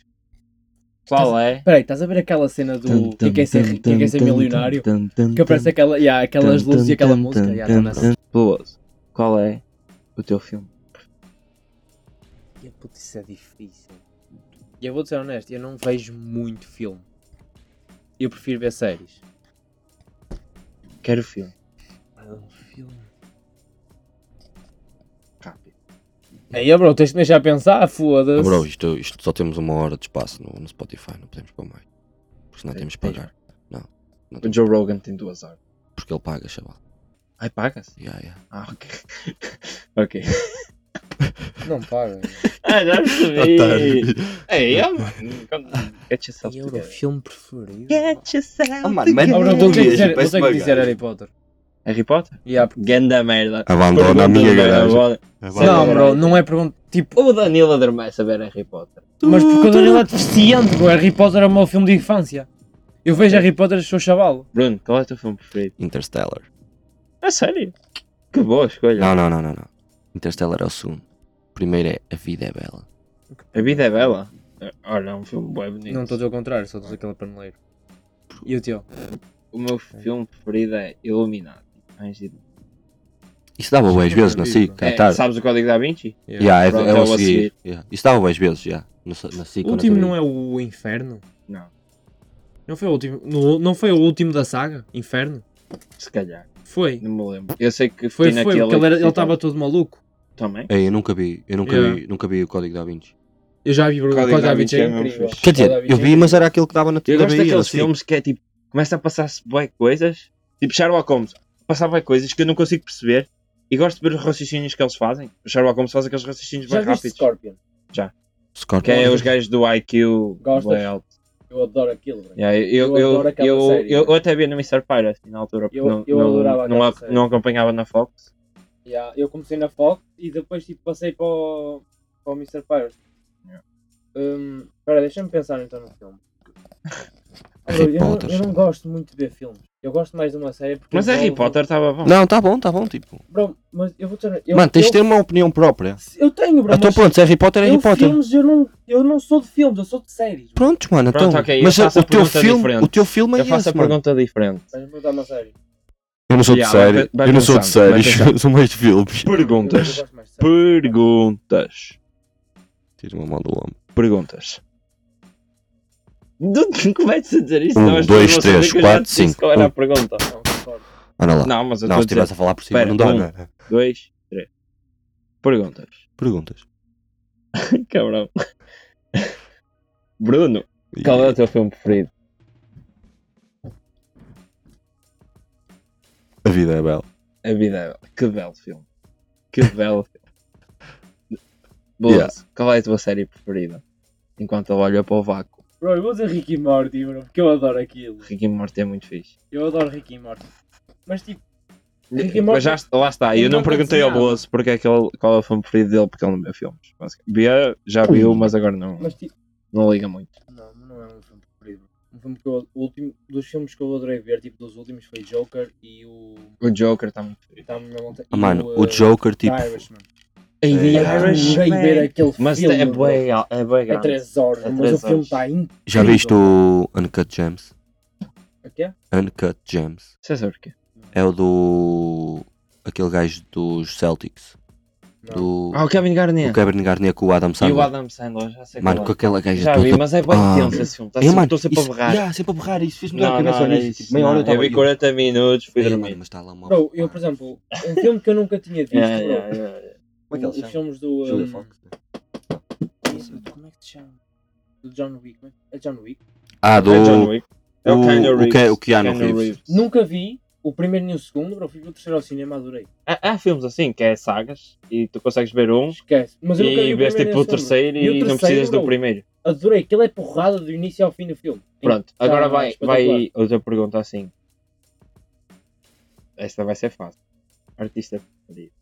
Speaker 3: Qual é?
Speaker 2: Peraí, estás a ver aquela cena do quem quer ser, quem quer ser milionário? Que aparece aquela, yeah, aquelas luzes e aquela música. yeah, tá nessa.
Speaker 3: Luz. Qual é o teu filme?
Speaker 2: E puto, isso é difícil. E eu vou ser honesto, eu não vejo muito filme. Eu prefiro ver séries.
Speaker 3: Quero filme.
Speaker 1: Ah,
Speaker 2: filme.
Speaker 3: Rápido.
Speaker 2: Aí, oh, bro, tens de me deixar pensar,
Speaker 3: é
Speaker 1: Ah,
Speaker 2: foda-se.
Speaker 1: bro, isto, isto só temos uma hora de espaço no, no Spotify, não podemos pôr mais. Porque senão
Speaker 3: Tem-
Speaker 1: temos que
Speaker 3: tens-
Speaker 1: pagar. Não, não
Speaker 3: O
Speaker 1: temos,
Speaker 3: Joe Rogan tem duas horas.
Speaker 1: porque ele paga, chaval.
Speaker 3: Ai, paga-se?
Speaker 1: Yeah, yeah.
Speaker 3: Ah, ok. ok.
Speaker 2: Não paga. É,
Speaker 3: Ah, já percebi. Ei, eu, mano. Get yourself
Speaker 2: Aí, bro,
Speaker 3: together.
Speaker 2: é filme preferido.
Speaker 3: Get yourself
Speaker 1: Ah, mano, mas-
Speaker 2: Ah, bro,
Speaker 1: together.
Speaker 2: vou ter que dizer, vou
Speaker 1: Parece
Speaker 2: ter que
Speaker 1: uma
Speaker 2: dizer
Speaker 1: gaja.
Speaker 2: Harry Potter.
Speaker 3: Harry Potter?
Speaker 2: Yeah, porque-
Speaker 3: Ganda merda.
Speaker 1: Abandona a minha
Speaker 3: Pergunta
Speaker 1: garagem.
Speaker 3: merda. Vai
Speaker 2: Não,
Speaker 3: ver
Speaker 2: bro,
Speaker 3: aí.
Speaker 2: não é pergunta. Tipo,
Speaker 3: O Danilo adormece a saber Harry Potter.
Speaker 2: mas porque o Danilo é deficiente, bro. Harry Potter é o meu filme de infância. Eu
Speaker 1: É.
Speaker 2: vejo Harry Potter e sou chavalo.
Speaker 3: Bruno, qual é o teu filme preferido?
Speaker 1: Interstellar.
Speaker 3: É sério? Que boa escolha.
Speaker 1: Não, não, não, não, não. Interstellar é o segundo. Primeiro é A Vida é Bela.
Speaker 3: A vida é bela. Olha, é um filme bem bonito.
Speaker 2: Não estou a dizer o contrário, só estou a dizer aquele paneleiro. E o teu?
Speaker 3: O meu filme preferido é Illuminati. Anjos de-
Speaker 1: Isso dava boas
Speaker 2: Nunca
Speaker 1: vezes,
Speaker 2: vi,
Speaker 1: não sei,
Speaker 2: bro.
Speaker 1: cá
Speaker 3: É,
Speaker 1: tarde.
Speaker 3: sabes o código da Vinci?
Speaker 1: Yeah, é,
Speaker 3: Pronto,
Speaker 1: é
Speaker 3: é
Speaker 1: o
Speaker 3: o
Speaker 1: a
Speaker 3: a
Speaker 1: seguir. Yeah. Isso dava boas vezes, já. No, sa- na
Speaker 2: O último não é o Inferno?
Speaker 3: Não.
Speaker 2: Não foi o último, no- não foi o último da saga? Inferno?
Speaker 3: Se calhar.
Speaker 2: Foi.
Speaker 3: Não me lembro. Eu sei que
Speaker 2: Foi,
Speaker 3: tinha
Speaker 2: foi,
Speaker 3: aquele-
Speaker 2: porque ele era- ele estava todo maluco.
Speaker 3: Também?
Speaker 1: É, eu nunca vi, eu nunca,
Speaker 2: Yeah.
Speaker 1: vi, nunca vi o Código da Vinci.
Speaker 2: Eu já vi o
Speaker 3: Código
Speaker 2: Código
Speaker 3: da
Speaker 2: da Vinci
Speaker 3: Vinci
Speaker 2: é
Speaker 3: é mesmo
Speaker 2: incrível.
Speaker 3: fixe.
Speaker 1: Quer dizer, eu vi, mas era aquele que dava na
Speaker 3: é Eu
Speaker 1: TV.
Speaker 3: gosto daqueles
Speaker 1: assim.
Speaker 3: filmes que é tipo, começa a passar-se bué coisas, tipo Sherlock Holmes, passar bué coisas que eu não consigo perceber e gosto de ver os raciocínios que eles fazem. O Sherlock Holmes faz aqueles raciocínios bem
Speaker 2: Já viste
Speaker 3: rápidos.
Speaker 2: Scorpion?
Speaker 1: Scorpion.
Speaker 3: Que é os gajos é do IQ
Speaker 2: Gostas?
Speaker 3: bué alto.
Speaker 2: Eu adoro aquilo, bro.
Speaker 3: Yeah, eu,
Speaker 2: Eu
Speaker 3: eu,
Speaker 2: adoro
Speaker 3: eu,
Speaker 2: aquela
Speaker 3: eu,
Speaker 2: série,
Speaker 3: eu,
Speaker 2: mano.
Speaker 3: até via no Mr. Pirate assim, na altura. porque
Speaker 2: Eu-
Speaker 3: não,
Speaker 2: eu
Speaker 3: não,
Speaker 2: adorava
Speaker 3: não,
Speaker 2: aquela
Speaker 3: ac-
Speaker 2: série. Tipo
Speaker 3: não acompanhava na Fox.
Speaker 2: Yeah, eu comecei na Fox e depois tipo, passei para o, para o Mr. Pirates.
Speaker 3: Yeah.
Speaker 2: Hum, Espera, deixa-me pensar então no filme.
Speaker 1: Harry
Speaker 2: Bro, eu, não,
Speaker 1: Potter.
Speaker 2: eu não gosto muito de ver filmes. Eu gosto mais de uma série porque.
Speaker 3: Mas Harry
Speaker 2: envolve-
Speaker 3: Potter estava bom.
Speaker 1: Não, tá bom, tá bom, tipo.
Speaker 2: Bro, mas eu vou te eu,
Speaker 1: Mano, tens de
Speaker 2: eu,
Speaker 1: ter uma opinião própria.
Speaker 2: eu tenho, bro.
Speaker 1: Então
Speaker 2: mas
Speaker 1: pronto, se é Harry Potter é
Speaker 2: eu
Speaker 1: Harry Potter.
Speaker 2: Filmes, eu, não, eu não sou de filmes, eu sou de séries. bro.
Speaker 1: Pronto, mano,
Speaker 3: Pronto,
Speaker 1: então.
Speaker 3: ok, eu
Speaker 1: mas
Speaker 3: faço a
Speaker 1: o teu
Speaker 3: pergunta
Speaker 1: filme,
Speaker 3: diferente.
Speaker 1: o teu filme é
Speaker 3: eu
Speaker 1: esse,
Speaker 3: faço a
Speaker 1: mano.
Speaker 3: pergunta diferente.
Speaker 2: Vais perguntar uma série.
Speaker 1: Eu não sou
Speaker 3: Yeah, vai- vai pensando, vai pensando.
Speaker 1: sou mais de filmes.
Speaker 2: Eu,
Speaker 3: Perguntas.
Speaker 2: gosto mais de séries.
Speaker 3: Perguntas.
Speaker 1: Tira uma mão do homem.
Speaker 3: Perguntas. Du- Como é que se dizer isto?
Speaker 1: Um,
Speaker 3: Não, as
Speaker 1: dois,
Speaker 3: pessoas
Speaker 1: três,
Speaker 3: vão saber que eu já te
Speaker 1: quatro,
Speaker 3: disse
Speaker 1: cinco.
Speaker 3: Qual era a
Speaker 1: Um.
Speaker 3: pergunta?
Speaker 2: Não, concordo.
Speaker 1: Anda lá.
Speaker 3: Não, mas eu
Speaker 1: Não, se
Speaker 3: estou a
Speaker 1: estivesse
Speaker 3: dizer.
Speaker 1: a falar por cima,
Speaker 3: Espera,
Speaker 1: não é? dá.
Speaker 3: um.
Speaker 1: não.
Speaker 3: Dois, três. Perguntas.
Speaker 1: Perguntas.
Speaker 3: Cabrão. Bruno, qual é o teu filme preferido?
Speaker 1: A vida é bela.
Speaker 3: A vida é bela. Que belo filme. Que belo filme. Boas,
Speaker 1: Yeah.
Speaker 3: qual é a tua série preferida? Enquanto eu olho para o vácuo.
Speaker 2: Bro, eu vou dizer Rick e Morty, bro, porque eu adoro aquilo.
Speaker 3: Rick and Morty é muito fixe.
Speaker 2: Eu adoro Rick e Morty. Mas tipo, Rick and Morty-
Speaker 3: Mas já, lá está,
Speaker 2: Rick
Speaker 3: eu
Speaker 2: and
Speaker 3: não
Speaker 2: Morty
Speaker 3: perguntei ao
Speaker 2: desenhava.
Speaker 3: Boas porque é que ele, qual é o filme preferido dele, porque ele não vê filmes. basicamente. Via, já viu, mas agora não,
Speaker 2: mas tipo.
Speaker 3: não liga muito.
Speaker 2: Não, não é um filme preferido. Um filme que eu, o último, dos filmes que eu adorei ver, tipo dos últimos, foi Joker e o.
Speaker 3: O Joker está muito fixe.
Speaker 2: Tá na volta,
Speaker 1: Ah, mano,
Speaker 3: uh,
Speaker 2: e
Speaker 1: o Joker, tipo.
Speaker 2: The Irishman.
Speaker 1: Ei,
Speaker 2: Eu
Speaker 1: Irishman.
Speaker 2: adorei ver aquele
Speaker 3: Mas
Speaker 2: filme.
Speaker 3: é
Speaker 2: bro.
Speaker 3: bem é bué
Speaker 2: É
Speaker 3: grande.
Speaker 2: 3 horas,
Speaker 3: É
Speaker 2: mas
Speaker 3: três
Speaker 2: o filme tá
Speaker 3: horas.
Speaker 2: está incrível.
Speaker 1: Já viste o Uncut Gems?
Speaker 2: O quê?
Speaker 1: Uncut Gems.
Speaker 3: Sei sabe porquê.
Speaker 1: É o do. aquele gajo dos Celtics.
Speaker 2: Não.
Speaker 1: Do.
Speaker 3: Ah, o Kevin Garnier.
Speaker 1: O Kevin Garnier com o Adam
Speaker 3: E o
Speaker 1: Sandler.
Speaker 3: Adam Sandler, já sei
Speaker 1: Mano,
Speaker 3: qual
Speaker 1: com
Speaker 3: é.
Speaker 1: aquela gaja
Speaker 3: Já
Speaker 1: toda.
Speaker 3: vi, mas é bem
Speaker 1: Ah.
Speaker 3: intenso esse filme. Tá
Speaker 1: É,
Speaker 3: sempre-
Speaker 1: mano,
Speaker 3: Estou sempre a
Speaker 1: isso-
Speaker 3: berrar.
Speaker 1: Yeah, sempre a berrar. Isso fez-me
Speaker 3: Não,
Speaker 1: dar a
Speaker 3: não,
Speaker 1: cabeça
Speaker 3: não,
Speaker 1: nisso.
Speaker 3: isso
Speaker 1: Tipo, meia hora
Speaker 3: não.
Speaker 1: eu tava
Speaker 3: vi 40 minutos, fui
Speaker 1: Ei,
Speaker 3: dormir. É,
Speaker 1: mano, mas está lá uma.
Speaker 2: Bro, eu, por exemplo, um filme que eu nunca tinha visto,
Speaker 3: Yeah,
Speaker 2: bro.
Speaker 3: yeah, yeah, yeah.
Speaker 1: Como é que ele
Speaker 2: os
Speaker 1: se chama?
Speaker 2: filmes do.
Speaker 1: Julia
Speaker 2: um,
Speaker 1: Fox.
Speaker 2: Como é que se chama? Do John Wick. como é que- É John Wick.
Speaker 1: Ah,
Speaker 3: É John
Speaker 1: do.
Speaker 3: Wick. É o
Speaker 1: o-
Speaker 3: Keanu
Speaker 1: o
Speaker 3: Reeves.
Speaker 1: Ke- o Keanu Reeves.
Speaker 2: Nunca vi o primeiro nem o segundo, bro. Fui ver o terceiro ao cinema, adorei.
Speaker 3: Há, há filmes assim, que é sagas, e tu consegues ver um,
Speaker 2: Esquece. Mas eu nunca vi
Speaker 3: e
Speaker 2: o
Speaker 3: vês
Speaker 2: primeiro nem
Speaker 3: tipo o
Speaker 2: segundo, bro.
Speaker 3: terceiro,
Speaker 2: E o
Speaker 3: e não
Speaker 2: terceiro,
Speaker 3: precisas do
Speaker 2: bro.
Speaker 3: primeiro.
Speaker 2: Adorei, aquilo é porrada do início ao fim do filme.
Speaker 3: Pronto,
Speaker 2: Tá,
Speaker 3: agora vai,
Speaker 2: espetacular.
Speaker 3: vai outra pergunta assim. Esta vai ser fácil. Artista preferido.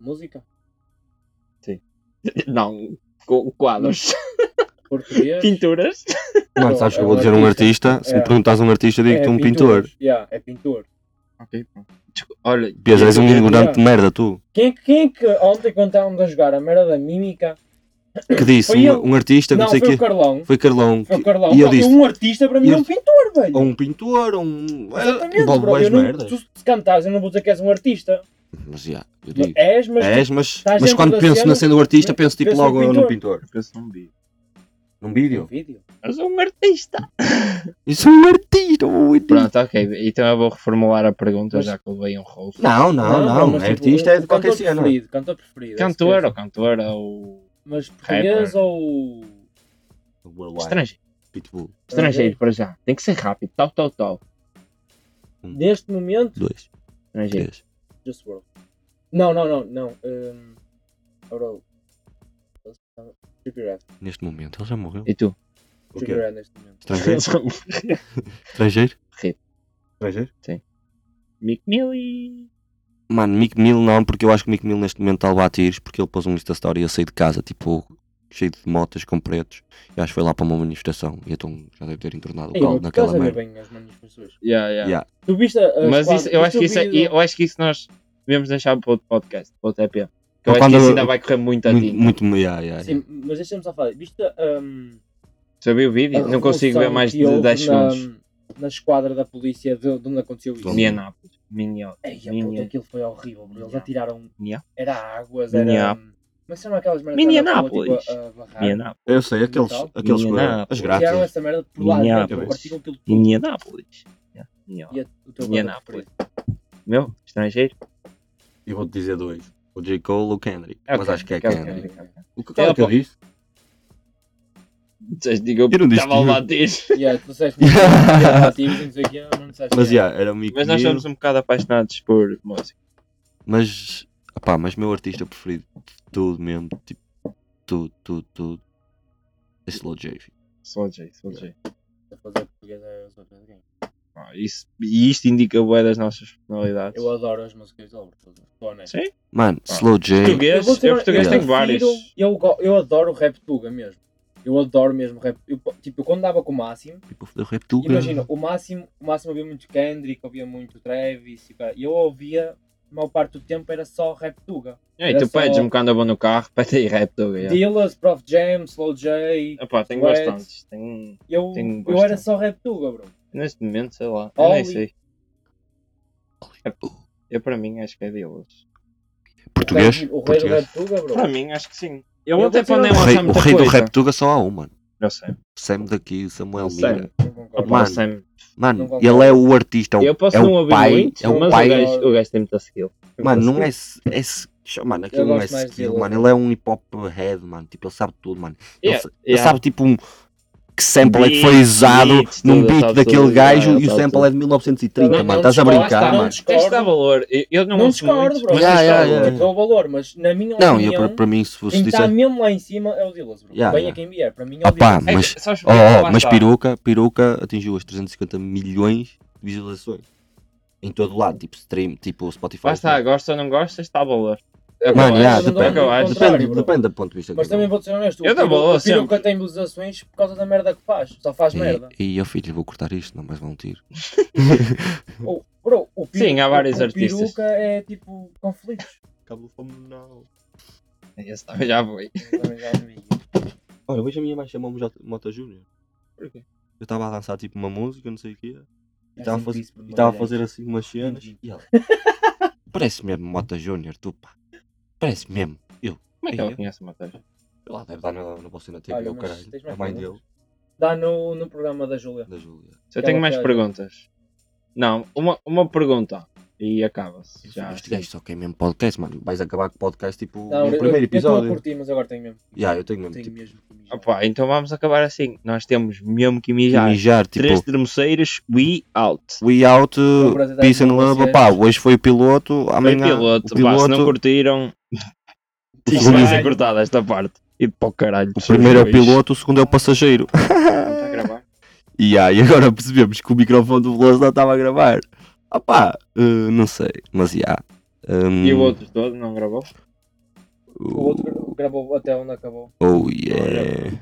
Speaker 2: Música,
Speaker 3: Não, co- quadros.
Speaker 2: português.
Speaker 3: Pinturas.
Speaker 1: Mano, sabes que eu vou dizer um artista. Se me
Speaker 2: É.
Speaker 1: perguntas um artista, digo-te um pintor.
Speaker 2: pintores, yeah, é pintor.
Speaker 3: Ok, pronto. Desculpa, Olha,
Speaker 1: Pias, és um
Speaker 3: eu-
Speaker 1: ignorante de merda, tu.
Speaker 2: Quem, é que- quem é que ontem quando estávamos a jogar a merda da mímica?
Speaker 1: Que disse,
Speaker 2: Foi ele.
Speaker 1: um, um artista,
Speaker 2: Não,
Speaker 1: não sei
Speaker 2: foi
Speaker 1: o quê.
Speaker 2: o Carlão.
Speaker 1: Foi Carlão.
Speaker 2: Foi o
Speaker 1: que-
Speaker 2: Carlão.
Speaker 1: E eu
Speaker 2: Não,
Speaker 1: disse,
Speaker 2: um artista para mim
Speaker 1: e
Speaker 2: é um
Speaker 1: ele-
Speaker 2: pintor, velho.
Speaker 1: ou um pintor, ou um.
Speaker 2: Exatamente,
Speaker 1: Bobo,
Speaker 2: bro.
Speaker 1: és
Speaker 2: Eu não,
Speaker 1: merda.
Speaker 2: tu se cantares, eu não vou dizer que és um artista.
Speaker 1: Mas já, eu
Speaker 2: Mas
Speaker 1: digo.
Speaker 2: Tipo, és, mas
Speaker 1: És, mas,
Speaker 2: estás
Speaker 1: mas
Speaker 2: dentro
Speaker 1: quando
Speaker 2: da
Speaker 1: penso na
Speaker 2: cena,
Speaker 1: cena do artista, penso tipo
Speaker 2: penso
Speaker 1: logo
Speaker 2: no
Speaker 1: no pintor.
Speaker 3: Eu penso num vídeo.
Speaker 1: Num
Speaker 2: tu-
Speaker 1: vídeo.
Speaker 2: vídeo.
Speaker 3: Eu sou um artista.
Speaker 1: Isso é um artista. ui,
Speaker 3: Pronto, ok. Então eu vou reformular a pergunta,
Speaker 2: Mas-
Speaker 3: já que levei um rosto.
Speaker 1: Não, não, não.
Speaker 2: mas, tipo,
Speaker 1: artista é de
Speaker 2: o
Speaker 1: qualquer
Speaker 2: cantor
Speaker 1: cena.
Speaker 2: Preferido, cantor preferido.
Speaker 3: Cantor
Speaker 2: esse
Speaker 3: ou cantora ou
Speaker 2: que é. Mas português
Speaker 3: Rapper.
Speaker 2: ou.
Speaker 1: Worldwide.
Speaker 3: estrangeiro.
Speaker 1: Pitbull.
Speaker 3: Estrangeiro, para já. Tem que ser rápido. Tal, tal, tal.
Speaker 2: Neste momento,
Speaker 1: Dois,
Speaker 3: Estrangeiro.
Speaker 1: três.
Speaker 2: Just World. Não, não, não, não. Um, Oro. Trippie Red.
Speaker 1: Neste momento, ele já morreu.
Speaker 3: E tu?
Speaker 1: O
Speaker 2: Trippie
Speaker 1: quê?
Speaker 2: Red neste momento.
Speaker 1: Estrangeiro? Estrangeiro?
Speaker 3: Rip.
Speaker 1: Estrangeiro?
Speaker 3: Mick Millie.
Speaker 1: Mano, Mick Mill não, porque eu acho que Mick Mill neste momento está a levar tiros, porque ele pôs um Insta Story a sair de casa, tipo, cheio de motas com pretos. E acho que foi lá para uma manifestação. E então já deve ter entornado o
Speaker 2: Ei, bro,
Speaker 1: caldo
Speaker 2: tu estás
Speaker 1: Então, naquela
Speaker 2: a ver
Speaker 1: merda.
Speaker 2: bem as manifestações.
Speaker 3: Yeah, yeah.
Speaker 1: Yeah.
Speaker 2: Tu viste a. a
Speaker 3: Mas
Speaker 2: quadra-
Speaker 3: isso, eu,
Speaker 2: viste
Speaker 3: acho
Speaker 2: o
Speaker 3: que isso, é-
Speaker 2: vídeo
Speaker 3: eu acho que isso nós devemos deixar para outro podcast, para outro EP. Que Eu
Speaker 1: Ou
Speaker 3: acho que
Speaker 1: Então, quando-
Speaker 3: isso ainda vai correr muito a
Speaker 1: Muito,
Speaker 3: ti.
Speaker 1: muito, yeah, yeah,
Speaker 2: do-
Speaker 1: yeah.
Speaker 2: Sim, mas deixa-me só falar. Viste um,
Speaker 3: Já vi o vídeo?
Speaker 2: a
Speaker 3: Não consigo ver
Speaker 2: revolução
Speaker 3: mais
Speaker 2: que
Speaker 3: de
Speaker 2: houve
Speaker 3: 10
Speaker 2: na,
Speaker 3: segundos.
Speaker 2: na esquadra da polícia de, de onde aconteceu isso.
Speaker 3: Minneapolis. Minneapolis.
Speaker 2: Ei, a puta,
Speaker 3: Minneapolis.
Speaker 2: aquilo foi horrível, bro. Eles
Speaker 3: Minha-
Speaker 2: atiraram.
Speaker 3: Minha-
Speaker 2: Era águas, era.
Speaker 3: Minha-
Speaker 2: Como é que se chama aquelas merdas?
Speaker 3: Minneapolis.
Speaker 2: Tipo, a, a barrar.
Speaker 3: Minneapolis.
Speaker 1: Eu sei, aqueles,
Speaker 2: Metal.
Speaker 1: aqueles
Speaker 3: Minha-
Speaker 1: as
Speaker 2: Tiraram
Speaker 1: grátis.
Speaker 2: essa merda por lá,
Speaker 3: Minha-
Speaker 2: dentro, partiram tipo, aquilo tudo.
Speaker 3: Minneapolis. Yeah.
Speaker 2: E
Speaker 3: Minneapolis.
Speaker 2: a- o teu
Speaker 3: Minha-
Speaker 2: cantor preferido?
Speaker 3: Meu, estrangeiro.
Speaker 1: Eu vou-te dizer dois. O J. Cole ou o Kendrick.
Speaker 3: É o
Speaker 1: Mas acho que é
Speaker 3: Kendrick, é o
Speaker 1: Kendrick.
Speaker 3: Kendrick.
Speaker 1: O que qual é que eu disse?
Speaker 3: Disseste, digo,
Speaker 1: Eu não disse
Speaker 3: estava a
Speaker 1: nenhum.
Speaker 3: levar tiros.
Speaker 2: Yeah, tu disseste muito bem, ativos e não sei o quê, não disseste
Speaker 1: Mas,
Speaker 2: nada.
Speaker 1: yeah, era o Mick
Speaker 3: Mas nós
Speaker 1: Mill,
Speaker 3: somos um bocado apaixonados por música.
Speaker 1: Mas, pá, mas meu artista preferido de tudo mesmo, tipo, tudo, tudo, tudo, é Slow J. filho.
Speaker 3: Slow J, Slow J.
Speaker 2: fazer português é as outras games.
Speaker 3: Ah, isso- e isto indica boa das nossas personalidades.
Speaker 2: Eu adoro as músicas de Albert, estou honesto.
Speaker 3: Sim,
Speaker 1: Mano,
Speaker 3: Ah.
Speaker 1: Slow J.
Speaker 3: português,
Speaker 2: vou
Speaker 3: eu,
Speaker 2: dizer-
Speaker 3: português
Speaker 1: eu
Speaker 3: tenho vários.
Speaker 2: prefiro- Eu, go- eu adoro o rap Tuga mesmo. Eu adoro mesmo rap. Eu, tipo, eu quando dava com o Máximo,
Speaker 1: Tipo, eu rap Tuga.
Speaker 2: imagina, o Máximo, o Máximo havia muito Kendrick, havia muito Travis e cara, e eu ouvia, a maior parte do tempo era só rap Tuga.
Speaker 3: E aí, tu
Speaker 2: é só-
Speaker 3: pedes-me quando eu vou no carro, pede aí rap do yeah.
Speaker 2: Dillas, Prof Jam, Slow J,
Speaker 3: Epá, tenho
Speaker 2: Sweat.
Speaker 3: bastantes. Tenho,
Speaker 2: eu,
Speaker 3: Tenho
Speaker 2: eu era
Speaker 3: bastante.
Speaker 2: só rap Tuga, bro.
Speaker 3: neste momento, sei lá, eu nem
Speaker 2: Oli.
Speaker 3: sei. É Eu para mim acho que é deles.
Speaker 1: Português?
Speaker 2: O rei do
Speaker 1: Português.
Speaker 2: rap Tuga, bro.
Speaker 3: Para mim acho que sim. Eu,
Speaker 2: Eu
Speaker 3: até
Speaker 2: vou dizer
Speaker 3: para nem
Speaker 1: O
Speaker 2: uma-
Speaker 3: lançar
Speaker 1: rei, o
Speaker 3: muita
Speaker 1: rei do
Speaker 3: coisa.
Speaker 1: rap Tuga só há um, mano.
Speaker 3: Eu sei.
Speaker 1: Sam daqui, Samuel
Speaker 3: Sam.
Speaker 1: Mira.
Speaker 2: Eu concordo.
Speaker 3: Opa,
Speaker 1: Mano.
Speaker 3: Sam,
Speaker 1: Mano,
Speaker 2: Não
Speaker 1: ele é o artista, é o,
Speaker 3: eu posso
Speaker 1: é
Speaker 3: não
Speaker 1: o
Speaker 3: ouvir
Speaker 1: pai.
Speaker 3: muito,
Speaker 1: é o
Speaker 3: mas
Speaker 1: pai.
Speaker 3: o, gajo, o gajo tem muita skill. Tem
Speaker 1: Mano,
Speaker 3: muita
Speaker 1: não é.
Speaker 3: skill.
Speaker 1: s- é s- Mano,
Speaker 2: Eu
Speaker 1: aquilo não é
Speaker 2: gosto mais
Speaker 1: skill,
Speaker 2: dele,
Speaker 1: mano.
Speaker 2: mano.
Speaker 1: Ele é um hip hop head, mano. Tipo, ele sabe tudo, mano. Ele,
Speaker 3: Yeah,
Speaker 1: sa- ele
Speaker 3: yeah.
Speaker 1: sabe, tipo, um. Que sample é que foi
Speaker 3: Beats,
Speaker 1: usado
Speaker 3: beats,
Speaker 1: num
Speaker 3: tudo,
Speaker 1: beat
Speaker 3: sabe
Speaker 1: daquele
Speaker 3: tudo,
Speaker 1: gajo
Speaker 3: yeah,
Speaker 1: e o
Speaker 3: sabe
Speaker 1: sample
Speaker 3: tudo.
Speaker 1: é de 1930,
Speaker 2: Não,
Speaker 1: mano.
Speaker 3: não
Speaker 1: Estás tá a
Speaker 3: discordo,
Speaker 1: brincar,
Speaker 3: está,
Speaker 2: não
Speaker 1: mano.
Speaker 2: discordo.
Speaker 3: Tens de dar valor. Eu, eu não,
Speaker 2: Não
Speaker 3: ouço
Speaker 2: discordo,
Speaker 3: muito,
Speaker 2: bro.
Speaker 3: mas
Speaker 1: Yeah,
Speaker 3: tens de dar
Speaker 1: yeah,
Speaker 3: valor.
Speaker 1: yeah.
Speaker 2: Tipo, dou valor, mas na minha
Speaker 1: Não, eu,
Speaker 2: opinião,
Speaker 1: para, para mim, se fosse
Speaker 2: quem
Speaker 1: dizer.
Speaker 2: está mesmo lá em cima é o Dillas, bro.
Speaker 1: Yeah,
Speaker 2: Venha
Speaker 1: yeah.
Speaker 2: quem vier, para mim é o
Speaker 1: Ah pá,
Speaker 2: Dillas.
Speaker 3: É que-
Speaker 1: mas.
Speaker 3: sabes
Speaker 1: Oh,
Speaker 3: porquê?
Speaker 1: oh,
Speaker 3: Lá
Speaker 1: mas
Speaker 3: está.
Speaker 1: peruca, peruca atingiu as 350 milhões de visualizações em todo lado, tipo stream, tipo Spotify.
Speaker 3: Lá está, gosta ou não gostas, está valor.
Speaker 1: Mano,
Speaker 3: Acabaste.
Speaker 1: yeah,
Speaker 2: Mas não
Speaker 1: depende,
Speaker 2: dá ao
Speaker 1: depende,
Speaker 2: contrário, bro.
Speaker 1: depende do ponto de vista. de
Speaker 2: Mas
Speaker 1: cada
Speaker 2: também
Speaker 1: um.
Speaker 2: vou ser honesto,
Speaker 3: Eu
Speaker 2: eu
Speaker 3: dou valor
Speaker 2: o Piruca
Speaker 3: sempre.
Speaker 2: tem visualizações por causa da merda que faz, só faz merda.
Speaker 1: É, E, e eu filho, vou cortar isto, não mais vão tiro.
Speaker 2: O- bro, o Piru-
Speaker 3: Sim, há vários
Speaker 2: o
Speaker 3: artistas.
Speaker 2: Piruca é tipo conflitos.
Speaker 3: Esse também já é foi.
Speaker 2: Eu também já vi.
Speaker 1: Olha, hoje a minha mãe chamou-me J- Mota Júnior. Eu estava a lançar tipo uma música, não sei o que E
Speaker 2: É
Speaker 1: estava a
Speaker 2: sempre
Speaker 1: fazer-
Speaker 2: isso, Uhum.
Speaker 1: e
Speaker 2: por
Speaker 1: estava a
Speaker 2: maneira.
Speaker 1: fazer assim umas cenas. E ela. Parece mesmo Mota Júnior, tu pá. Parece mesmo. Eu.
Speaker 3: Como é que
Speaker 1: Ei,
Speaker 3: ela
Speaker 1: eu-
Speaker 3: conhece o Matheus?
Speaker 1: Ela deve dar na, na bolsa na TV,
Speaker 2: Olha,
Speaker 1: o
Speaker 2: mas
Speaker 1: caralho.
Speaker 2: tens mais
Speaker 1: A mãe
Speaker 2: problemas?
Speaker 1: dele,
Speaker 2: Dá no, no programa da Júlia.
Speaker 1: da Júlia.
Speaker 3: Se eu
Speaker 2: Ela
Speaker 3: tenho mais
Speaker 2: faz.
Speaker 3: perguntas. Não, uma, uma pergunta. E acaba-se.
Speaker 1: Eu
Speaker 3: Já.
Speaker 1: filho, Este gajo só quer mesmo podcast, mano. Vais acabar com o podcast tipo
Speaker 2: Não,
Speaker 1: no
Speaker 2: eu-
Speaker 1: primeiro
Speaker 2: eu- Eu
Speaker 1: episódio.
Speaker 2: estou a curtir, mas agora tenho mesmo.
Speaker 1: Yeah, eu tenho mesmo.
Speaker 2: Tenho
Speaker 1: tipo,
Speaker 2: mesmo. que mijar.
Speaker 3: Opa, então vamos acabar assim. Nós temos mesmo que
Speaker 1: que
Speaker 3: mijar.
Speaker 1: mijar, tipo,
Speaker 3: Três termoceiros, we out.
Speaker 1: we out,
Speaker 2: um prazer estar
Speaker 1: peace
Speaker 2: aqui
Speaker 1: and
Speaker 2: com
Speaker 1: love.
Speaker 2: vocês.
Speaker 1: Pá, hoje foi o piloto,
Speaker 3: Foi
Speaker 1: amanhã
Speaker 3: piloto.
Speaker 1: o
Speaker 3: Pá, se não
Speaker 1: piloto,
Speaker 3: curtiram,
Speaker 1: Diz
Speaker 3: vai
Speaker 1: aí.
Speaker 3: ser cortada esta parte. E para o caralho.
Speaker 1: o primeiro é o
Speaker 3: Pois.
Speaker 1: piloto, o segundo é o passageiro.
Speaker 3: Não está a gravar?
Speaker 1: E aí agora percebemos que o microfone do Veloso não estava a gravar. Ah pá, eh, não sei, mas já. Um,
Speaker 3: E o outro todo não gravou?
Speaker 2: O outro gravou até onde acabou.
Speaker 1: Oh yeah.